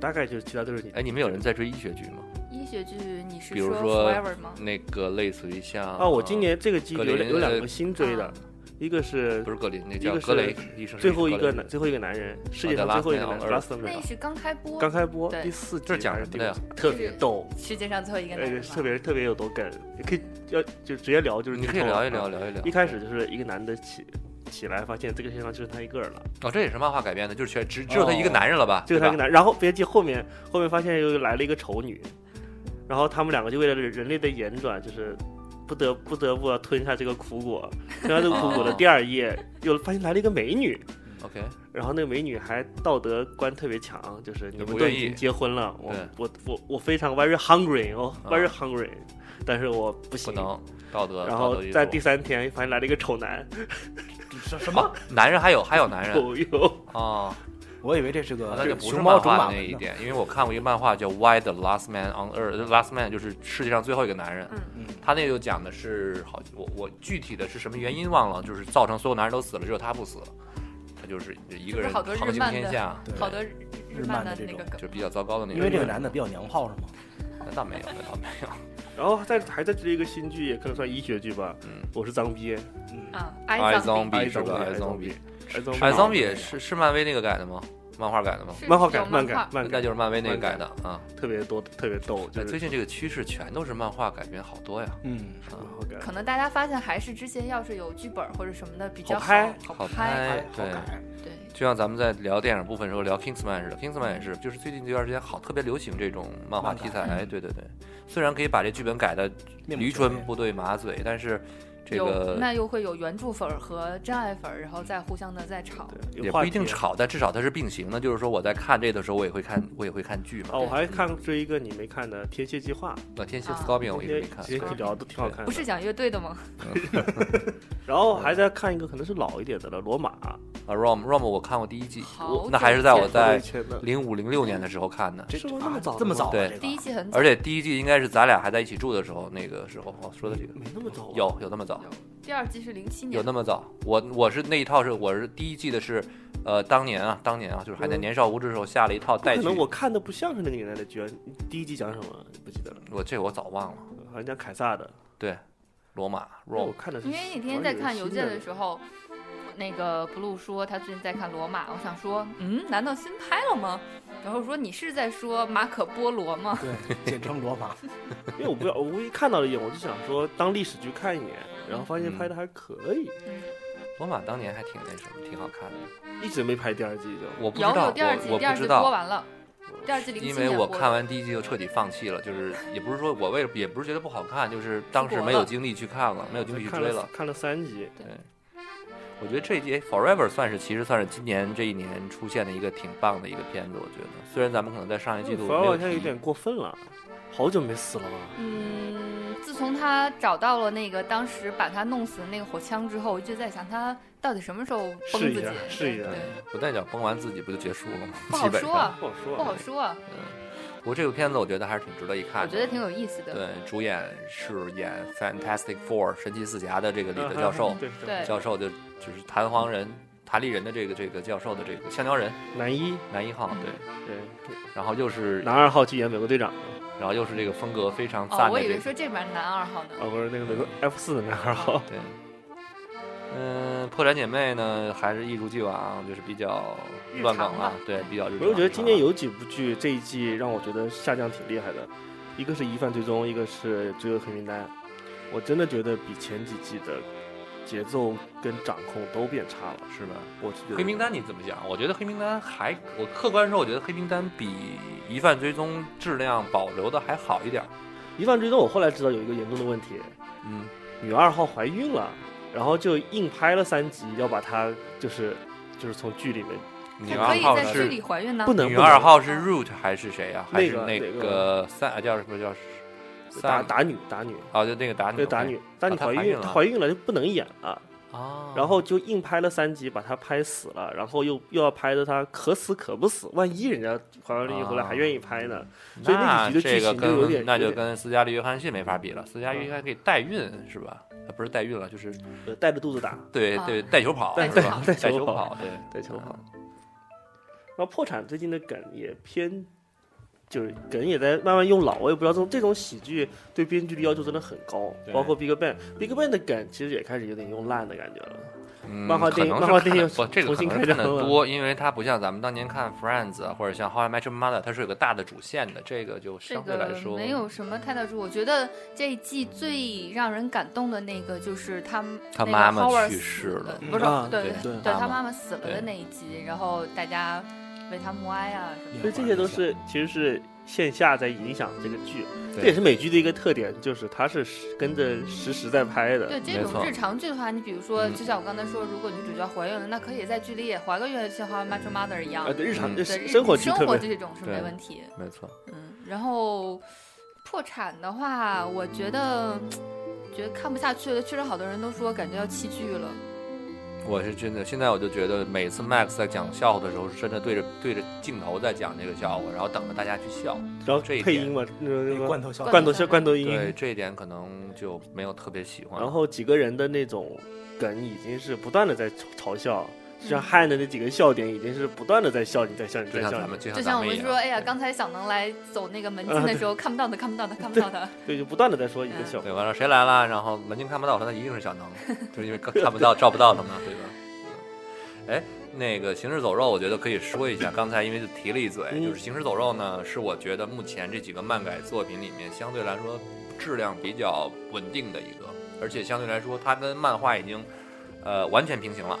[SPEAKER 10] 大概就是其他都是你。
[SPEAKER 3] 哎，你们有人在追医学剧吗？
[SPEAKER 4] 医学剧，你是
[SPEAKER 3] 比如
[SPEAKER 4] 说
[SPEAKER 3] 说
[SPEAKER 4] Forever 吗？
[SPEAKER 3] 那个类似于像
[SPEAKER 10] 啊，我
[SPEAKER 3] 呃
[SPEAKER 10] 今年这个季
[SPEAKER 3] 格
[SPEAKER 10] 有
[SPEAKER 3] 林
[SPEAKER 10] 两有两
[SPEAKER 3] 呃
[SPEAKER 10] 个新追的
[SPEAKER 4] 啊，
[SPEAKER 10] 一个是
[SPEAKER 3] 不是格林，那
[SPEAKER 10] 一
[SPEAKER 3] 叫
[SPEAKER 10] 个
[SPEAKER 3] 格啊雷
[SPEAKER 10] 是
[SPEAKER 3] 医生，
[SPEAKER 10] 最后一个
[SPEAKER 3] 呢
[SPEAKER 10] 男，最后一个男人，世界
[SPEAKER 3] 叫
[SPEAKER 10] 上最后一个
[SPEAKER 3] Last
[SPEAKER 10] 男
[SPEAKER 3] Man on
[SPEAKER 10] 人
[SPEAKER 3] Earth
[SPEAKER 10] Last Man
[SPEAKER 4] 那是刚开播，
[SPEAKER 10] 刚开播
[SPEAKER 4] 对
[SPEAKER 10] 第四季
[SPEAKER 3] 这是讲
[SPEAKER 10] 还
[SPEAKER 3] 什么
[SPEAKER 10] 第五
[SPEAKER 3] 的呀
[SPEAKER 10] 季，特别逗，
[SPEAKER 4] 世界上最后一个男
[SPEAKER 10] 哎，
[SPEAKER 4] 人
[SPEAKER 10] 特
[SPEAKER 4] 别
[SPEAKER 10] 别特别有逗梗，也可以要就直接聊，就是
[SPEAKER 3] 你可
[SPEAKER 10] 剧
[SPEAKER 3] 以
[SPEAKER 10] 透
[SPEAKER 3] 聊
[SPEAKER 10] 了
[SPEAKER 3] 一
[SPEAKER 10] 啊
[SPEAKER 3] 聊，聊一聊。
[SPEAKER 10] 一开始就是一个男的起起来，发现这个世界上就剩他一个人了，
[SPEAKER 3] 哦，这也是漫画改编的，就是全只只有他一个男人了吧？
[SPEAKER 10] 就哦剩他一个
[SPEAKER 3] 对吧
[SPEAKER 10] 男。然后别记后面后面发现又来了一个丑女，然后他们两个就为了人类的延转，就是不得不得不要吞下这个苦果。吞下这个苦果的第二页，又发现来了一个美女。
[SPEAKER 3] OK，
[SPEAKER 10] 然后那个美女还道德观特别强，就是你
[SPEAKER 3] 就不
[SPEAKER 10] 们都
[SPEAKER 3] 愿
[SPEAKER 10] 已经
[SPEAKER 3] 意
[SPEAKER 10] 结婚了，我
[SPEAKER 3] 对
[SPEAKER 10] 我我我非常 very hungry，我
[SPEAKER 3] 啊
[SPEAKER 10] very hungry，、但是我不
[SPEAKER 3] 不
[SPEAKER 10] 行。
[SPEAKER 3] 能道德。
[SPEAKER 10] 然
[SPEAKER 3] 道
[SPEAKER 10] 后
[SPEAKER 3] 德约
[SPEAKER 10] 在
[SPEAKER 3] 束
[SPEAKER 10] 第三天，发现来了一个丑男，
[SPEAKER 9] 什什么？
[SPEAKER 3] 男人还有还有
[SPEAKER 10] [laughs]
[SPEAKER 3] 男人
[SPEAKER 10] 丑哟，
[SPEAKER 3] 哦，
[SPEAKER 9] 我以为这啊是个
[SPEAKER 3] 啊那就不是
[SPEAKER 9] 熊
[SPEAKER 3] 漫
[SPEAKER 9] 猫种
[SPEAKER 3] 画
[SPEAKER 9] 马
[SPEAKER 3] 的那一
[SPEAKER 9] 呢
[SPEAKER 3] 点，因为我看过一个漫画叫《Why the Last Man on Earth》，Last Man 就是世界上最后一个男人。
[SPEAKER 4] 嗯
[SPEAKER 9] 嗯
[SPEAKER 3] 他那个就讲的是好，我我具体的是什么原因忘了，就是造成所有男人都死了，只有他不死，他就是一个
[SPEAKER 4] 是
[SPEAKER 3] 人
[SPEAKER 4] 好多日
[SPEAKER 3] 横行
[SPEAKER 4] 漫
[SPEAKER 3] 天
[SPEAKER 4] 的
[SPEAKER 3] 下，
[SPEAKER 9] 对
[SPEAKER 4] 好多日
[SPEAKER 9] 日漫
[SPEAKER 4] 漫
[SPEAKER 9] 的
[SPEAKER 4] 的那
[SPEAKER 9] 这
[SPEAKER 4] 个
[SPEAKER 9] 种
[SPEAKER 4] 梗，啊
[SPEAKER 3] 就比较糟糕的那种。
[SPEAKER 9] 因为这个男的比较娘炮是吗？
[SPEAKER 3] 那倒没有，那倒没有。
[SPEAKER 10] 然后再还在追一个新剧，也可能算医学剧吧。
[SPEAKER 3] 嗯
[SPEAKER 10] 我是脏逼，
[SPEAKER 9] 嗯
[SPEAKER 4] 啊
[SPEAKER 3] I
[SPEAKER 4] ，I Zombie
[SPEAKER 3] Zombie 是吧
[SPEAKER 10] ，I
[SPEAKER 3] ？I Zombie，
[SPEAKER 10] I Zombie，
[SPEAKER 3] I Zombie 也是是漫威那个改的吗？漫画改的吗？
[SPEAKER 4] 是
[SPEAKER 10] 漫画
[SPEAKER 4] 有
[SPEAKER 10] 改漫改漫
[SPEAKER 3] 那
[SPEAKER 10] 改
[SPEAKER 3] 就是漫威那个
[SPEAKER 10] 漫改
[SPEAKER 3] 改的啊。
[SPEAKER 10] 特别多，特别逗，
[SPEAKER 3] 哎，
[SPEAKER 10] 就
[SPEAKER 3] 最
[SPEAKER 10] 是
[SPEAKER 3] 近这个趋势全都是漫画改编，好多呀。啊
[SPEAKER 9] 嗯，
[SPEAKER 10] 漫画改
[SPEAKER 4] 可能大家发现还是之前要是有剧本或者什么的比较
[SPEAKER 10] 好拍
[SPEAKER 4] 好
[SPEAKER 3] 好
[SPEAKER 4] 拍，
[SPEAKER 3] 拍
[SPEAKER 9] 哎，好
[SPEAKER 3] 对，
[SPEAKER 9] 改，
[SPEAKER 4] 对，
[SPEAKER 3] 就像咱们在聊电影部分的时候聊 Kingsman 似的，Kingsman 也是，就是最近这段时间好特别流行这种漫
[SPEAKER 10] 嗯
[SPEAKER 3] 画题材，
[SPEAKER 4] 漫改
[SPEAKER 3] 对对对。虽然可以把这剧本改的
[SPEAKER 9] 面目
[SPEAKER 3] 驴
[SPEAKER 9] 全
[SPEAKER 3] 唇
[SPEAKER 9] 非
[SPEAKER 3] 不对马嘴，但是这个
[SPEAKER 4] 有那又会有原著粉儿和真爱粉儿，然后再互相的在吵。
[SPEAKER 10] 有
[SPEAKER 3] 也
[SPEAKER 10] 话
[SPEAKER 3] 不一定
[SPEAKER 10] 题
[SPEAKER 3] 吵，但至少它是并行的。就是说，我在看这的时候，我也会看，我也会看剧嘛。
[SPEAKER 10] 啊！我还看追一个你没看的《天蝎计划
[SPEAKER 3] 那《天蝎
[SPEAKER 4] 啊
[SPEAKER 3] Scorpion》我》，一直没看
[SPEAKER 10] 直。接可以聊的挺好看的。
[SPEAKER 4] 不是讲乐队的吗？
[SPEAKER 10] 然后还在看一个可能是老一点的了，《罗马》
[SPEAKER 3] 啊，Rom Rom 我看过第一季，
[SPEAKER 4] 好
[SPEAKER 3] 我
[SPEAKER 4] 久
[SPEAKER 3] 那还是在我
[SPEAKER 4] 见
[SPEAKER 3] 在
[SPEAKER 10] 以前的
[SPEAKER 3] 零五零六年的时候看的。
[SPEAKER 9] 这
[SPEAKER 10] 是吗那么
[SPEAKER 9] 啊
[SPEAKER 10] 早的
[SPEAKER 9] 这么
[SPEAKER 10] 吗
[SPEAKER 9] 早啊？
[SPEAKER 3] 对
[SPEAKER 9] 这个
[SPEAKER 4] 第一季很早
[SPEAKER 3] 而，且第一季应该是咱俩还在一起住的时候，那个时候哦说的这个
[SPEAKER 10] 没那么早吧，啊
[SPEAKER 3] 有有那么早，
[SPEAKER 4] 第二季是零七
[SPEAKER 3] 有
[SPEAKER 4] 年
[SPEAKER 3] 那。么早。我我是那一套是我是第一季的是，呃，当年啊，当年啊，就是还在
[SPEAKER 10] 嗯
[SPEAKER 3] 年少无知的时候下了一套
[SPEAKER 10] 不
[SPEAKER 3] 带
[SPEAKER 10] 可
[SPEAKER 3] 剧。
[SPEAKER 10] 能我看的不像是那个年代的剧啊。你第一季讲什么？你不记得了？
[SPEAKER 3] 我这我早忘了，
[SPEAKER 10] 好像讲凯撒的。
[SPEAKER 3] 罗马
[SPEAKER 10] 那我
[SPEAKER 3] Rom
[SPEAKER 10] 看的是
[SPEAKER 4] 因为那天在看邮件的时
[SPEAKER 10] 候，
[SPEAKER 4] 候，那个 blue 说他最近在看《罗马》，我想说，嗯，难道新拍了吗？然后说你是在说马可波罗吗？
[SPEAKER 9] 对，简称罗马。
[SPEAKER 10] 因为我不要，我无意看到了一眼，我就想说当历史剧看一眼，然后发现拍的还可以，
[SPEAKER 3] 罗马当年还挺那什么，挺好看的。
[SPEAKER 10] 一直没拍第二季就。
[SPEAKER 3] 我不知
[SPEAKER 4] 有
[SPEAKER 3] 道
[SPEAKER 4] 有第二季，
[SPEAKER 3] 我我
[SPEAKER 4] 第二
[SPEAKER 3] 不
[SPEAKER 4] 季
[SPEAKER 3] 知
[SPEAKER 4] 播
[SPEAKER 3] 道，
[SPEAKER 4] 完了，第二季零七
[SPEAKER 3] 因
[SPEAKER 4] 年
[SPEAKER 3] 为我
[SPEAKER 4] 播的
[SPEAKER 3] 看完第一季就彻底放弃了，就是也不是说我为了，也不是觉得不好看，就是当时没
[SPEAKER 4] [laughs]
[SPEAKER 3] 有精力去看了，没有精力去
[SPEAKER 10] 看
[SPEAKER 3] 追
[SPEAKER 10] 了
[SPEAKER 3] 了。
[SPEAKER 10] 看了三集，
[SPEAKER 3] 我觉得这一季《Forever》算哎是，其实算是今年这一年出现的一个挺棒的一个片子。我觉得，虽然咱们可能在上一季度
[SPEAKER 10] 反
[SPEAKER 3] 没
[SPEAKER 10] 而
[SPEAKER 3] 有
[SPEAKER 10] 好像有
[SPEAKER 3] 提，
[SPEAKER 10] 点过分了，好久没死了吧？
[SPEAKER 4] 嗯，自从他找到了那个当时把他弄死的那个火枪之后，我一直在想他到底什么时候崩
[SPEAKER 10] 试一
[SPEAKER 4] 自己
[SPEAKER 10] 下，试一下嗯
[SPEAKER 4] 对，
[SPEAKER 3] 我在讲崩完自己不就结束了吗？
[SPEAKER 4] 不
[SPEAKER 3] 基
[SPEAKER 4] 好
[SPEAKER 3] 本
[SPEAKER 4] 说
[SPEAKER 3] 上。
[SPEAKER 4] 啊，
[SPEAKER 10] 不好说啊，
[SPEAKER 4] 不好说啊，
[SPEAKER 3] 不过这个片子我觉得还是挺值得一看
[SPEAKER 4] 我
[SPEAKER 3] 的。
[SPEAKER 4] 觉得挺有意思的。
[SPEAKER 3] 对，主演是演《Fantastic Four》神奇四侠的这个李
[SPEAKER 10] 啊。
[SPEAKER 3] 德教授，
[SPEAKER 10] 对
[SPEAKER 4] 对
[SPEAKER 3] 教授就就是弹簧人、弹力人的这个这个教授的这个橡胶人
[SPEAKER 10] 男一，
[SPEAKER 3] 男一号，
[SPEAKER 4] 嗯
[SPEAKER 3] 对，
[SPEAKER 10] 对，
[SPEAKER 3] 然后又是
[SPEAKER 10] 男二号去演美国队长，
[SPEAKER 3] 然后又是这个风格非常
[SPEAKER 4] 哦，
[SPEAKER 3] 赞
[SPEAKER 4] 我
[SPEAKER 3] 的
[SPEAKER 4] 以
[SPEAKER 3] 这
[SPEAKER 4] 为
[SPEAKER 3] 个，
[SPEAKER 4] 说这边男二号呢。
[SPEAKER 10] 啊，不是那个美国 F 四的男二号，
[SPEAKER 3] 对，嗯、破产姐妹呢还是一如既往，就是比较
[SPEAKER 4] 日
[SPEAKER 3] 乱
[SPEAKER 4] 常
[SPEAKER 3] 梗啊
[SPEAKER 4] 吧，
[SPEAKER 3] 对，比较日常。啊
[SPEAKER 10] 我就觉得今年有几部剧这一季让我觉得下降挺厉害的，一个是《疑犯追踪》，一个是《罪恶黑名单》，我真的觉得比前几季的节奏跟掌控都变差了。
[SPEAKER 3] 是吧？
[SPEAKER 10] 我是觉得
[SPEAKER 3] 黑名单你怎么讲？我觉得黑名单还，我客观说，我觉得黑名单比疑犯追踪质量保留的还好一点儿。
[SPEAKER 10] 《疑犯追踪》，我后来知道有一个严重的问题，
[SPEAKER 3] 嗯，
[SPEAKER 10] 女二号怀孕了，然后就硬拍了三集，要把她就是就是从剧里面
[SPEAKER 3] 嗯女
[SPEAKER 4] 他可
[SPEAKER 3] 二
[SPEAKER 4] 以
[SPEAKER 3] 号
[SPEAKER 4] 在剧
[SPEAKER 3] 是
[SPEAKER 4] 里怀孕呢
[SPEAKER 10] 不。能
[SPEAKER 3] 女
[SPEAKER 10] 不能
[SPEAKER 3] 二号是 Root 还是谁呀、还是
[SPEAKER 10] 那个
[SPEAKER 3] 个三叫什么叫
[SPEAKER 10] 打
[SPEAKER 3] 三
[SPEAKER 10] 打女打女。
[SPEAKER 3] 啊？就那个打女
[SPEAKER 10] 对打女，打女
[SPEAKER 3] 她
[SPEAKER 10] 怀
[SPEAKER 3] 怀
[SPEAKER 10] 孕，
[SPEAKER 3] 孕
[SPEAKER 10] 她
[SPEAKER 3] 了
[SPEAKER 10] 怀孕了就不能演了，
[SPEAKER 3] 啊，
[SPEAKER 10] 然后就硬拍了三集，把她拍死了，然后又又要拍的她可死可不死，万一人家怀完孕回
[SPEAKER 3] 啊
[SPEAKER 10] 来还愿意拍呢？所以那
[SPEAKER 3] 那
[SPEAKER 10] 几
[SPEAKER 3] 这
[SPEAKER 10] 集的剧
[SPEAKER 3] 个
[SPEAKER 10] 情就有点
[SPEAKER 3] 跟那
[SPEAKER 10] 有
[SPEAKER 3] 就
[SPEAKER 10] 点嗯
[SPEAKER 3] 跟斯嘉丽约翰逊没法比了，斯嘉丽约翰逊可以代孕是吧？啊不是代孕了，就是
[SPEAKER 10] 呃带着肚子打，
[SPEAKER 3] 对
[SPEAKER 4] 啊
[SPEAKER 3] 对带球跑
[SPEAKER 10] 带
[SPEAKER 3] 是吧？
[SPEAKER 10] 带带
[SPEAKER 3] 带
[SPEAKER 10] 球
[SPEAKER 3] 球
[SPEAKER 10] 跑
[SPEAKER 3] 跑对
[SPEAKER 10] 带球跑
[SPEAKER 3] 嗯。
[SPEAKER 10] 然后破产最近的梗也偏，就是梗也在慢慢用老，我也不知道这种这种喜剧对编剧的要求真的很高，
[SPEAKER 3] 对
[SPEAKER 10] 包括 Big Bang，Big Bang 的梗其实也开始有点用烂的感觉了。
[SPEAKER 3] 嗯，
[SPEAKER 10] 漫画
[SPEAKER 3] 可
[SPEAKER 10] 电影
[SPEAKER 3] 能是
[SPEAKER 10] 漫画
[SPEAKER 3] 看
[SPEAKER 10] 电
[SPEAKER 3] 得
[SPEAKER 10] 影
[SPEAKER 3] 不，这个
[SPEAKER 10] 重
[SPEAKER 3] 可
[SPEAKER 10] 新
[SPEAKER 3] 能
[SPEAKER 10] 开
[SPEAKER 3] 是看的
[SPEAKER 10] 张了
[SPEAKER 3] 多，因为它不像咱们当年看 Friends 啊或者像 How I Met Your Mother，它是有个大的主线的，这个就
[SPEAKER 4] 这
[SPEAKER 3] 相对
[SPEAKER 4] 个
[SPEAKER 3] 来说
[SPEAKER 4] 没有什么太大注，我觉得这一季最让人感动的那个就是他
[SPEAKER 3] 他
[SPEAKER 4] 那个
[SPEAKER 3] 妈妈
[SPEAKER 4] Howard
[SPEAKER 3] 去
[SPEAKER 4] 死
[SPEAKER 3] 世了
[SPEAKER 4] 不是
[SPEAKER 10] 啊
[SPEAKER 4] 对
[SPEAKER 3] 对
[SPEAKER 4] 对
[SPEAKER 3] 妈
[SPEAKER 4] 他
[SPEAKER 3] 妈
[SPEAKER 4] 妈妈死了
[SPEAKER 3] 对
[SPEAKER 4] 的那一集，然后大家为他默哀啊什么
[SPEAKER 10] 所以这些都是其实是线下在影响这个剧，
[SPEAKER 3] 对
[SPEAKER 10] 这也是美剧的一个特点，就是它是实跟着实时在拍
[SPEAKER 4] 的。
[SPEAKER 10] 的
[SPEAKER 4] 对。这
[SPEAKER 3] 没错
[SPEAKER 4] 种日常剧的话，你比如说，
[SPEAKER 3] 嗯
[SPEAKER 4] 就像我刚才说，如果女主角怀孕了，那可以在剧里也怀个孕，像《How I Met Your Mother》一样
[SPEAKER 10] 啊，，对日常
[SPEAKER 3] 嗯
[SPEAKER 10] 呃
[SPEAKER 4] 对日
[SPEAKER 10] 生活剧
[SPEAKER 4] 生
[SPEAKER 10] 特
[SPEAKER 4] 活剧
[SPEAKER 10] 别
[SPEAKER 4] 这种是
[SPEAKER 3] 对
[SPEAKER 4] 没问题。
[SPEAKER 3] 没错，
[SPEAKER 4] 嗯，然后破产的话，我觉得觉得看不下去了。确实，好多人都说感觉要弃剧了。嗯
[SPEAKER 3] 我是真的，现在我就觉得每次 Max 在讲笑话的时候，是真的对着对着镜头在讲这个笑话，然后等着大家去笑。
[SPEAKER 10] 然后
[SPEAKER 3] 这一
[SPEAKER 10] 配
[SPEAKER 3] 点哎
[SPEAKER 10] 音嘛，那个那
[SPEAKER 9] 那
[SPEAKER 10] 个
[SPEAKER 9] 罐头小
[SPEAKER 10] 罐头笑罐头音，
[SPEAKER 3] 对这一点可能就没有特别喜欢。
[SPEAKER 10] 嗯然后几个人的那种梗已经是不断的在嘲嘲笑，就像汉的那几个笑点已经是不断的在笑你，在笑你，
[SPEAKER 3] 就
[SPEAKER 10] 在
[SPEAKER 3] 像
[SPEAKER 10] 笑
[SPEAKER 3] 咱
[SPEAKER 10] 你，
[SPEAKER 3] 们，就
[SPEAKER 4] 就
[SPEAKER 3] 像
[SPEAKER 4] 像
[SPEAKER 3] 咱
[SPEAKER 4] 我
[SPEAKER 3] 们
[SPEAKER 4] 们
[SPEAKER 3] 一
[SPEAKER 4] 说，
[SPEAKER 3] 样
[SPEAKER 4] 哎呀，刚才小能来走那个门禁的时候，看不到的，看不到的，看不到的。
[SPEAKER 10] 啊
[SPEAKER 4] 嗯
[SPEAKER 10] 对，就不断的在说一个笑话。
[SPEAKER 3] 对，完了谁来了？然后门禁看不到，我说那一定是小能，就是因为看不到、照不到他们，对吧？嗯哎，那个《行尸走肉》，我觉得可以说一下。刚才因为就提了一嘴，
[SPEAKER 10] 嗯
[SPEAKER 3] 就是《行尸走肉》呢，是我觉得目前这几个漫改作品里面相对来说质量比较稳定的一个，而且相对来说它跟漫画已经呃完全平行了，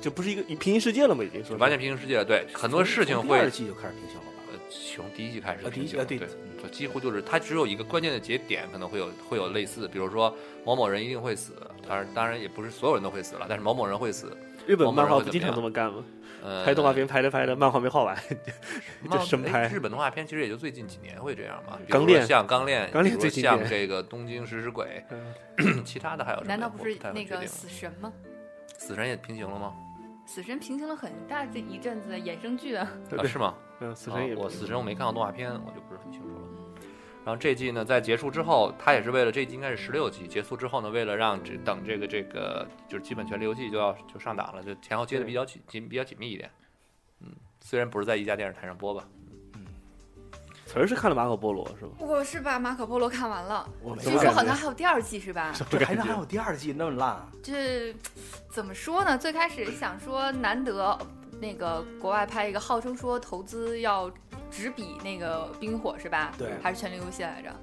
[SPEAKER 10] 就不是一个平行世界了嘛，已经说是
[SPEAKER 3] 完全平行世界了。对，很多事情
[SPEAKER 9] 从第
[SPEAKER 3] 会
[SPEAKER 9] 二季就开始平行了吧？
[SPEAKER 3] 呃从第一季开始的
[SPEAKER 9] 呃第一
[SPEAKER 3] 事情了，
[SPEAKER 9] 季
[SPEAKER 3] 对
[SPEAKER 9] 呃对，
[SPEAKER 3] 就几乎就是它只有一个关键的节点，可能会有会有类似，比如说某某人一定会死，当然当然也不是所有人都会死了，但是某某人会死，
[SPEAKER 10] 日本漫画
[SPEAKER 3] 我们
[SPEAKER 10] 不经常这么干吗？
[SPEAKER 3] 呃，
[SPEAKER 10] [laughs] 拍动画片拍着拍着，漫画没画完， [laughs] 就
[SPEAKER 3] 漫
[SPEAKER 10] 生
[SPEAKER 3] 哎
[SPEAKER 10] 拍。
[SPEAKER 3] 日本动画片其实也就最近几年会这样嘛，比如
[SPEAKER 10] 钢
[SPEAKER 3] 说
[SPEAKER 10] 炼
[SPEAKER 3] 像钢炼，
[SPEAKER 10] 钢炼
[SPEAKER 3] 比如
[SPEAKER 10] 最
[SPEAKER 3] 说
[SPEAKER 10] 经
[SPEAKER 3] 像
[SPEAKER 10] 典嗯
[SPEAKER 3] 这个东京食尸鬼， [coughs] 其他的还有什么呀？
[SPEAKER 4] 难道
[SPEAKER 3] 我
[SPEAKER 4] 不是
[SPEAKER 3] 太
[SPEAKER 4] 那
[SPEAKER 3] 确
[SPEAKER 4] 个
[SPEAKER 3] 定
[SPEAKER 4] 死神吗？
[SPEAKER 3] 死神也平行了吗？
[SPEAKER 4] 死神平行了很大这一阵子的衍生剧啊，
[SPEAKER 10] 对
[SPEAKER 3] 啊，
[SPEAKER 10] 对
[SPEAKER 3] 是吗？
[SPEAKER 10] 嗯，死
[SPEAKER 3] 啊
[SPEAKER 10] 神也
[SPEAKER 3] 我死神我没看过动画片，我就不是很清楚了。然后这季呢，在结束之后，他也是为了这季应该是十六集结束之后呢，为了让这等这个这个就是基本权力游戏就要就上档了，就前后接的比较紧紧比较紧密一点。嗯，虽然不是在一家电视台上播吧，
[SPEAKER 10] 词儿是看了马可波罗是吧？
[SPEAKER 4] [laughs] 我是把马可波罗看完了，
[SPEAKER 9] 我
[SPEAKER 4] 据说好像还有第二季是吧？
[SPEAKER 9] 这还能还有第二季那么烂啊？
[SPEAKER 4] 这怎么说呢？最开始想说难得那个国外拍一个，号称说投资要直比那个冰火是吧？
[SPEAKER 9] 对
[SPEAKER 4] 还是权力游戏来着？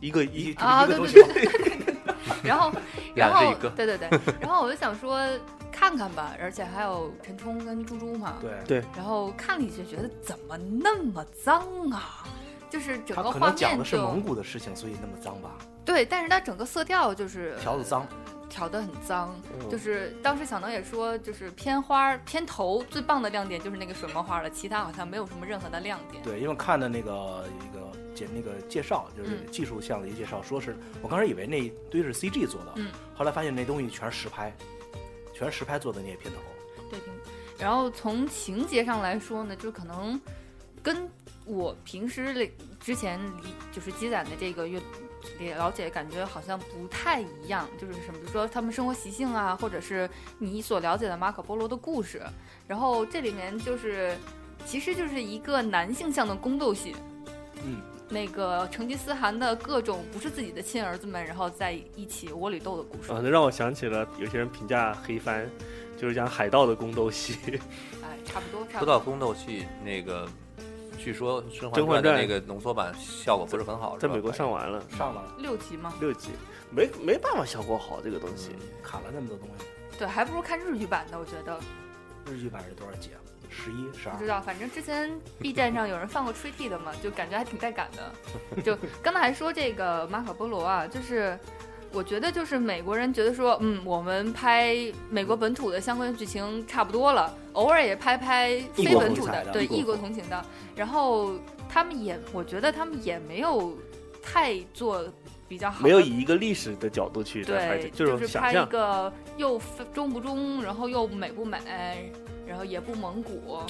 [SPEAKER 10] 一个一
[SPEAKER 4] 啊，
[SPEAKER 9] 这
[SPEAKER 4] 对
[SPEAKER 9] 个
[SPEAKER 4] 对
[SPEAKER 9] 都
[SPEAKER 4] 对。 [laughs]
[SPEAKER 3] [laughs]
[SPEAKER 4] 然后，
[SPEAKER 3] 俩
[SPEAKER 4] 然
[SPEAKER 3] 是
[SPEAKER 4] 后
[SPEAKER 3] 一个，
[SPEAKER 4] 对对对，然后我就想说看看吧，而且还有陈冲跟猪猪嘛。
[SPEAKER 9] 对，
[SPEAKER 4] 然后看了一集，觉得怎么那么脏啊？就是整
[SPEAKER 9] 他
[SPEAKER 4] 个
[SPEAKER 9] 可
[SPEAKER 4] 画
[SPEAKER 9] 能讲
[SPEAKER 4] 面
[SPEAKER 9] 的是蒙
[SPEAKER 4] 就
[SPEAKER 9] 古的事情，所以那么脏吧？
[SPEAKER 4] 对，但是它整个色调就是
[SPEAKER 9] 条子脏，
[SPEAKER 4] 调得很脏，就是当时小能也说，就是片花片头最棒的亮点就是那个水墨画了，其他好像没有什么任何的亮点。
[SPEAKER 9] 对，因为看的那个一个介那个介绍，就是
[SPEAKER 4] 嗯
[SPEAKER 9] 技术项的一个介绍，说是我刚开始以为那一堆是 CG 做的，
[SPEAKER 4] 嗯
[SPEAKER 9] 后来发现那东西全是实拍，全是实拍做的那些片头。
[SPEAKER 4] 对，挺然后从情节上来说呢，呃就可能跟我平时的之前呃理就是积攒的这个阅了解，感觉好像不太一样，就是什么，比如说他们生活习性啊，或者是你所了解的马可波罗的故事，然后这里面就是其实就是一个男性向的宫斗戏，
[SPEAKER 9] 嗯。
[SPEAKER 4] 那个成吉思汗的各种不是自己的亲儿子们，然后在一起窝里斗的故事
[SPEAKER 10] 啊，，那让我想起了有些人评价黑帆，就是讲海盗的宫斗戏， [laughs]
[SPEAKER 4] 哎，差不多，差
[SPEAKER 3] 说
[SPEAKER 4] 不多。
[SPEAKER 3] 到宫斗戏，那个据说《甄
[SPEAKER 10] 甄
[SPEAKER 3] 嬛传》
[SPEAKER 10] 嬛传
[SPEAKER 3] 那个浓缩版效果不是很好，是
[SPEAKER 10] 在
[SPEAKER 3] 吧
[SPEAKER 10] 美国上完了
[SPEAKER 9] 上了
[SPEAKER 4] 六集吗？
[SPEAKER 10] 六集，没没办法效果好这个东西，
[SPEAKER 9] 砍了那么多东西，
[SPEAKER 4] 对，还不如看日语版的，我觉得。
[SPEAKER 9] 日剧版是多少集啊？十一、十
[SPEAKER 4] 不
[SPEAKER 9] 二
[SPEAKER 4] 知。道，反正之前 B 站上有人放过 Treaty 的嘛，就感觉还挺带感的。就刚才还说这个马可波罗啊，就是我觉得就是美国人觉得说，嗯，我们拍美国本土的相关剧情差不多了，偶尔也拍拍非本
[SPEAKER 9] 异
[SPEAKER 4] 土的，
[SPEAKER 9] 国风情的
[SPEAKER 4] 对
[SPEAKER 9] 异国风
[SPEAKER 4] 异国同情的。然后他们也，我觉得他们也没有太做比较好的
[SPEAKER 10] 没有以一个历史的角度去来拍
[SPEAKER 4] 对
[SPEAKER 10] 这，，就是
[SPEAKER 4] 是
[SPEAKER 10] 想
[SPEAKER 4] 拍一
[SPEAKER 10] 象。
[SPEAKER 4] 个又中不中，然后又美不美，然后也不蒙古，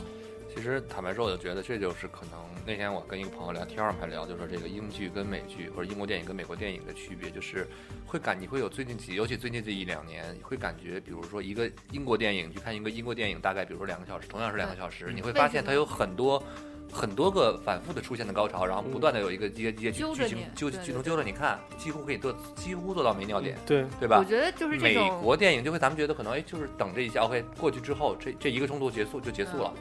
[SPEAKER 3] 其实坦白说，我就觉得这就是可能那天我跟一个朋友聊天儿还聊，就说这个英剧跟美剧或者英国电影跟美国电影的区别，就是会感你会有最近几，尤其最近这一两年，会感觉比如说一个英国电影，你去看一个英国电影，大概比如说两个小时，同样是两个小
[SPEAKER 4] 嗯
[SPEAKER 3] 时，你会发现它有很多。很多个反复的出现的高潮，然后不断的有一个接接剧
[SPEAKER 4] 揪着
[SPEAKER 3] 剧情
[SPEAKER 4] 你
[SPEAKER 3] 揪
[SPEAKER 4] 对
[SPEAKER 3] 剧
[SPEAKER 4] 对嗯
[SPEAKER 3] 情揪着你看，几乎可以做几乎做到没尿点，
[SPEAKER 10] 对，
[SPEAKER 3] 对吧
[SPEAKER 4] 我？觉得就是这
[SPEAKER 3] 美
[SPEAKER 4] 种
[SPEAKER 3] 国电影就会咱们觉得可能哎，就是等这一下 OK 过去之后，这这一个冲突结束就结
[SPEAKER 4] 嗯
[SPEAKER 3] 束了，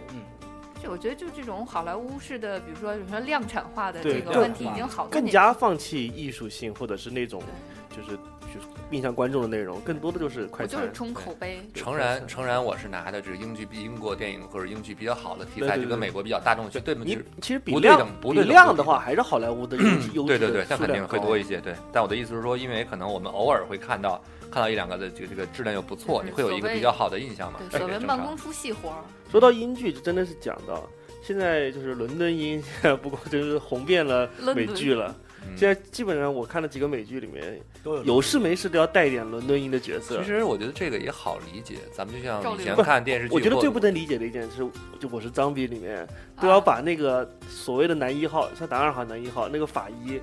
[SPEAKER 4] 就我觉得就这种好莱坞式的，比如说比如说量产化的这
[SPEAKER 10] 对
[SPEAKER 4] 个
[SPEAKER 10] 更
[SPEAKER 4] 问题已经好多
[SPEAKER 10] 更
[SPEAKER 4] 年
[SPEAKER 10] 加放弃艺术性或者是那种就是就是面向观众的内容，更多的就是
[SPEAKER 4] 我
[SPEAKER 10] 快
[SPEAKER 4] 就是
[SPEAKER 10] 餐。
[SPEAKER 4] 冲口碑。
[SPEAKER 10] 对
[SPEAKER 3] 诚
[SPEAKER 10] 快
[SPEAKER 3] 然，
[SPEAKER 10] 餐
[SPEAKER 3] 诚然，我是拿的这个英剧比英国电影或者英剧比较好的题材，
[SPEAKER 10] 对对
[SPEAKER 3] 就跟
[SPEAKER 10] 对
[SPEAKER 3] 美国比较大众去对吗？就
[SPEAKER 10] 你
[SPEAKER 3] 是
[SPEAKER 10] 其实比
[SPEAKER 3] 不对
[SPEAKER 10] 量
[SPEAKER 3] 等不
[SPEAKER 10] 比
[SPEAKER 3] 对等
[SPEAKER 10] 量
[SPEAKER 3] 不
[SPEAKER 10] 的
[SPEAKER 3] 对
[SPEAKER 10] 话，还是好莱坞的优
[SPEAKER 3] [clears throat]
[SPEAKER 10] 质优
[SPEAKER 3] 对
[SPEAKER 10] 质
[SPEAKER 3] 对
[SPEAKER 10] 的
[SPEAKER 3] 对，那
[SPEAKER 10] 数
[SPEAKER 3] 肯定
[SPEAKER 10] 量
[SPEAKER 3] 会
[SPEAKER 10] 高
[SPEAKER 3] 多一些。对，但我的意思是说，因为可能我们偶尔会看到看到一两个的这个这个质量又不错，
[SPEAKER 4] 嗯
[SPEAKER 3] 你会有一个比较好的印象嘛？
[SPEAKER 4] 对，
[SPEAKER 3] 这
[SPEAKER 4] 所
[SPEAKER 3] 也
[SPEAKER 4] 谓
[SPEAKER 3] 哎正
[SPEAKER 4] 慢
[SPEAKER 3] 常
[SPEAKER 4] 工出细活儿，
[SPEAKER 10] 说到英剧，这真的是讲到现在，就是伦敦英， [laughs] 不过真是红遍了
[SPEAKER 4] 伦
[SPEAKER 10] 美
[SPEAKER 4] 敦
[SPEAKER 10] 剧了。
[SPEAKER 3] 嗯
[SPEAKER 10] 现在基本上我看了几个美剧，里面
[SPEAKER 9] 都有
[SPEAKER 10] 有事没事都要带一点伦敦音的角色
[SPEAKER 3] 其。实我觉得这个也好理解，咱们就
[SPEAKER 4] 照
[SPEAKER 3] 像以
[SPEAKER 4] 例
[SPEAKER 3] 前
[SPEAKER 4] 不
[SPEAKER 3] 看电视剧或
[SPEAKER 10] 我
[SPEAKER 3] 者，
[SPEAKER 10] 觉得最不能理解的一点是，就我是脏逼里面都
[SPEAKER 4] 啊
[SPEAKER 10] 要把那个所谓的男一号，像男二号、男一号那个法医，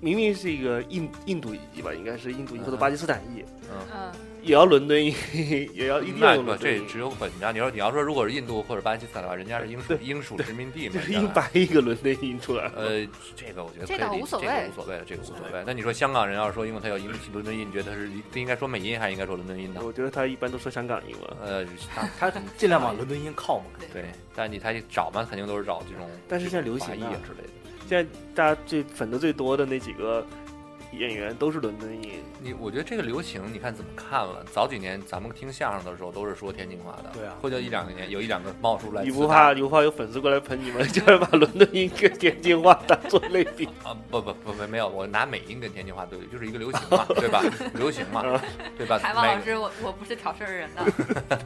[SPEAKER 10] 明明是一个印印度裔吧，应该是印度裔或者
[SPEAKER 3] 嗯
[SPEAKER 10] 巴基斯坦裔，
[SPEAKER 4] 嗯，
[SPEAKER 10] 也要伦敦音， [laughs] 也要一定要
[SPEAKER 3] 那
[SPEAKER 10] 用
[SPEAKER 3] 不
[SPEAKER 10] 伦敦
[SPEAKER 3] 这
[SPEAKER 10] 音，
[SPEAKER 3] 只有本家。你要你要说如果是印度或者巴基斯坦的话，人家是英属
[SPEAKER 10] 对
[SPEAKER 3] 英属殖民地嘛
[SPEAKER 10] 就，是
[SPEAKER 3] 原
[SPEAKER 10] 硬
[SPEAKER 3] 来
[SPEAKER 10] 掰 [laughs] 一个伦敦音出来。
[SPEAKER 3] 呃，这个我觉得
[SPEAKER 4] 这
[SPEAKER 3] 可以
[SPEAKER 4] 倒
[SPEAKER 3] 理
[SPEAKER 4] 无所
[SPEAKER 3] 这个
[SPEAKER 4] 谓
[SPEAKER 3] 无所谓了，这个无所谓。那你说香港人要是说，因为他要英伦敦音，你觉得他是应该说美音还是应该说伦敦音呢？
[SPEAKER 10] 我觉得他一般都说香港音嘛，
[SPEAKER 3] 呃， [laughs] 他
[SPEAKER 9] 他尽量往伦敦音靠嘛。
[SPEAKER 3] 对，但你他找嘛，肯定都是找这种，
[SPEAKER 10] 但是现在流行
[SPEAKER 3] 华裔
[SPEAKER 10] 啊
[SPEAKER 3] 啊之类的。
[SPEAKER 10] 现在大家最粉的最多的那几个演员都是伦敦音。
[SPEAKER 3] 你我觉得这个流行，你看怎么看了？早几年咱们听相声的时候都是说天津话的，
[SPEAKER 9] 对啊
[SPEAKER 3] 或者一两年有一两个冒出来
[SPEAKER 10] 你
[SPEAKER 3] 自带。
[SPEAKER 10] 不怕你不怕有粉丝过来喷你吗？就是把伦敦音跟天津话当做类 [laughs] 比。
[SPEAKER 3] 啊？不不不不，没有，我拿美音跟天津话对比，就是一个流行
[SPEAKER 10] [laughs]
[SPEAKER 3] 嘛，对吧？流行嘛，对吧？
[SPEAKER 4] 海王
[SPEAKER 3] 每
[SPEAKER 4] 老师，我我不是挑事儿人的，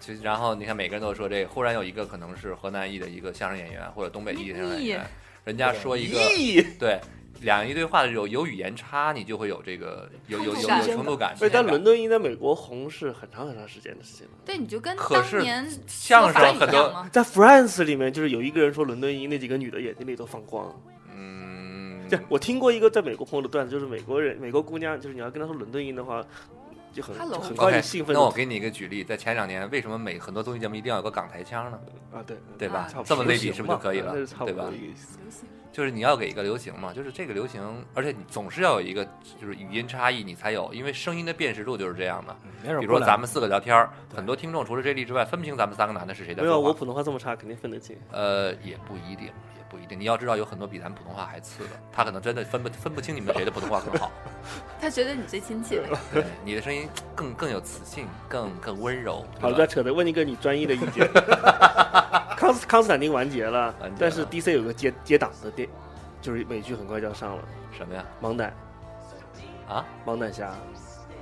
[SPEAKER 3] 其实，然后你看，每个人都说这个，忽然有一个可能是河南裔的一个相声演员，或者东北裔的相声演员，人家说一个
[SPEAKER 10] 咦，
[SPEAKER 3] 对，两人一对话有有语言差，你就会有这个有有有有程度感。
[SPEAKER 10] 所以但
[SPEAKER 3] 新鲜感
[SPEAKER 10] 伦敦音在美国红是很长很长时间的事情了。
[SPEAKER 4] 对，你就跟
[SPEAKER 3] 可是
[SPEAKER 4] 当年
[SPEAKER 3] 相声
[SPEAKER 4] 说法语
[SPEAKER 3] 很
[SPEAKER 4] 一样
[SPEAKER 3] 多
[SPEAKER 4] 吗？
[SPEAKER 10] 在 France 里面，就是有一个人说伦敦音，那几个女的眼睛里都放光。
[SPEAKER 3] 嗯，
[SPEAKER 10] 对，我听过一个在美国朋友的段子，就是美国人、美国姑娘，就是你要跟她说伦敦音的话，就很
[SPEAKER 4] Hello
[SPEAKER 10] 就很高
[SPEAKER 3] OK，
[SPEAKER 10] 兴兴奋
[SPEAKER 3] 那我给你一个举例，在前两年，为什么每很多综艺节目一定要有个港台腔呢？
[SPEAKER 10] 啊，对
[SPEAKER 3] 对吧
[SPEAKER 4] 啊
[SPEAKER 10] 差不多
[SPEAKER 3] 这么类比
[SPEAKER 10] 行
[SPEAKER 3] 是不是就
[SPEAKER 10] 吧
[SPEAKER 3] 可以了
[SPEAKER 10] 那是差不
[SPEAKER 3] 对
[SPEAKER 10] 多
[SPEAKER 3] 吧
[SPEAKER 10] 的意思。
[SPEAKER 3] 就是你要给一个流行嘛，就是这个流行，而且你总是要有一个就是语音差异，你才有，因为声音的辨识度就是这样的。
[SPEAKER 9] 没准
[SPEAKER 3] 比如
[SPEAKER 9] 过
[SPEAKER 3] 说
[SPEAKER 9] 两
[SPEAKER 3] 咱们四个聊天儿，很多听众除了 J 莉之外，分不清咱们三个男的是谁在
[SPEAKER 10] 没有，
[SPEAKER 3] 说
[SPEAKER 10] 我
[SPEAKER 3] 话。
[SPEAKER 10] 普通话这么差，肯定分得清。
[SPEAKER 3] 呃，也不一定，也不一定。你要知道，有很多比咱们普通话还次的，他可能真的分不分不清你们谁的普通话更好。
[SPEAKER 4] 他觉得你最亲切，
[SPEAKER 3] 对，你的声音更更有磁性，更更温柔。
[SPEAKER 10] 好了，不
[SPEAKER 3] 对
[SPEAKER 10] 要
[SPEAKER 3] 吧
[SPEAKER 10] 扯淡，问一个你专业的意
[SPEAKER 3] [laughs]
[SPEAKER 10] 见。康斯康斯坦丁完结了，
[SPEAKER 3] 完结
[SPEAKER 10] 但是
[SPEAKER 3] 了
[SPEAKER 10] DC 有个接接档的电，就是美剧很快就要上了，
[SPEAKER 3] 什么呀？
[SPEAKER 10] 《盲胆
[SPEAKER 3] 啊》
[SPEAKER 10] 《盲胆侠》，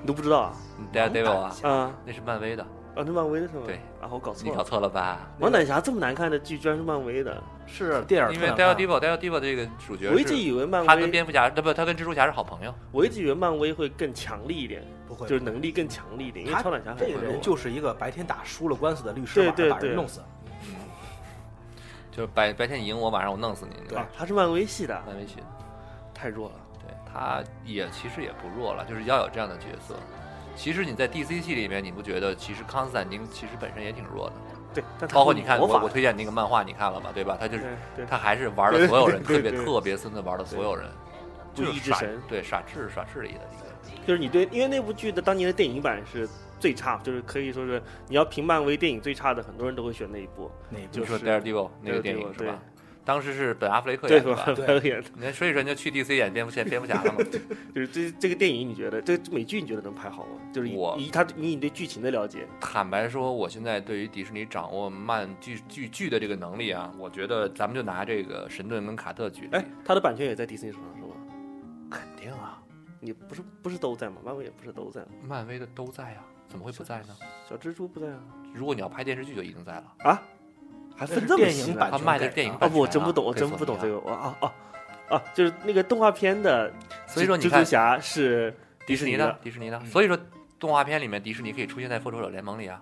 [SPEAKER 10] 你都不知道啊？
[SPEAKER 3] ，Daredevil 啊，
[SPEAKER 10] 啊啊，
[SPEAKER 3] 那是漫威的，
[SPEAKER 10] 那漫威的是吗？
[SPEAKER 3] 对
[SPEAKER 10] 啊，我搞
[SPEAKER 3] 你
[SPEAKER 10] 错
[SPEAKER 3] 搞
[SPEAKER 10] 了。
[SPEAKER 3] 错了吧？
[SPEAKER 10] 盲胆侠这么难看的剧，居然是漫威的，
[SPEAKER 9] 是电影
[SPEAKER 3] 因
[SPEAKER 9] 特
[SPEAKER 3] 为
[SPEAKER 9] 难看，
[SPEAKER 3] Daredevil，Daredevil 这个主角
[SPEAKER 10] 我一直
[SPEAKER 3] 是
[SPEAKER 10] 以为漫
[SPEAKER 3] 他跟
[SPEAKER 10] 威，
[SPEAKER 3] 蝙蝠侠，呃不，他跟蜘蛛侠是好朋友。
[SPEAKER 10] 我一直以为漫威会更强力一点，
[SPEAKER 9] 不会
[SPEAKER 10] 就是能力更强力一点，因为
[SPEAKER 9] 他
[SPEAKER 10] 超胆侠很
[SPEAKER 9] 这个
[SPEAKER 10] 弱
[SPEAKER 9] 人就是一个白天打输了官司的律师，
[SPEAKER 10] 对
[SPEAKER 9] 晚上把
[SPEAKER 10] 对对
[SPEAKER 9] 人弄死。
[SPEAKER 3] 嗯，就是白白天你赢我，晚上我弄死你。那
[SPEAKER 10] 啊
[SPEAKER 3] 种，
[SPEAKER 10] 他是漫威系的，
[SPEAKER 3] 漫威系的，
[SPEAKER 10] 太弱了。
[SPEAKER 3] 对，他也其实也不弱了，就是要有这样的角色。其实你在 DC 系里面，你不觉得其实康斯坦丁其实本身也挺弱的，
[SPEAKER 10] 对，但他
[SPEAKER 3] 包括
[SPEAKER 10] 是
[SPEAKER 3] 你看
[SPEAKER 10] 魔
[SPEAKER 3] 我
[SPEAKER 10] 法
[SPEAKER 3] 我推荐那个漫画，你看了吗？对吧？他就
[SPEAKER 10] 对
[SPEAKER 3] 是
[SPEAKER 10] 对，
[SPEAKER 3] 他还是玩了所有人，
[SPEAKER 10] 对
[SPEAKER 3] 特
[SPEAKER 10] 对
[SPEAKER 3] 别
[SPEAKER 10] 对
[SPEAKER 3] 特别森的玩了所有人，
[SPEAKER 10] 不
[SPEAKER 3] 就是
[SPEAKER 10] 义之
[SPEAKER 3] 傻
[SPEAKER 10] 神
[SPEAKER 3] 对傻智傻智里的一个。
[SPEAKER 10] 就是你对，因为那部剧的当年的电影版是最差，就是可以说是你要评漫威电影最差的，很多人都会选那一 [laughs] 部，
[SPEAKER 9] 那一部
[SPEAKER 10] 就
[SPEAKER 3] 你说
[SPEAKER 10] 是
[SPEAKER 3] 《Daredevil》那个电影
[SPEAKER 10] Daredevil，
[SPEAKER 3] 是吧？当时是本·阿弗雷克
[SPEAKER 10] 对
[SPEAKER 3] 演的
[SPEAKER 10] 吧
[SPEAKER 3] 吧？？
[SPEAKER 10] 导演
[SPEAKER 3] 你看，所以说人家去 DC 演蝙蝠侠，蝙蝠
[SPEAKER 10] [laughs]
[SPEAKER 3] 侠了嘛？
[SPEAKER 10] 就是这这个电影，你觉得这美剧你觉得能拍好吗？就是以
[SPEAKER 3] 我
[SPEAKER 10] 以他以你对剧情的了解，
[SPEAKER 3] 坦白说，我现在对于迪士尼掌握漫剧剧剧的这个能力啊，我觉得咱们就拿这个神盾跟卡特举例，
[SPEAKER 10] 哎，他的版权也在迪士尼手上是吗？
[SPEAKER 3] 肯定啊，
[SPEAKER 10] 你不是不是都在吗？漫威也不是都在吗，
[SPEAKER 3] 漫威的都在啊，怎么会不在呢？
[SPEAKER 10] 小蜘蛛不在啊？
[SPEAKER 3] 如果你要拍电视剧，就一定在了。
[SPEAKER 10] 啊，还
[SPEAKER 9] 那
[SPEAKER 10] 分
[SPEAKER 9] 是
[SPEAKER 10] 这么
[SPEAKER 9] 电
[SPEAKER 10] 细
[SPEAKER 9] 影
[SPEAKER 10] 呢
[SPEAKER 9] 版
[SPEAKER 3] 他
[SPEAKER 9] 权
[SPEAKER 3] 卖的
[SPEAKER 9] 改
[SPEAKER 3] 电影
[SPEAKER 9] 啊
[SPEAKER 10] 啊
[SPEAKER 3] 版？权
[SPEAKER 10] 不，我真不懂，我
[SPEAKER 3] 可以
[SPEAKER 10] 真
[SPEAKER 3] 索
[SPEAKER 10] 不懂
[SPEAKER 3] 尼啊
[SPEAKER 10] 这个，我啊啊啊，就是那个动画片的，
[SPEAKER 3] 所以说你
[SPEAKER 10] 蜘
[SPEAKER 3] 看
[SPEAKER 10] 蛛侠是
[SPEAKER 3] 迪士尼
[SPEAKER 10] 的
[SPEAKER 3] 的，迪士尼的。所以说，动画片里面迪士尼可以出现在《复仇者联盟》里啊，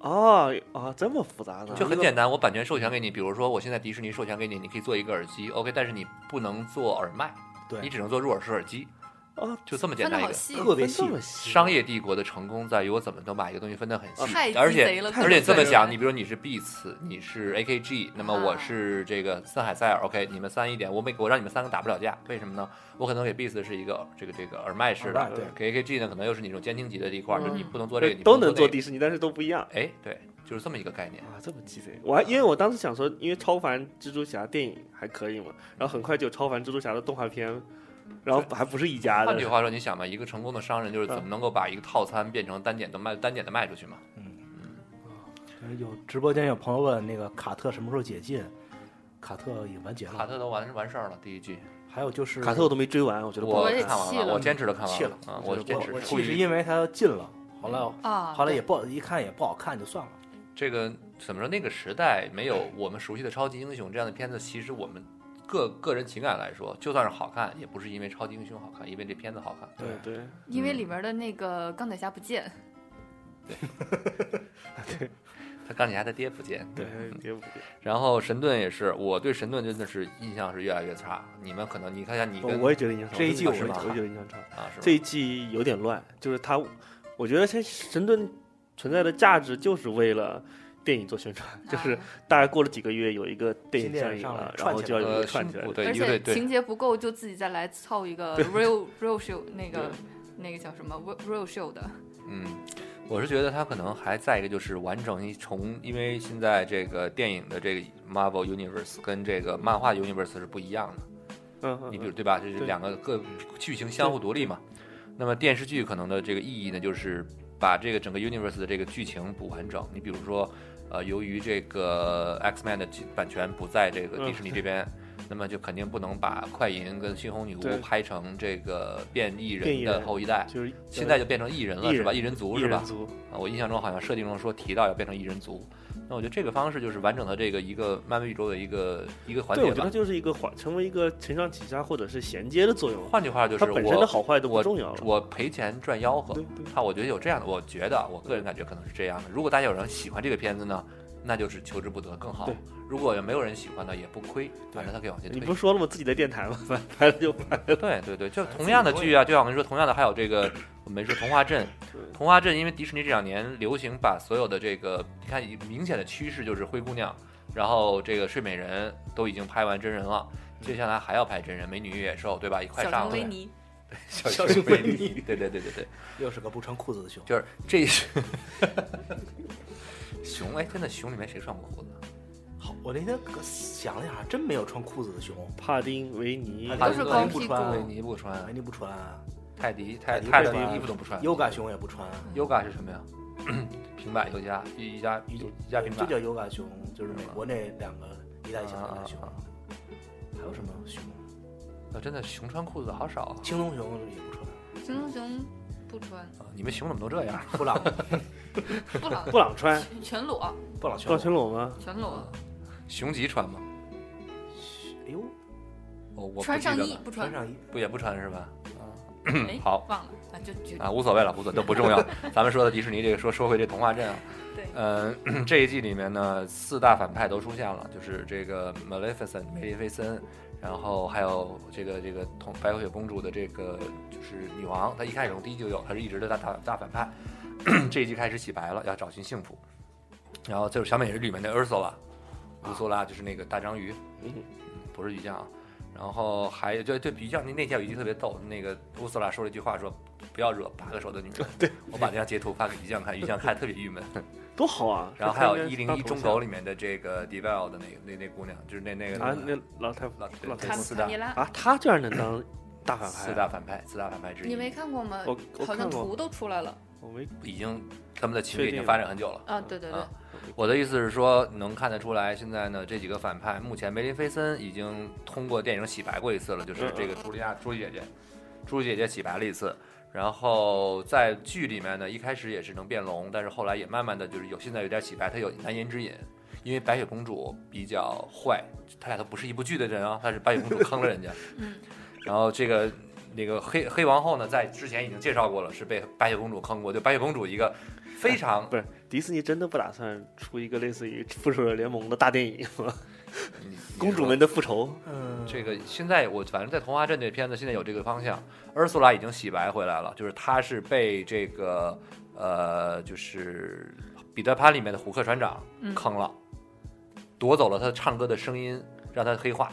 [SPEAKER 10] 哦啊，这么复杂的，
[SPEAKER 3] 就很简单。我版权授权给你，比如说我现在迪士尼授权给你，你可以做一个耳机，OK，但是你不能做耳麦，
[SPEAKER 9] 对
[SPEAKER 3] 你只能做入耳式耳机，
[SPEAKER 10] 啊，
[SPEAKER 3] 就这么简
[SPEAKER 4] 分的
[SPEAKER 3] 单一
[SPEAKER 4] 好
[SPEAKER 3] 个。
[SPEAKER 4] 细，
[SPEAKER 9] 特别细
[SPEAKER 10] 分这。么细
[SPEAKER 3] 商业帝国的成功在于我怎么能把一个东西分得很细，
[SPEAKER 4] 嗯太
[SPEAKER 3] 而
[SPEAKER 4] 鸡
[SPEAKER 3] 且
[SPEAKER 4] 贼了
[SPEAKER 3] 而且这么想，
[SPEAKER 4] 对
[SPEAKER 3] 你比如你是 Beats，你是 AKG，那么
[SPEAKER 4] 啊
[SPEAKER 3] 我是这个森海塞尔，OK，你们三一点，我每我让你们三个打不了架，为什么呢？我可能给 Beats 是一个这个这个耳麦式
[SPEAKER 9] 耳
[SPEAKER 3] 的
[SPEAKER 9] 麦对，嗯
[SPEAKER 3] 给 AKG 呢可能又是你这种监听级的这一块儿，就你不能做这个，你
[SPEAKER 10] 都
[SPEAKER 3] 不能
[SPEAKER 10] 能做
[SPEAKER 3] 那
[SPEAKER 10] 迪士尼，但是都不一样
[SPEAKER 3] 个，哎，对，就是这么一个概念。
[SPEAKER 10] 啊，这么鸡贼！我还因为我当时想说，因为超凡蜘蛛侠电影还可以嘛，然后很快就有超凡蜘蛛侠的动画片，然后还不是一家
[SPEAKER 3] 换句
[SPEAKER 10] 的，
[SPEAKER 3] 话说，你想吧，一个成功的商人就是
[SPEAKER 9] 嗯
[SPEAKER 3] 怎么能够把一个套餐变成单点的卖单点的卖出去嘛？
[SPEAKER 9] 有直播间有朋友问那个卡特什么时候解禁，卡特已经完结了。
[SPEAKER 3] 卡特都完完事儿了，第一季
[SPEAKER 9] 还有就是
[SPEAKER 10] 卡特我都没追完，我觉得不
[SPEAKER 3] 我
[SPEAKER 10] 好
[SPEAKER 4] 也
[SPEAKER 3] 看
[SPEAKER 10] 看。
[SPEAKER 4] 气
[SPEAKER 3] 完
[SPEAKER 4] 了
[SPEAKER 3] 我坚持的看完
[SPEAKER 9] 气了
[SPEAKER 3] 啊，
[SPEAKER 9] 我
[SPEAKER 3] 我坚持
[SPEAKER 9] 我
[SPEAKER 3] 出
[SPEAKER 9] 气是
[SPEAKER 3] 于
[SPEAKER 9] 因为他禁了，后来
[SPEAKER 4] 啊，
[SPEAKER 9] 后来也
[SPEAKER 4] 对
[SPEAKER 9] 不好一看也不好看，就算了。
[SPEAKER 3] 这个怎么说？那个时代没有我们熟悉的超级英雄这样的片子，其实我们个个人情感来说，就算是好看，也不是因为超级英雄好看，因为这片子好看。
[SPEAKER 10] 对对，
[SPEAKER 4] 因为里面的那个钢铁侠不见，
[SPEAKER 3] 他钢铁侠他爹不见。
[SPEAKER 10] 对，也不
[SPEAKER 3] [laughs] 然后神盾也是，我对神盾真的是印象是越来越差。你们可能你看一下你跟
[SPEAKER 10] 哦我也觉得印象差，
[SPEAKER 9] 这一季
[SPEAKER 10] 我
[SPEAKER 9] 我
[SPEAKER 10] 真的
[SPEAKER 3] 没
[SPEAKER 10] 我
[SPEAKER 3] 看
[SPEAKER 10] 觉得印象差。
[SPEAKER 3] 啊是吧
[SPEAKER 10] 这一季有点乱，就是他，我觉得现在神盾存在的价值就是为了电影做宣传，就是
[SPEAKER 4] 啊
[SPEAKER 10] 大概过了几个月有一个电影上
[SPEAKER 9] 新电
[SPEAKER 10] 映
[SPEAKER 9] 影上
[SPEAKER 10] 了
[SPEAKER 9] 了，
[SPEAKER 10] 然后就要有一个
[SPEAKER 3] 呃
[SPEAKER 10] 串
[SPEAKER 3] 新
[SPEAKER 10] 起来
[SPEAKER 3] 不
[SPEAKER 10] 的。
[SPEAKER 3] 对
[SPEAKER 4] 而
[SPEAKER 3] 一个对
[SPEAKER 4] 且
[SPEAKER 3] 对
[SPEAKER 4] 情节不够就自己再来凑一个 real real show 那个那个叫什么 real show 的，
[SPEAKER 3] 嗯，我是觉得他可能还在一个就是完整一重，因为现在这个电影的这个 Marvel Universe 跟这个漫画 Universe 是不一样的。
[SPEAKER 10] 嗯嗯
[SPEAKER 3] 你比如对吧？这是
[SPEAKER 10] 对
[SPEAKER 3] 两个各剧情相互独立嘛。那么电视剧可能的这个意义呢，就是把这个整个 universe 的这个剧情补完整。你比如说，呃，由于这个 X Man 的版权不在这个
[SPEAKER 10] 嗯
[SPEAKER 3] 迪士尼这边，那么就肯定不能把快银跟猩红女
[SPEAKER 10] 对
[SPEAKER 3] 巫拍成这个变异
[SPEAKER 10] 变异
[SPEAKER 3] 人
[SPEAKER 10] 人
[SPEAKER 3] 的后一代。
[SPEAKER 10] 就是
[SPEAKER 3] 现在就变成异人了，
[SPEAKER 10] 异
[SPEAKER 3] 是吧？
[SPEAKER 10] 人
[SPEAKER 3] 异人族
[SPEAKER 10] 一
[SPEAKER 3] 是吧
[SPEAKER 10] 人？族，
[SPEAKER 3] 啊，我印象中好像设定中说提到要变成异人族，那我觉得这个方式就是完整的这个一个漫威宇宙的一个一个环
[SPEAKER 10] 对，我
[SPEAKER 3] 节
[SPEAKER 10] 觉
[SPEAKER 3] 吧。
[SPEAKER 10] 得就是一个环，成为一个承上启下或者是衔接的作用。
[SPEAKER 3] 换句话就是
[SPEAKER 10] 它本身的
[SPEAKER 3] 我
[SPEAKER 10] 好坏都不
[SPEAKER 3] 我
[SPEAKER 10] 重要了。
[SPEAKER 3] 我赔钱赚吆喝
[SPEAKER 10] 对，对
[SPEAKER 3] 他我觉得有这样的，我觉得啊我个人感觉可能是这样的。如果大家有人喜欢这个片子呢，那就是求之不得更好
[SPEAKER 10] 对；
[SPEAKER 3] 如果没有人喜欢呢，也不亏，反正他可以往前
[SPEAKER 10] 你
[SPEAKER 3] 推。
[SPEAKER 10] 不是 [laughs] 说了吗？自己的电台吗？拍
[SPEAKER 3] [laughs]
[SPEAKER 10] 了就拍。
[SPEAKER 3] 对对对，就
[SPEAKER 4] 哎
[SPEAKER 3] 同样的剧啊，就像我跟你说，同样的还有这个，我们说童话镇，童话镇，因为迪士尼这两年流行把所有的这个，你看明显的趋势就是灰姑娘，然后这个睡美人都已经拍完真人了，
[SPEAKER 10] 嗯
[SPEAKER 3] 接下来还要拍真人，美女与野兽，对吧？也快
[SPEAKER 4] 小
[SPEAKER 3] 上
[SPEAKER 4] 熊
[SPEAKER 3] 了
[SPEAKER 4] 维，尼，
[SPEAKER 3] [laughs] 小熊维尼，对对对对对，
[SPEAKER 9] 又是个不穿裤子的熊。
[SPEAKER 3] 就是这是 [laughs] 熊，哎，真的熊里面谁穿过裤子？
[SPEAKER 9] 好，我那天可想了一下，还真没有穿裤子的熊，
[SPEAKER 10] 帕丁维尼
[SPEAKER 3] 啊
[SPEAKER 9] 哎，
[SPEAKER 4] 都是光屁股
[SPEAKER 9] 帕丁
[SPEAKER 3] 维尼不穿
[SPEAKER 9] 维，尼不穿啊，
[SPEAKER 3] 泰迪泰
[SPEAKER 9] 迪
[SPEAKER 3] 泰
[SPEAKER 9] 不
[SPEAKER 3] 迪
[SPEAKER 9] 穿
[SPEAKER 3] 衣服都不穿
[SPEAKER 9] ，Yoga 熊也不穿啊，
[SPEAKER 3] ，Yoga 是什么呀？ [clears throat] 平板瑜伽，瑜伽瑜伽平
[SPEAKER 9] 这
[SPEAKER 3] 板
[SPEAKER 9] 叫 Yoga 熊，就是美国那两个一代强的熊
[SPEAKER 3] 啊啊。
[SPEAKER 9] 还有什么熊？
[SPEAKER 3] 啊，真的熊穿裤子好少啊！
[SPEAKER 9] 青龙熊也不穿，
[SPEAKER 4] 熊熊熊不
[SPEAKER 10] [laughs]
[SPEAKER 4] 穿，
[SPEAKER 3] 啊你们熊怎么都这样？ [laughs]
[SPEAKER 9] 布朗
[SPEAKER 4] 布朗
[SPEAKER 10] 布朗穿
[SPEAKER 4] 全全裸，
[SPEAKER 9] 布朗
[SPEAKER 10] 赵
[SPEAKER 9] 熊
[SPEAKER 10] 群，龙吗？
[SPEAKER 4] 全裸，
[SPEAKER 3] 熊级穿吗？
[SPEAKER 9] 哎呦，
[SPEAKER 3] 我我不
[SPEAKER 4] 穿
[SPEAKER 3] 记
[SPEAKER 4] 上
[SPEAKER 3] 得
[SPEAKER 4] 衣
[SPEAKER 3] 了
[SPEAKER 4] 不
[SPEAKER 9] 穿
[SPEAKER 4] 穿，
[SPEAKER 9] 上衣，
[SPEAKER 3] 不也不穿是吧？
[SPEAKER 4] 哎，
[SPEAKER 3] 好
[SPEAKER 4] 忘了啊，就就
[SPEAKER 3] 啊，无所谓了，无所谓，都不重要。咱们说的迪士尼这个，说说回这童话镇啊，
[SPEAKER 4] 对
[SPEAKER 3] 嗯、这一季里面呢，四大反派都出现了，就是这个 Maleficent 梅丽菲森，然后还有这个这个同白雪公主的这个就是女王，她一开始从第一季就有，她是一直的大大大反派。 [coughs] 这一季开始洗白了，要找寻幸福。然后就是小美人里面的 Ursula，乌苏拉就是那个大章鱼，
[SPEAKER 10] 嗯
[SPEAKER 3] 不是鱼酱啊。然后还有就就鱼酱那那天有一集特别逗，那个乌苏拉说了一句话说不要惹八个手的女
[SPEAKER 10] [laughs]
[SPEAKER 3] 人。对，我把这张截图发给鱼酱看，鱼酱看得特别郁闷。
[SPEAKER 10] 多好啊！
[SPEAKER 3] 然后还有
[SPEAKER 10] 看 [laughs]
[SPEAKER 3] 《一
[SPEAKER 10] 看
[SPEAKER 3] 零
[SPEAKER 10] 当
[SPEAKER 3] 一
[SPEAKER 10] 头
[SPEAKER 3] 忠
[SPEAKER 10] 像
[SPEAKER 3] 狗》里面的这个 d e v i l 的那个那那姑娘，就是那那个
[SPEAKER 10] 啊，那老太
[SPEAKER 3] 老对
[SPEAKER 10] 老太
[SPEAKER 4] 卡
[SPEAKER 10] 婆
[SPEAKER 3] 四
[SPEAKER 4] 卡
[SPEAKER 3] 大
[SPEAKER 4] 米拉，
[SPEAKER 10] 啊，他居然能当大反派
[SPEAKER 3] 四
[SPEAKER 10] 啊，
[SPEAKER 3] 大反派四大反派之
[SPEAKER 4] 你
[SPEAKER 3] 一，
[SPEAKER 4] 没看过吗？
[SPEAKER 10] 我我
[SPEAKER 4] 好
[SPEAKER 10] 看
[SPEAKER 4] 像
[SPEAKER 10] 过
[SPEAKER 4] 图都出来了
[SPEAKER 10] 我没
[SPEAKER 3] 已经他们的情
[SPEAKER 10] 确
[SPEAKER 3] 侣已经
[SPEAKER 10] 定
[SPEAKER 3] 发展很久了。
[SPEAKER 4] 啊，对对对
[SPEAKER 3] 啊，我的意思是说，能看得出来，现在呢这几个反派，目前梅林菲森已经通过电影洗白过一次了，
[SPEAKER 10] 嗯
[SPEAKER 3] 就是这个茱莉亚朱莉姐姐，朱莉姐姐洗白了一次。然后在剧里面呢，一开始也是能变聋，但是后来也慢慢的就是有现在有点洗白，她有难言之隐，因为白雪公主比较坏，她俩都不是一部剧的人啊，但是白雪公主坑了人家。
[SPEAKER 4] 嗯，
[SPEAKER 3] 然后这个那个黑黑王后呢，在之前已经介绍过了，是被白雪公主坑过，就白雪公主一个非常
[SPEAKER 10] 不是迪士尼真的不打算出一个类似于《复仇者联盟》的大电影 [laughs] 吗？公主们的复仇，
[SPEAKER 9] 嗯，
[SPEAKER 3] 这个现在我反正在《童话镇》这片子现在有这个方向，Ursula 已经洗白回来了，就是她是被这个呃，就是《彼得潘》里面的胡克船长
[SPEAKER 4] 嗯
[SPEAKER 3] 坑了，夺走了他唱歌的声音，让他黑化，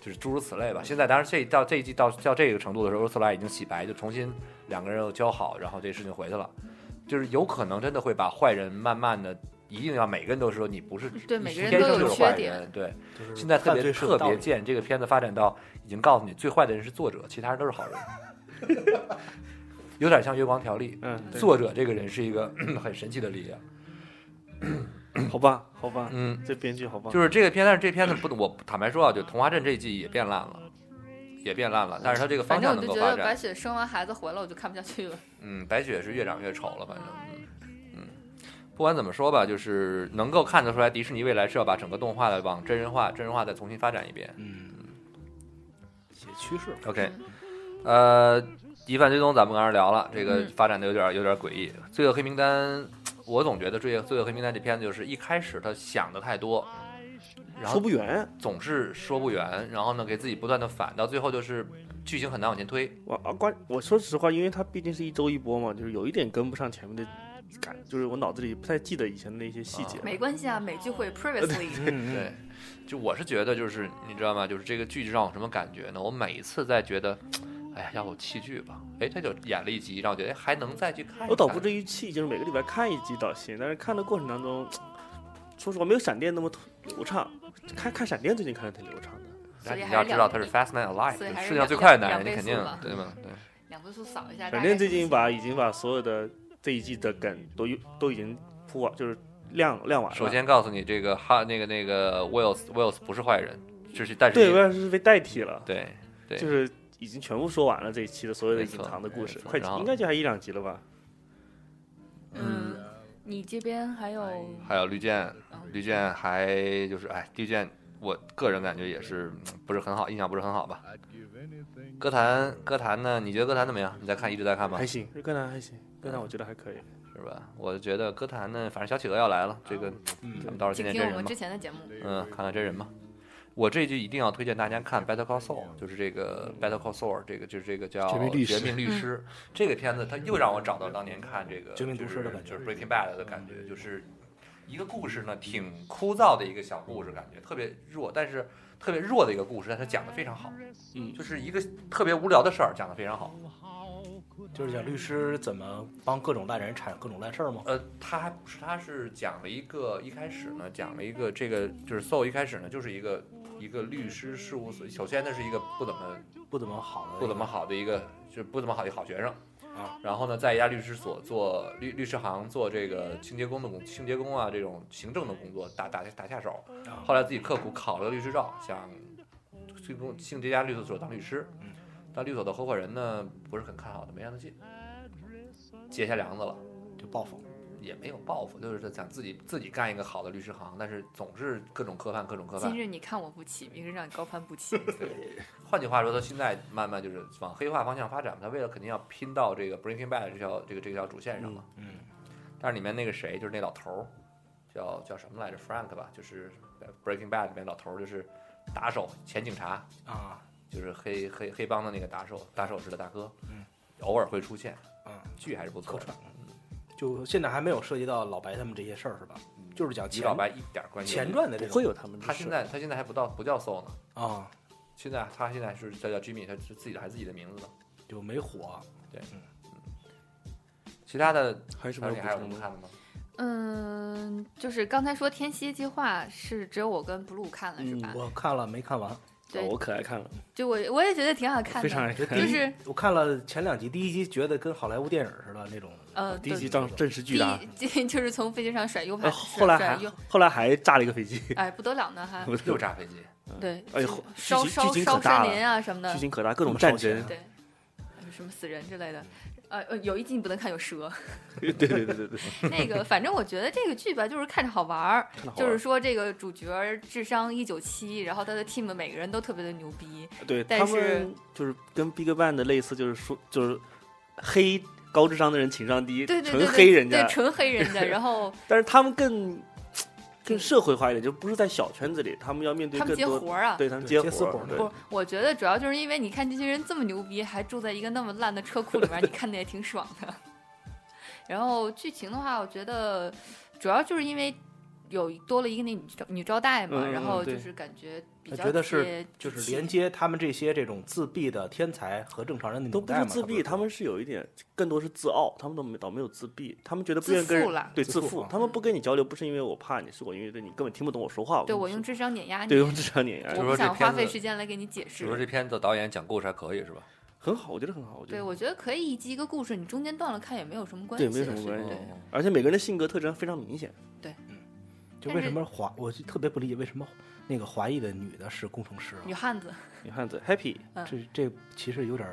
[SPEAKER 3] 就是诸如此类吧。现在当然这到这一季到到这个程度的时候，Ursula 已经洗白，就重新两个人又交好，然后这事情回去了，就是有可能真的会把坏人慢慢的。一定要每个人都说你不是
[SPEAKER 4] 对
[SPEAKER 3] 你
[SPEAKER 4] 每个人
[SPEAKER 3] 天
[SPEAKER 4] 都
[SPEAKER 3] 生
[SPEAKER 4] 有
[SPEAKER 3] 就是
[SPEAKER 4] 缺
[SPEAKER 3] 坏
[SPEAKER 4] 点
[SPEAKER 3] 人，对，
[SPEAKER 9] 就是
[SPEAKER 3] 现在特
[SPEAKER 9] 嗯犯
[SPEAKER 3] 别
[SPEAKER 9] 罪是有
[SPEAKER 3] 特
[SPEAKER 9] 道
[SPEAKER 3] 别
[SPEAKER 9] 理的
[SPEAKER 3] 贱，这个片子发展到已经告诉你，最坏的人是作者，其他人都是好人，有点像《月光条例》。
[SPEAKER 10] 嗯，对
[SPEAKER 3] 作者这个人是一个 [clears throat] 很神奇的力量，
[SPEAKER 10] 好吧，好吧，
[SPEAKER 3] 嗯，
[SPEAKER 10] 这编剧好棒，
[SPEAKER 3] 就是这个片，但是这片子不，我坦白说啊，就《童话镇》这一季也变烂了，也变烂了，但是它这个
[SPEAKER 4] 反
[SPEAKER 3] 方
[SPEAKER 4] 正
[SPEAKER 3] 向
[SPEAKER 4] 我
[SPEAKER 3] 能
[SPEAKER 4] 就
[SPEAKER 3] 够
[SPEAKER 4] 觉
[SPEAKER 3] 发
[SPEAKER 4] 得
[SPEAKER 3] 展
[SPEAKER 4] 白。雪生完孩子回来，我就看不下去了。
[SPEAKER 3] 嗯，白雪是越长越丑了，反正，嗯嗯，不管怎么说吧，就是能够看得出来，迪士尼未来是要把整个动画的往真人化、真人化再重新发展一遍。
[SPEAKER 9] 嗯，一些趋势，
[SPEAKER 3] OK，呃，疑犯追踪咱们刚才聊了，这个
[SPEAKER 4] 嗯
[SPEAKER 3] 发展的有点有点诡异。罪恶黑名单，我总觉得罪恶罪恶黑名单这片子就是一开始他想的太多，然
[SPEAKER 10] 说
[SPEAKER 3] 后
[SPEAKER 10] 不圆。
[SPEAKER 3] 总是说不圆，然后呢给自己不断的反，到最后就是剧情很难往前推。
[SPEAKER 10] 我啊关，我说实话，因为它毕竟是一周一播嘛，就是有一点跟不上前面的感，就是我脑子里不太记得以前的那些细节
[SPEAKER 3] 啊。
[SPEAKER 10] 嗯
[SPEAKER 4] 没关系啊，美剧会
[SPEAKER 3] [laughs]
[SPEAKER 4] previously
[SPEAKER 3] 嗯对，就我是觉得就是你知道吗？就是这个剧让我什么感觉呢？我每一次在觉得，哎呀，要有弃剧吧，哎，他就演了一集，让我觉得哎还能再去看一看。
[SPEAKER 10] [laughs] 我倒不至于气，就是每个礼拜看一集倒行，但是看的过程当中，说实话没有闪电那么流畅。看看闪电最近看的挺流畅的，
[SPEAKER 4] 所以
[SPEAKER 3] 你
[SPEAKER 4] 还
[SPEAKER 3] 要
[SPEAKER 4] 是
[SPEAKER 3] 知
[SPEAKER 4] 两
[SPEAKER 3] 道他是
[SPEAKER 4] 倍
[SPEAKER 3] Fast Night
[SPEAKER 4] 所以
[SPEAKER 3] Alive，
[SPEAKER 4] 还是
[SPEAKER 3] 世界上最
[SPEAKER 4] 两
[SPEAKER 3] 快的男
[SPEAKER 4] 两
[SPEAKER 3] 人，你
[SPEAKER 4] 倍
[SPEAKER 3] 肯
[SPEAKER 4] 速
[SPEAKER 3] 定
[SPEAKER 4] 吧
[SPEAKER 3] 对吗？对，
[SPEAKER 4] 两步速扫一下，
[SPEAKER 10] 反
[SPEAKER 4] 大概
[SPEAKER 10] 正最近
[SPEAKER 4] 信息
[SPEAKER 10] 把已经把所有的这一季的梗都有都已经铺完，就是亮亮完了。
[SPEAKER 3] 首先告诉你，这个哈那个那个 Wills Wills 不是坏人，就是但是
[SPEAKER 10] 对，
[SPEAKER 3] 你
[SPEAKER 10] 威尔士被代替了，
[SPEAKER 3] 对对，
[SPEAKER 10] 就是已经全部说完了这一期的所有的
[SPEAKER 3] 没
[SPEAKER 10] 隐
[SPEAKER 3] 错
[SPEAKER 10] 藏的故事
[SPEAKER 3] 没，错
[SPEAKER 10] 快
[SPEAKER 3] 然后
[SPEAKER 10] 应该就还一两集了吧？
[SPEAKER 4] 嗯，你这边还有
[SPEAKER 3] 哎还有绿箭，绿箭还就是哎，绿箭我个人感觉也是嗯不是很好，印象不是很好吧。歌坛歌坛呢？你觉得歌坛怎么样？你在看一直在看吗？
[SPEAKER 10] 还行，柯南还行，柯
[SPEAKER 3] 嗯
[SPEAKER 10] 南我觉得还可以。
[SPEAKER 3] 是吧？我觉得歌坛呢，反正小企鹅要来了，这个咱们到时候见见
[SPEAKER 4] 请
[SPEAKER 3] 真
[SPEAKER 4] 听我
[SPEAKER 3] 人
[SPEAKER 4] 们
[SPEAKER 3] 吧
[SPEAKER 4] 之。前的节目。
[SPEAKER 3] 嗯，看看真人吧。我这一句一定要推荐大家看《Better Call Saul》，就是这个《Better Call Saul》，这个就是这个叫《
[SPEAKER 5] 绝命律师
[SPEAKER 3] 绝命律师这个片子它又让我找到当年看这个《
[SPEAKER 9] 绝命毒师的感觉
[SPEAKER 3] 就是《Breaking Bad》的感觉，就是一个故事呢挺枯燥的一个小故事，感觉特别弱，但是特别弱的一个故事，但是讲的非常好，
[SPEAKER 10] 嗯
[SPEAKER 3] 就是一个特别无聊的事儿讲的非常好。
[SPEAKER 9] 嗯就是讲律师怎么帮各种烂人铲各种烂事儿吗？
[SPEAKER 3] 呃，他还不是，他是讲了一个一开始呢，讲了一个这个就是 Saul 一开始呢就是一个一个律师事务所，首先呢是一个不怎么
[SPEAKER 9] 不怎么好的，
[SPEAKER 3] 不怎么好的一个，就是不怎么好的一个好学生
[SPEAKER 9] 啊。
[SPEAKER 3] 然后呢，在一家律师所做律律师行做这个清洁工的工清洁工啊这种行政的工作，打打打下手。后来自己刻苦考了个律师照，想最终进这家律师所当律师。但律所的合伙人呢不是很看好他，没让他进，结下梁子了。
[SPEAKER 9] 就报复。
[SPEAKER 3] 也没有报复，就是想自己自己干一个好的律师行，但是总是各种科犯，各种科犯
[SPEAKER 4] 今。日你看我不起，明日让你高攀
[SPEAKER 3] [laughs]
[SPEAKER 4] 不起。
[SPEAKER 3] 换句话说，他现在慢慢就是往黑化方向发展，他为了肯定要拼到这个 Breaking Bad 这条这个这条主线上嘛。
[SPEAKER 9] 嗯嗯
[SPEAKER 3] 但是里面那个谁，就是那老头儿，叫叫什么来着？Frank 吧，就是呃 Breaking Bad 里面老头儿，就是打手前警察，
[SPEAKER 9] 啊，
[SPEAKER 3] 就是黑黑黑帮的那个打手打手式的大哥，偶尔会出现，
[SPEAKER 9] 嗯
[SPEAKER 3] 剧还是不错
[SPEAKER 9] 客
[SPEAKER 3] 的。
[SPEAKER 9] 串。就现在还没有涉及到老白他们这些事儿是吧？就是讲
[SPEAKER 3] 与
[SPEAKER 9] 前
[SPEAKER 3] 嗯老白一点关系都没
[SPEAKER 9] 前
[SPEAKER 3] 有
[SPEAKER 9] 传的
[SPEAKER 10] 不
[SPEAKER 9] 这种
[SPEAKER 10] 会有他们的事。
[SPEAKER 3] 他现在他现在还不到不叫 Soul 呢。
[SPEAKER 9] 啊，
[SPEAKER 3] 现在他现在是叫叫 Jimmy，他是自己的还自己的名字呢。
[SPEAKER 9] 就没火。
[SPEAKER 3] 其他的
[SPEAKER 10] 还有什么
[SPEAKER 3] 小你还有什么
[SPEAKER 10] 补充的？
[SPEAKER 3] 看的吗？
[SPEAKER 4] 嗯，就是刚才说《天蝎计划》是只有我跟 blue 看了是
[SPEAKER 10] 嗯
[SPEAKER 4] 吧？
[SPEAKER 9] 我看了没看完？
[SPEAKER 3] [laughs]
[SPEAKER 4] 对
[SPEAKER 10] 我可爱看了，
[SPEAKER 4] 就我我也觉得挺好看
[SPEAKER 10] 非常
[SPEAKER 4] 的，
[SPEAKER 10] 爱看。
[SPEAKER 4] 就是
[SPEAKER 9] 我看了前两集，第一集觉得跟好莱坞电影似的那种，
[SPEAKER 4] 呃，
[SPEAKER 10] 第一集
[SPEAKER 4] 对
[SPEAKER 10] 仗阵势
[SPEAKER 4] 第
[SPEAKER 10] 巨大，
[SPEAKER 4] 一第一 [laughs] 就是从飞机上甩 U 盘，
[SPEAKER 10] 啊呃后来
[SPEAKER 4] 甩
[SPEAKER 10] 还
[SPEAKER 4] U，
[SPEAKER 10] 后来还炸了一个飞机，
[SPEAKER 4] 哎不得了呢还
[SPEAKER 3] 又炸飞机，
[SPEAKER 4] 对，
[SPEAKER 10] 哎呦，剧
[SPEAKER 4] 烧
[SPEAKER 10] 情
[SPEAKER 4] 烧
[SPEAKER 10] 剧情
[SPEAKER 4] 烧
[SPEAKER 10] 可大
[SPEAKER 4] 森林
[SPEAKER 10] 了，
[SPEAKER 4] 啊什么的
[SPEAKER 10] [laughs] 剧，情可大，各种战争，
[SPEAKER 4] 对，呃什么死人之类的。呃呃，有一集你不能看有蛇，
[SPEAKER 10] 对 [laughs] 对对对对，
[SPEAKER 4] 那个 [laughs] 反正我觉得这个剧吧，就是看着好玩儿，
[SPEAKER 10] 看得好玩
[SPEAKER 4] 就是说这个主角儿智商一九七，然后他的 team 每个人都特别的牛逼，
[SPEAKER 10] 对，
[SPEAKER 4] 但
[SPEAKER 10] 他
[SPEAKER 4] 是
[SPEAKER 10] 们就是跟 Big Bang 的类似，就是说就是黑高智商的人情商低，
[SPEAKER 4] 对对对
[SPEAKER 10] 纯
[SPEAKER 4] 对，
[SPEAKER 10] 黑人家
[SPEAKER 4] 对，纯黑人
[SPEAKER 10] [laughs]
[SPEAKER 4] 家，然后
[SPEAKER 10] 但是他们更更社会化一点，就不是在小圈子里，他们要面对
[SPEAKER 4] 他们
[SPEAKER 10] 更
[SPEAKER 4] 接
[SPEAKER 10] 多，
[SPEAKER 4] 活儿啊。
[SPEAKER 10] 对他们
[SPEAKER 9] 对
[SPEAKER 10] 接
[SPEAKER 9] 接私
[SPEAKER 10] 活
[SPEAKER 9] 活
[SPEAKER 10] 儿，
[SPEAKER 9] 儿
[SPEAKER 10] 对
[SPEAKER 4] 不，我觉得主要就是因为你看这些人这么牛逼，还住在一个那么烂的车库
[SPEAKER 10] [laughs]
[SPEAKER 4] 里面，你看的也挺爽的。然后剧情的话，我觉得主要就是因为有多了一个那女招女招待嘛，
[SPEAKER 10] 嗯嗯
[SPEAKER 4] 然后
[SPEAKER 10] 对
[SPEAKER 4] 就是感觉比较
[SPEAKER 9] 觉得是
[SPEAKER 4] 接
[SPEAKER 9] 就是连接他们这些这种自闭的天才和正常人的
[SPEAKER 10] 都
[SPEAKER 9] 纽
[SPEAKER 10] 不
[SPEAKER 9] 嗯带
[SPEAKER 10] 是
[SPEAKER 9] 嘛。
[SPEAKER 10] 自闭，他们是有一点，更多是自傲，他们都没倒没有自闭，他们觉得不
[SPEAKER 4] 自
[SPEAKER 10] 愿意跟
[SPEAKER 4] 负
[SPEAKER 10] 人
[SPEAKER 4] 啦嗯
[SPEAKER 10] 对自
[SPEAKER 9] 自负
[SPEAKER 10] 负
[SPEAKER 9] 啊，
[SPEAKER 10] 他们不跟你交流，不是因为我怕你，是我因为对你根本听不懂我说话，
[SPEAKER 4] 对
[SPEAKER 10] 跟你
[SPEAKER 4] 我
[SPEAKER 10] 说
[SPEAKER 4] 用智商碾压你
[SPEAKER 10] 对，用智商碾压
[SPEAKER 4] 我
[SPEAKER 10] 你，
[SPEAKER 3] 说
[SPEAKER 4] 不
[SPEAKER 3] 这
[SPEAKER 4] 想
[SPEAKER 3] 片
[SPEAKER 4] 花费
[SPEAKER 3] 子
[SPEAKER 4] 时间来给你解
[SPEAKER 3] 比
[SPEAKER 4] 释
[SPEAKER 3] 如。说这片子导演讲故事还可以是吧？
[SPEAKER 10] 很好，我觉得很好，我觉
[SPEAKER 4] 对，
[SPEAKER 10] 得
[SPEAKER 4] 我觉得可以一集一个故事，你中间断了看也没有什么关系
[SPEAKER 10] 对
[SPEAKER 4] 的
[SPEAKER 10] 没
[SPEAKER 4] 事
[SPEAKER 10] 有
[SPEAKER 4] 情。
[SPEAKER 10] 什么关系
[SPEAKER 4] 对，
[SPEAKER 3] 哦
[SPEAKER 10] 而且每个人的性格特征非常明显，
[SPEAKER 9] 就为什么华，我就特别不理解为什么那个华裔的女的是工程师啊？
[SPEAKER 4] 女汉子
[SPEAKER 10] 女汉子 happy
[SPEAKER 9] 这这其实有点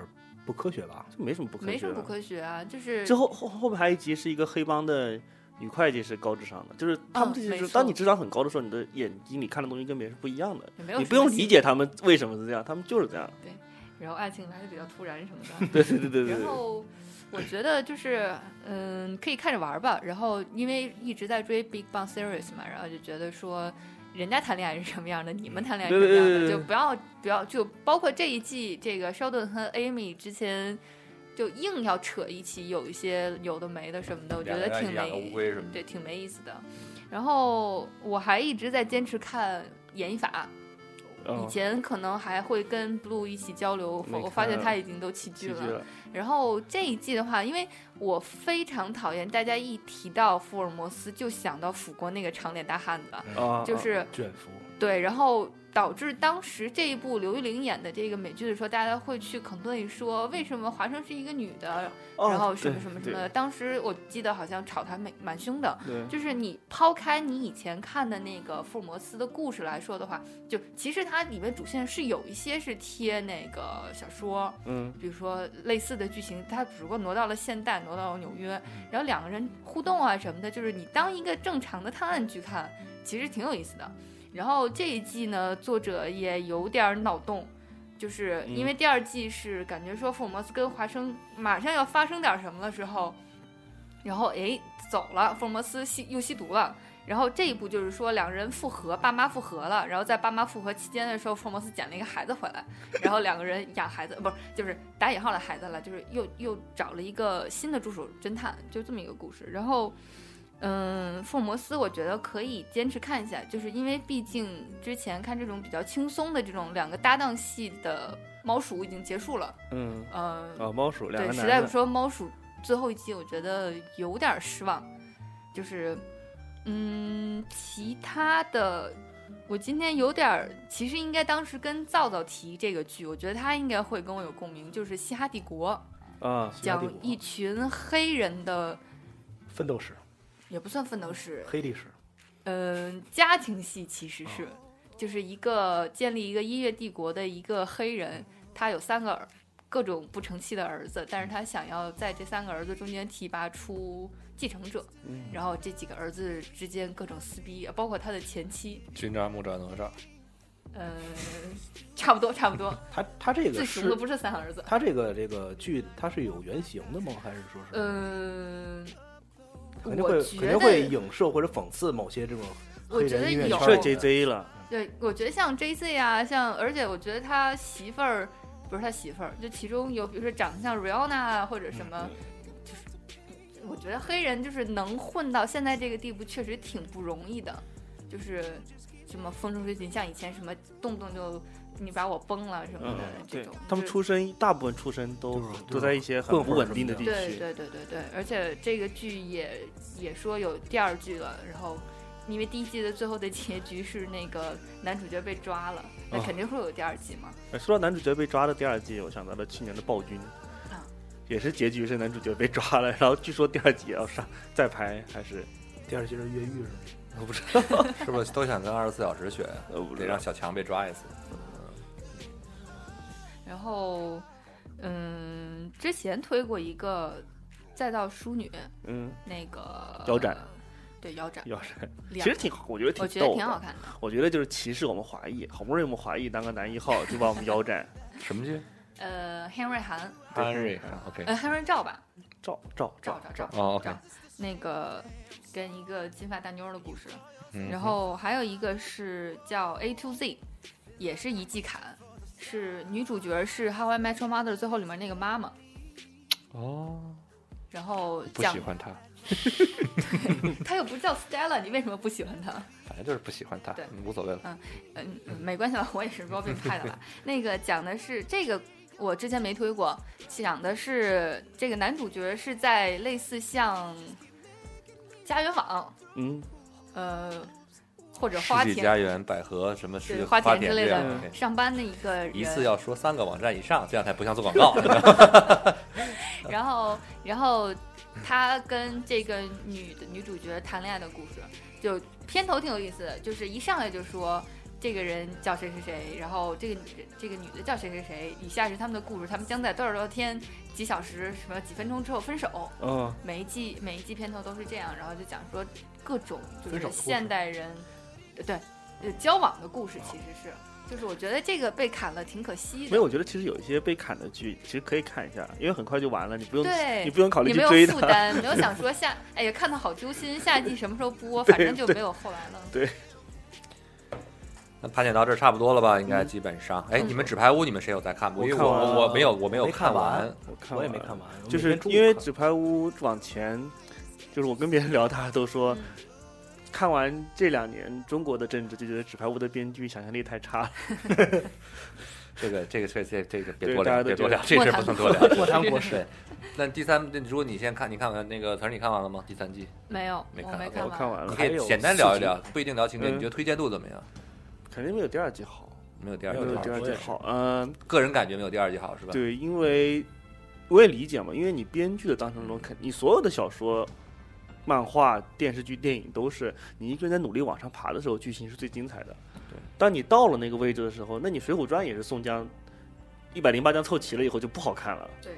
[SPEAKER 9] 不科学吧？
[SPEAKER 10] 这没什么不科学的，
[SPEAKER 4] 没什么不科学啊，就是
[SPEAKER 10] 之后后后面还有一集是一个黑帮的女会计是高智商的，就是他
[SPEAKER 4] 嗯
[SPEAKER 10] 们这些
[SPEAKER 4] 没
[SPEAKER 10] 是、
[SPEAKER 4] 错
[SPEAKER 10] 当你智商很高的时候，你的眼睛里看的东西跟别人是不一样的，
[SPEAKER 4] 也没有
[SPEAKER 10] 你
[SPEAKER 4] 什
[SPEAKER 10] 不
[SPEAKER 4] 么
[SPEAKER 10] 用
[SPEAKER 4] 戏
[SPEAKER 10] 理解他们为什么是这样，他们就是这样。 [laughs]
[SPEAKER 4] 然后爱情来的比较突然什么的。
[SPEAKER 10] 对对对对对
[SPEAKER 4] 然
[SPEAKER 10] 对，
[SPEAKER 4] 后我觉得就是，嗯，可以看着玩儿吧。然后因为一直在追 Big Bang Series 嘛，然后就觉得说，人家谈恋爱是什么样的，你们谈
[SPEAKER 3] [laughs]
[SPEAKER 4] 恋爱是什
[SPEAKER 10] 对
[SPEAKER 4] 么样的，
[SPEAKER 10] 对对对
[SPEAKER 4] 就不要不要就包括这一季这个 Sheldon 和 Amy 之前就硬要扯一起，有一些有的没的什么的，我觉得
[SPEAKER 3] 两个
[SPEAKER 4] 挺
[SPEAKER 3] 养个乌
[SPEAKER 4] 没
[SPEAKER 3] 龟什么的。
[SPEAKER 4] 对，挺没意思的。然后我还一直在坚持看演绎法，以
[SPEAKER 10] 嗯，
[SPEAKER 4] 前可能还会跟 Blue 一起交流，
[SPEAKER 10] 没
[SPEAKER 4] 我发现
[SPEAKER 10] 看
[SPEAKER 4] 他已经都弃剧
[SPEAKER 10] 戏剧
[SPEAKER 4] 了。
[SPEAKER 10] 了，
[SPEAKER 4] 然后这一季的话，因为我非常讨厌大家一提到福尔摩斯就想到腐国那个长脸大汉子，
[SPEAKER 10] 啊，
[SPEAKER 4] 就是
[SPEAKER 9] 卷福，
[SPEAKER 4] 对，然后导致当时这一部刘玉玲演的这个美剧的时候，大家会去肯顿说为什么华生是一个女的，
[SPEAKER 10] 哦
[SPEAKER 4] 然后什么
[SPEAKER 10] 对
[SPEAKER 4] 什么什
[SPEAKER 10] 对
[SPEAKER 4] 么的。当时我记得好像吵他蛮蛮凶的，
[SPEAKER 10] 啊对
[SPEAKER 4] 就是你抛开你以前看的那个福尔摩斯的故事来说的话，就其实它里面主线是有一些是贴那个小说，
[SPEAKER 10] 嗯，
[SPEAKER 4] 比如说类似的剧情，它只不过挪到了现代，挪到了纽约，
[SPEAKER 10] 嗯
[SPEAKER 4] 然后两个人互动啊什么的，就是你当一个正常的探案剧看，其实挺有意思的。然后这一季呢，作者也有点儿脑洞，就是因
[SPEAKER 10] 嗯
[SPEAKER 4] 为第二季是感觉说福尔摩斯跟华生马上要发生点儿什么的时候，然后诶走了，福尔摩斯吸又吸毒了。然后这一步就是说两人复合，爸妈复合了。然后在爸妈复合期间的时候，福尔摩斯捡了一个孩子回来，然后两个人养孩子，不是就是打引号的孩子了，就是又又找了一个新的助手侦探，就这么一个故事。然后，嗯，福尔摩斯我觉得可以坚持看一下，就是因为毕竟之前看这种比较轻松的这种两个搭档戏的猫鼠已经结束了，
[SPEAKER 6] 嗯，
[SPEAKER 4] 嗯、
[SPEAKER 6] 啊，
[SPEAKER 10] 哦
[SPEAKER 6] 猫鼠两
[SPEAKER 4] 对，
[SPEAKER 6] 个
[SPEAKER 4] 实在
[SPEAKER 6] 男
[SPEAKER 4] 不
[SPEAKER 6] 的，
[SPEAKER 4] 说猫鼠最后一季，我觉得有点失望，就是，嗯，其他的，我今天有点儿，其实应该当时跟皂皂提这个剧，我觉得他应该会跟我有共鸣，就是《嘻哈帝国
[SPEAKER 6] 啊》，
[SPEAKER 4] 讲一群黑人的，
[SPEAKER 9] 奋斗史、
[SPEAKER 4] 也不算奋斗史，
[SPEAKER 9] 黑历史，
[SPEAKER 4] 嗯、家庭戏其实
[SPEAKER 9] 哦
[SPEAKER 4] 是，就是一个建立一个音乐帝国的一个黑人，他有三个儿各种不成器的儿子，但是他想要在这三个儿子中间提拔出继承者，
[SPEAKER 9] 嗯
[SPEAKER 4] 然后这几个儿子之间各种撕逼，包括他的前妻，
[SPEAKER 3] 军扎木扎哪吒，
[SPEAKER 4] 嗯、 [laughs] 差不多差不多，
[SPEAKER 9] 他他
[SPEAKER 4] [laughs]
[SPEAKER 9] 这个
[SPEAKER 4] 最熊的
[SPEAKER 9] 是
[SPEAKER 4] 不是三儿子，
[SPEAKER 9] 他这个这个剧，它是有原型的吗？还是说是
[SPEAKER 4] 嗯、
[SPEAKER 9] 肯定
[SPEAKER 4] 呃我
[SPEAKER 9] 会
[SPEAKER 4] 觉
[SPEAKER 9] 肯定会
[SPEAKER 4] 得
[SPEAKER 9] 影射或者讽刺某些这种
[SPEAKER 4] 我
[SPEAKER 9] 黑
[SPEAKER 4] 觉得
[SPEAKER 9] 人音乐
[SPEAKER 4] 有
[SPEAKER 9] 圈
[SPEAKER 10] 这
[SPEAKER 9] 儿
[SPEAKER 10] J Z 了，
[SPEAKER 4] 对，我觉得像 J C 啊，像而且我觉得他媳妇儿不是他媳妇儿，就其中有比如说长得像 Rihanna 啊或者什么，
[SPEAKER 10] 嗯
[SPEAKER 4] 就是我觉得黑人就是能混到现在这个地步，确实挺不容易的，就是什么风生水起，像以前什么动不动就你把我崩了什么的、这
[SPEAKER 10] 嗯对
[SPEAKER 4] 种，，
[SPEAKER 10] 他们
[SPEAKER 4] 就
[SPEAKER 10] 出身大部分出身都都在一些很
[SPEAKER 6] 混
[SPEAKER 10] 不
[SPEAKER 6] 混
[SPEAKER 10] 稳
[SPEAKER 6] 什
[SPEAKER 10] 定
[SPEAKER 6] 么
[SPEAKER 10] 的
[SPEAKER 6] 的
[SPEAKER 10] 地
[SPEAKER 4] 对
[SPEAKER 10] 区，
[SPEAKER 4] 对对对对，而且这个剧也也说有第二季了，然后因为第一季的最后的结局是那个男主角被抓了，那
[SPEAKER 10] 哦
[SPEAKER 4] 肯定会有第二季嘛。
[SPEAKER 10] 哎说到男主角被抓的第二季，我想到了去年的暴君
[SPEAKER 4] 啊。
[SPEAKER 10] 也是结局是男主角被抓了，然后据说第二季也要上再拍，还是
[SPEAKER 9] 第二季是越狱是吗？
[SPEAKER 3] 我不知道是不是都想跟二十四小时学，
[SPEAKER 10] 呃我不
[SPEAKER 3] 得
[SPEAKER 10] 知道
[SPEAKER 3] 让。小强被抓一次。
[SPEAKER 4] 然后，嗯，之前推过一个《再造淑女》，
[SPEAKER 10] 嗯，
[SPEAKER 4] 那个
[SPEAKER 10] 腰斩，
[SPEAKER 4] 对腰斩，
[SPEAKER 10] 要是其
[SPEAKER 4] 两
[SPEAKER 10] 实挺好，我觉得挺
[SPEAKER 4] 呃我觉得
[SPEAKER 10] 逗
[SPEAKER 4] 挺好
[SPEAKER 10] 的。
[SPEAKER 4] 看的。
[SPEAKER 10] 我觉得就是歧视我们华裔，好不容易我们华裔当个男一号，就把我们
[SPEAKER 4] [laughs]
[SPEAKER 10] 腰斩。
[SPEAKER 3] 什么剧
[SPEAKER 4] 呃，Henry 韩，
[SPEAKER 3] ？Henry，OK，
[SPEAKER 4] 呃，Henry 赵吧，
[SPEAKER 10] 赵赵
[SPEAKER 4] 赵赵赵，
[SPEAKER 3] 哦，OK，
[SPEAKER 4] 那个跟一个金发大妞儿的故事。
[SPEAKER 3] 嗯
[SPEAKER 4] 然后还有一个是叫 A to Z，也是一季砍，是女主角是《How I Met Your Mother》最后里面那个妈妈，
[SPEAKER 3] 哦，
[SPEAKER 4] 然后
[SPEAKER 3] 不
[SPEAKER 4] 讲
[SPEAKER 3] 喜
[SPEAKER 4] [laughs]
[SPEAKER 3] 欢他，
[SPEAKER 4] 她又不叫 Stella，你为什么不喜欢她？
[SPEAKER 3] 反正就是不喜欢他
[SPEAKER 4] 对，
[SPEAKER 3] 嗯无所谓了。
[SPEAKER 4] 嗯，嗯没关系了，我也是 Robin
[SPEAKER 3] [laughs]
[SPEAKER 4] 派的吧。那个讲的是这个，我之前没推过，讲的是这个男主角是在类似像家园网，
[SPEAKER 10] 嗯，
[SPEAKER 4] 呃，或者花
[SPEAKER 3] 世纪
[SPEAKER 4] 田
[SPEAKER 3] 家园、百合什么世
[SPEAKER 4] 对
[SPEAKER 3] 界
[SPEAKER 4] 花田之
[SPEAKER 3] 田
[SPEAKER 4] 类
[SPEAKER 3] 这
[SPEAKER 4] 的
[SPEAKER 3] 样，OK
[SPEAKER 4] 上班的一个人，
[SPEAKER 3] 一次要说三个网站以上，这样才不像做广告。
[SPEAKER 4] 然后，然后他跟这个女女主角谈恋爱的故事，就片头挺有意思的，就是一上来就说这个人叫谁谁谁，然后这个女这个女的叫谁谁谁，以下是他们的故事，他们将在多少多少天、几小时、什么几分钟之后分手。
[SPEAKER 10] 嗯，
[SPEAKER 4] 每一季每一季片头都是这样，然后就讲说各种就
[SPEAKER 9] 分手
[SPEAKER 4] 是
[SPEAKER 9] 故事
[SPEAKER 4] 现代人对呃交往的故事，其实是就是我觉得这个被砍了挺可惜
[SPEAKER 10] 没有，
[SPEAKER 4] 的，
[SPEAKER 10] 我觉得其实有一些被砍的剧，其实可以看一下，因为很快就完了，你不用
[SPEAKER 4] 对
[SPEAKER 10] 你不用考虑
[SPEAKER 4] 也
[SPEAKER 10] 去
[SPEAKER 4] 没
[SPEAKER 10] 追
[SPEAKER 4] 有负
[SPEAKER 10] 它。
[SPEAKER 4] 担，没有想说下，哎呀，看的好揪心，下一季什么时候播，反正就没有后来了。
[SPEAKER 3] 那盘点到这儿差不多了吧？应该基本上。哎，
[SPEAKER 4] 嗯
[SPEAKER 3] 你们《纸牌屋》你们谁有在看吗？
[SPEAKER 10] 我
[SPEAKER 3] 因为
[SPEAKER 10] 看完
[SPEAKER 3] 我
[SPEAKER 10] 了
[SPEAKER 3] 我没有我没有
[SPEAKER 9] 没看
[SPEAKER 3] 完
[SPEAKER 9] 完，
[SPEAKER 10] 我看
[SPEAKER 9] 我也没
[SPEAKER 10] 完
[SPEAKER 9] 看完，
[SPEAKER 10] 就
[SPEAKER 9] 我
[SPEAKER 10] 是
[SPEAKER 9] 每天中午
[SPEAKER 10] 因为《
[SPEAKER 9] 看
[SPEAKER 10] 纸牌屋》往前，就是我跟别人聊，大家都说。
[SPEAKER 4] 嗯
[SPEAKER 10] 看完这两年中国的政治，就觉得《纸牌屋》的编剧想象力太差了。
[SPEAKER 3] 这个这个这这这个别
[SPEAKER 10] 对
[SPEAKER 3] 多
[SPEAKER 10] 大
[SPEAKER 3] 聊，
[SPEAKER 10] 家都
[SPEAKER 3] 别多
[SPEAKER 10] 觉得
[SPEAKER 3] 聊，这事儿不能多聊。
[SPEAKER 9] 莫谈国事，
[SPEAKER 3] 对， [laughs] 那第三，那如果你先看，你看完那个词儿，你看完了吗？第三季
[SPEAKER 4] 没有，
[SPEAKER 3] 没
[SPEAKER 4] 我
[SPEAKER 3] 看
[SPEAKER 4] 没
[SPEAKER 3] 我
[SPEAKER 4] 看
[SPEAKER 10] 我看完了，
[SPEAKER 3] 可以简单聊一聊，不一定聊情节，
[SPEAKER 10] 嗯
[SPEAKER 3] 你觉得推荐度怎么样？
[SPEAKER 10] 肯定没有第二季好，
[SPEAKER 3] 没有第二
[SPEAKER 10] 没
[SPEAKER 3] 季
[SPEAKER 10] 有
[SPEAKER 3] 好
[SPEAKER 10] 第二
[SPEAKER 9] 我
[SPEAKER 10] 季
[SPEAKER 9] 也是
[SPEAKER 10] 好。嗯，
[SPEAKER 3] 个人感觉没有第二季好是吧？
[SPEAKER 10] 对，因为我也理解嘛，因为你编剧的当程中，肯你所有的小说、漫画、电视剧、电影都是你一个人在努力往上爬的时候，剧情是最精彩的。
[SPEAKER 3] 对，
[SPEAKER 10] 当你到了那个位置的时候，那你《水浒传》也是宋江一百零八将凑齐了以后就不好看了。
[SPEAKER 4] 对，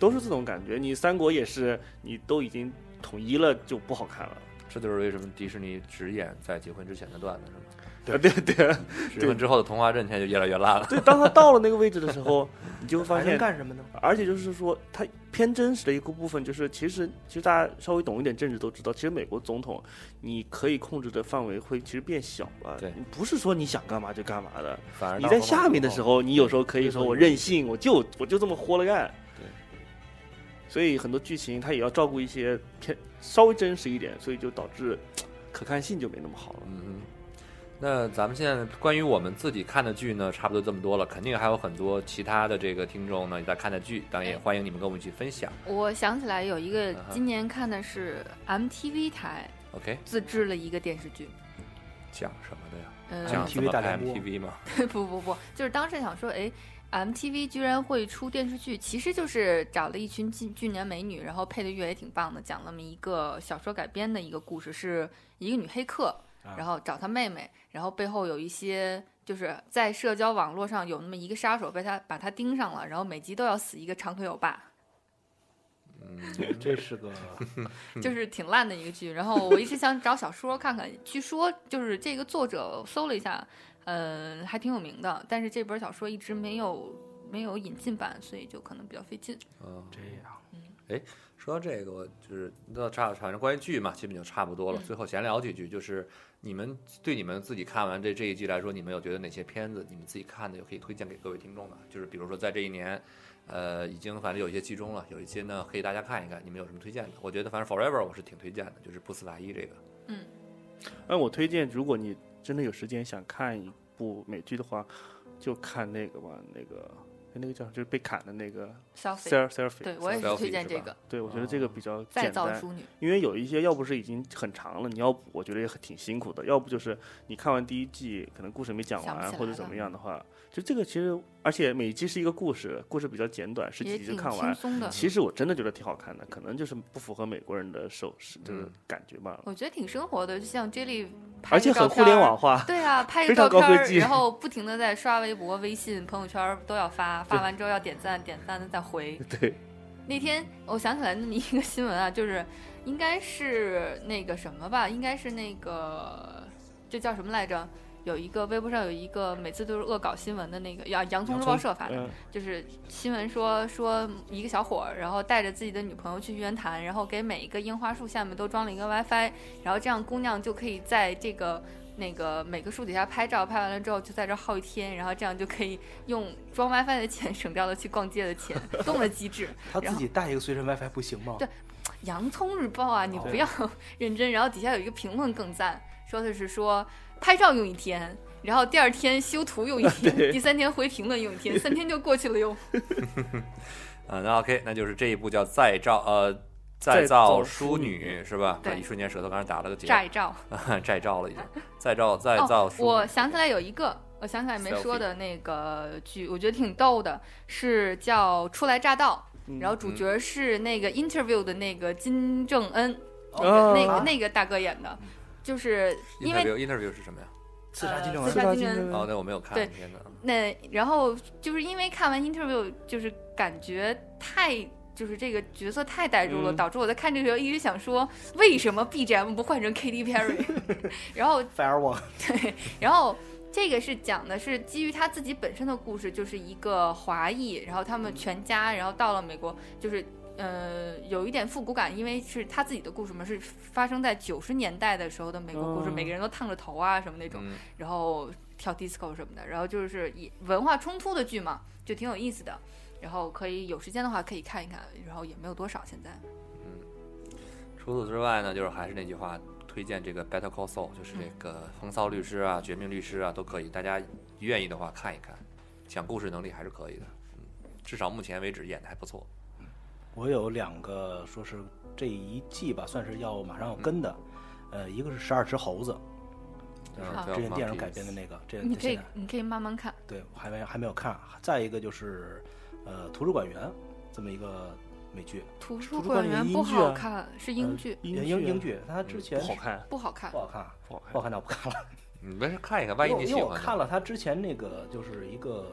[SPEAKER 10] 都是这种感觉。你《三国》也是，你都已经统一了就不好看了。
[SPEAKER 3] 这就是为什么迪士尼只演在结婚之前的段子，是吗？
[SPEAKER 10] 啊对对对，
[SPEAKER 3] 结婚之后的童话镇现在就越来越烂了。
[SPEAKER 10] 对，当他到了那个位置的时候，你就会发
[SPEAKER 9] 还能
[SPEAKER 10] 现，
[SPEAKER 9] 干什么呢？
[SPEAKER 10] 而且就是说，它偏真实的一个部分就是，其实其实大家稍微懂一点政治都知道，其实美国总统你可以控制的范围会其实变小了。
[SPEAKER 3] 对，
[SPEAKER 10] 不是说你想干嘛就干嘛的。
[SPEAKER 3] [laughs] 反而
[SPEAKER 10] 你在下面的时，候，你有时候可以说我任性，我就我就这么豁了干。
[SPEAKER 3] 对，
[SPEAKER 10] 所以很多剧情它也要照顾一些偏稍微真实一点，所以就导致可看性就没那么好了。
[SPEAKER 3] 嗯哼，那咱们现在关于我们自己看的剧呢，差不多这么多了，肯定还有很多其他的这个听众呢也在看的剧，当然也欢迎你们跟我们一起分享。
[SPEAKER 4] 我想起来有一个
[SPEAKER 3] 嗯哼
[SPEAKER 4] 今年看的是 MTV 台
[SPEAKER 3] OK，
[SPEAKER 4] 自制了一个电视剧，
[SPEAKER 3] 讲什么的呀？
[SPEAKER 4] 嗯，
[SPEAKER 3] 讲
[SPEAKER 9] MTV
[SPEAKER 3] 怎么
[SPEAKER 9] 大
[SPEAKER 3] 拍
[SPEAKER 9] 联播
[SPEAKER 3] MTV 吗？
[SPEAKER 4] 不不不，就是当时想说，哎，MTV 居然会出电视剧，其实就是找了一群俊俊年美女，然后配的乐也挺棒的，讲那么一个小说改编的一个故事，是一个女黑客，然后找她妹妹，然后背后有一些就是在社交网络上有那么一个杀手被她把她盯上了，然后每集都要死一个长腿欧巴。
[SPEAKER 3] 嗯，
[SPEAKER 9] 这是个
[SPEAKER 10] 嗯
[SPEAKER 4] 就是挺烂的一个剧。然后我一直想找小说看看，据说就是这个作者我搜了一下，嗯、还挺有名的，但是这本小说一直没有没有引进版，所以就可能比较费劲。
[SPEAKER 3] 嗯
[SPEAKER 9] [laughs] 这样，
[SPEAKER 3] 说到这个，我就是那差反正关于剧嘛，基本就差不多了。
[SPEAKER 4] 嗯
[SPEAKER 3] 最后闲聊几句，就是你们对你们自己看完这这一季来说，你们有觉得哪些片子你们自己看的，有可以推荐给各位听众的？就是比如说在这一年，呃，已经反正有一些集中了，有一些呢可以大家看一看，你们有什么推荐的？我觉得反正 Forever 我是挺推荐的，就是不死法医这个。
[SPEAKER 10] 那我推荐，如果你真的有时间想看一部美剧的话，就看那个吧，那个哎那个叫就是被砍的那个
[SPEAKER 4] Selfie，
[SPEAKER 10] Sarah Sarah，
[SPEAKER 4] 对我也是
[SPEAKER 3] Selfie
[SPEAKER 4] 推荐
[SPEAKER 3] 是
[SPEAKER 4] 这
[SPEAKER 3] 吧
[SPEAKER 4] 个
[SPEAKER 10] 对我觉得这个比较
[SPEAKER 4] 再
[SPEAKER 10] 简
[SPEAKER 4] 造
[SPEAKER 10] 单，
[SPEAKER 4] 淑女。
[SPEAKER 10] 因为有一些要不是已经很长了，你要我觉得也很挺辛苦的，要不就是你看完第一季可能故事没讲
[SPEAKER 4] 想不
[SPEAKER 10] 完
[SPEAKER 4] 起
[SPEAKER 10] 或者
[SPEAKER 4] 来
[SPEAKER 10] 怎
[SPEAKER 4] 了
[SPEAKER 10] 么样的话，就这个其实而且每一季是一个故事，故事比较简短，十
[SPEAKER 4] 也
[SPEAKER 10] 几集就
[SPEAKER 4] 挺
[SPEAKER 10] 看
[SPEAKER 4] 轻
[SPEAKER 10] 完。嗯
[SPEAKER 4] 松的，
[SPEAKER 10] 其实我真的觉得挺好看的，可能就是不符合美国人的手势，就是
[SPEAKER 3] 嗯
[SPEAKER 10] 感觉罢了，
[SPEAKER 4] 我觉得挺生活的，就像 Jelly 拍
[SPEAKER 10] 而
[SPEAKER 4] 个
[SPEAKER 10] 且很
[SPEAKER 4] 照
[SPEAKER 10] 互
[SPEAKER 4] 片
[SPEAKER 10] 联
[SPEAKER 4] 儿
[SPEAKER 10] 网。化。
[SPEAKER 4] 对啊，拍个
[SPEAKER 10] 非
[SPEAKER 4] 照
[SPEAKER 10] 常
[SPEAKER 4] 片
[SPEAKER 10] 高科
[SPEAKER 4] 儿，
[SPEAKER 10] 技
[SPEAKER 4] 然后不停的在刷微博、微信、朋友圈儿都要发，发完之后要点赞，点赞了再回。
[SPEAKER 10] [laughs] 对，
[SPEAKER 4] 那天我想起来那么一个新闻啊，就是应该是那个什么吧，应该是那个这叫什么来着？有一个微博上有一个每次都是恶搞新闻的那个洋洋葱日报社发的，
[SPEAKER 10] 嗯，
[SPEAKER 4] 就是新闻说说一个小伙儿，然后带着自己的女朋友去玉渊潭，然后给每一个樱花树下面都装了一个 WiFi，然后这样姑娘就可以在这个那个每个树底下拍照，拍完了之后就在这儿耗一天，然后这样就可以用装 WiFi 的钱省掉了去逛街的钱，多么机智！
[SPEAKER 9] 他自己带一个随身 WiFi 不行吗？
[SPEAKER 4] 对洋葱日报啊，你不要认真。然后底下有一个评论更赞，说的是说拍照用一天，然后第二天修图用一天，第三天回评论用一天，三天就过去了哟。
[SPEAKER 3] 啊、那 OK，那就是这一部叫《再造》呃。再
[SPEAKER 10] 再
[SPEAKER 3] 造
[SPEAKER 10] 造
[SPEAKER 3] 淑
[SPEAKER 10] 淑
[SPEAKER 3] 女是吧？
[SPEAKER 4] 对
[SPEAKER 3] 一瞬间舌头刚才打了个结，
[SPEAKER 4] 晒照。
[SPEAKER 3] 债照了已经。再造再造淑女，
[SPEAKER 4] 哦我想起来有一个，我想起来没说的那个剧，我觉得挺逗的，是叫《初来乍到》，
[SPEAKER 10] 嗯
[SPEAKER 4] 然后主角是那个 interview 的那个金正恩，
[SPEAKER 10] 哦
[SPEAKER 4] 那个那个大哥演的，就是因为
[SPEAKER 3] interview interview 是什么呀？
[SPEAKER 9] 刺杀金正
[SPEAKER 4] 呃
[SPEAKER 9] 恩
[SPEAKER 4] 刺杀金正恩
[SPEAKER 3] 哦，那我没有看，
[SPEAKER 4] 对
[SPEAKER 3] 天哪！
[SPEAKER 4] 那然后就是因为看完 interview，就是感觉太就是这个角色太代入了，
[SPEAKER 10] 嗯
[SPEAKER 4] 导致我在看这个时候一直想说，为什么 BGM 不换成 Katy Perry？然 [laughs] 后
[SPEAKER 9] firewall [laughs]
[SPEAKER 4] [laughs] 然后这个是讲的是基于他自己本身的故事，就是一个华裔，然后他们全家，然后到了美国，就是呃有一点复古感，因为是他自己的故事嘛，是发生在九十年代的时候的美国故
[SPEAKER 9] 哦
[SPEAKER 4] 事，
[SPEAKER 10] 嗯
[SPEAKER 4] 每个人都烫着头啊什么那种，
[SPEAKER 3] 嗯，
[SPEAKER 4] 然后跳 disco 什么的，然后就是以文化冲突的剧嘛，就挺有意思的。然后可以有时间的话可以看一看，然后也没有多少现在。
[SPEAKER 3] 除此之外呢，就是还是那句话，推荐这个 Better Call Saul，就是这
[SPEAKER 4] 嗯
[SPEAKER 3] 个《风骚律师》啊，《绝命律师》啊，都可以，大家愿意的话看一看，讲故事能力还是可以的，嗯，至少目前为止演的还不错。
[SPEAKER 9] 我有两个说是嗯这一季吧，算是要马上要跟的，呃，一个是《十二只猴子》，
[SPEAKER 3] 嗯
[SPEAKER 9] 之前
[SPEAKER 3] 叫
[SPEAKER 9] 电影
[SPEAKER 3] One
[SPEAKER 9] 改呃编的那个，这
[SPEAKER 4] 你可
[SPEAKER 9] 现
[SPEAKER 4] 以
[SPEAKER 9] 在
[SPEAKER 4] 你可以慢慢看，
[SPEAKER 9] 对我还没还没有看。再一个就是呃，图书馆员这么一个美剧，
[SPEAKER 4] 图
[SPEAKER 9] 书
[SPEAKER 4] 书
[SPEAKER 9] 馆
[SPEAKER 4] 馆
[SPEAKER 9] 里
[SPEAKER 4] 员
[SPEAKER 9] 英
[SPEAKER 4] 不
[SPEAKER 9] 剧
[SPEAKER 4] 好
[SPEAKER 9] 啊
[SPEAKER 4] 看，是
[SPEAKER 9] 呃
[SPEAKER 4] 英剧，
[SPEAKER 9] 英
[SPEAKER 10] 英剧啊
[SPEAKER 9] 英剧，它之前
[SPEAKER 10] 不好看，
[SPEAKER 4] 不好看
[SPEAKER 9] 不。好看，
[SPEAKER 10] 不
[SPEAKER 9] 不
[SPEAKER 10] 好
[SPEAKER 9] 好
[SPEAKER 10] 看。
[SPEAKER 9] 看到不看了。
[SPEAKER 3] 你嗯没事看一看，万一
[SPEAKER 9] 因为
[SPEAKER 3] 你
[SPEAKER 9] 因
[SPEAKER 3] 喜
[SPEAKER 9] 为我
[SPEAKER 3] 欢呢。
[SPEAKER 9] 看了它之前那个就是一个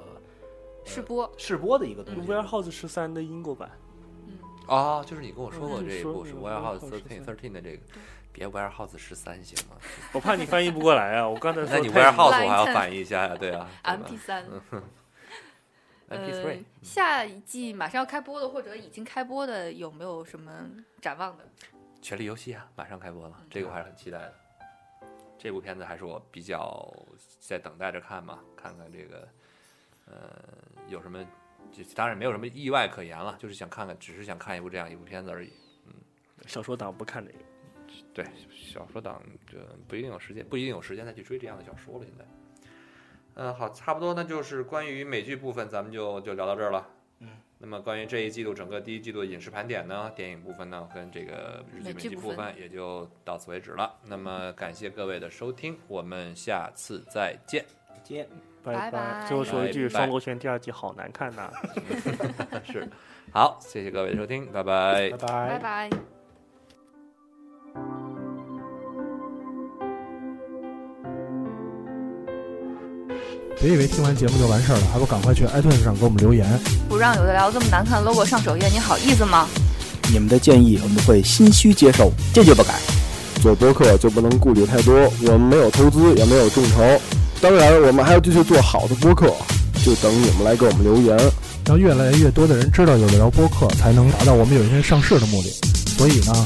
[SPEAKER 4] 试播，
[SPEAKER 9] 试播的一个东西，
[SPEAKER 10] Warehouse 十三的英国版，
[SPEAKER 3] 啊，就是你跟我说过
[SPEAKER 10] 嗯
[SPEAKER 3] 这一
[SPEAKER 10] 说
[SPEAKER 3] 部是
[SPEAKER 10] 过了
[SPEAKER 3] Warehouse
[SPEAKER 10] Warehouse
[SPEAKER 3] Thirteen
[SPEAKER 10] 13
[SPEAKER 3] Thirteen 的这个，
[SPEAKER 4] 嗯
[SPEAKER 3] 别 Warehouse 十三行
[SPEAKER 4] [laughs]
[SPEAKER 3] 吗？
[SPEAKER 10] 我怕你翻译不过来啊！我刚才说
[SPEAKER 3] 那你
[SPEAKER 10] 太
[SPEAKER 3] Warehouse 我还要
[SPEAKER 4] Lighten
[SPEAKER 3] 反译一下呀，对
[SPEAKER 4] [laughs]
[SPEAKER 3] 啊
[SPEAKER 4] MP 三，
[SPEAKER 3] ，MP
[SPEAKER 4] 呃
[SPEAKER 3] three，，嗯
[SPEAKER 4] 下一季马上要开播的或者已经开播的，有没有什么展望的？
[SPEAKER 3] 权力游戏啊，马上开播了，这个我还是很期待的。这部片子还是我比较在等待着看嘛，看看这个，呃，有什么，就当然没有什么意外可言了，就是想看看，只是想看一部这样一部片子而已。嗯
[SPEAKER 10] 小说党不看这个，
[SPEAKER 3] 对，小说党这不一定有时间，不一定有时间再去追这样的小说了。现在，嗯，好，差不多，那就是关于美剧部分，咱们就就聊到这儿了。
[SPEAKER 9] 嗯，
[SPEAKER 3] 那么关于这一季度整个第一季度的影视盘点呢，电影部分呢跟这个日剧
[SPEAKER 4] 美
[SPEAKER 3] 美
[SPEAKER 4] 剧
[SPEAKER 3] 剧
[SPEAKER 4] 部
[SPEAKER 3] 部
[SPEAKER 4] 分
[SPEAKER 3] 分也就到此为止了。那么感谢各位的收听，我们下次再见。
[SPEAKER 9] 接
[SPEAKER 4] 拜
[SPEAKER 10] 拜。最后说一句，
[SPEAKER 3] 拜
[SPEAKER 10] 《
[SPEAKER 3] 拜
[SPEAKER 10] 双螺旋》第二季好难看呐、
[SPEAKER 3] [laughs] 是，好，谢谢各位的收听，拜拜
[SPEAKER 9] 拜。
[SPEAKER 10] 哎
[SPEAKER 9] 拜
[SPEAKER 4] 拜拜。
[SPEAKER 5] 别以为听完节目就完事儿了，还不赶快去 iTunes 上给我们留言。
[SPEAKER 4] 不让有的聊这么难看的 logo 上首页，你好意思吗？
[SPEAKER 1] 你们的建议我们会心虚接受，坚决不改。
[SPEAKER 11] 做播客就不能顾虑太多，我们没有投资，也没有众筹，当然我们还要继续做好的播客，就等你们来给我们留言。
[SPEAKER 5] 让越来越多的人知道有的聊播客，才能达到我们有一天上市的目的。所以呢，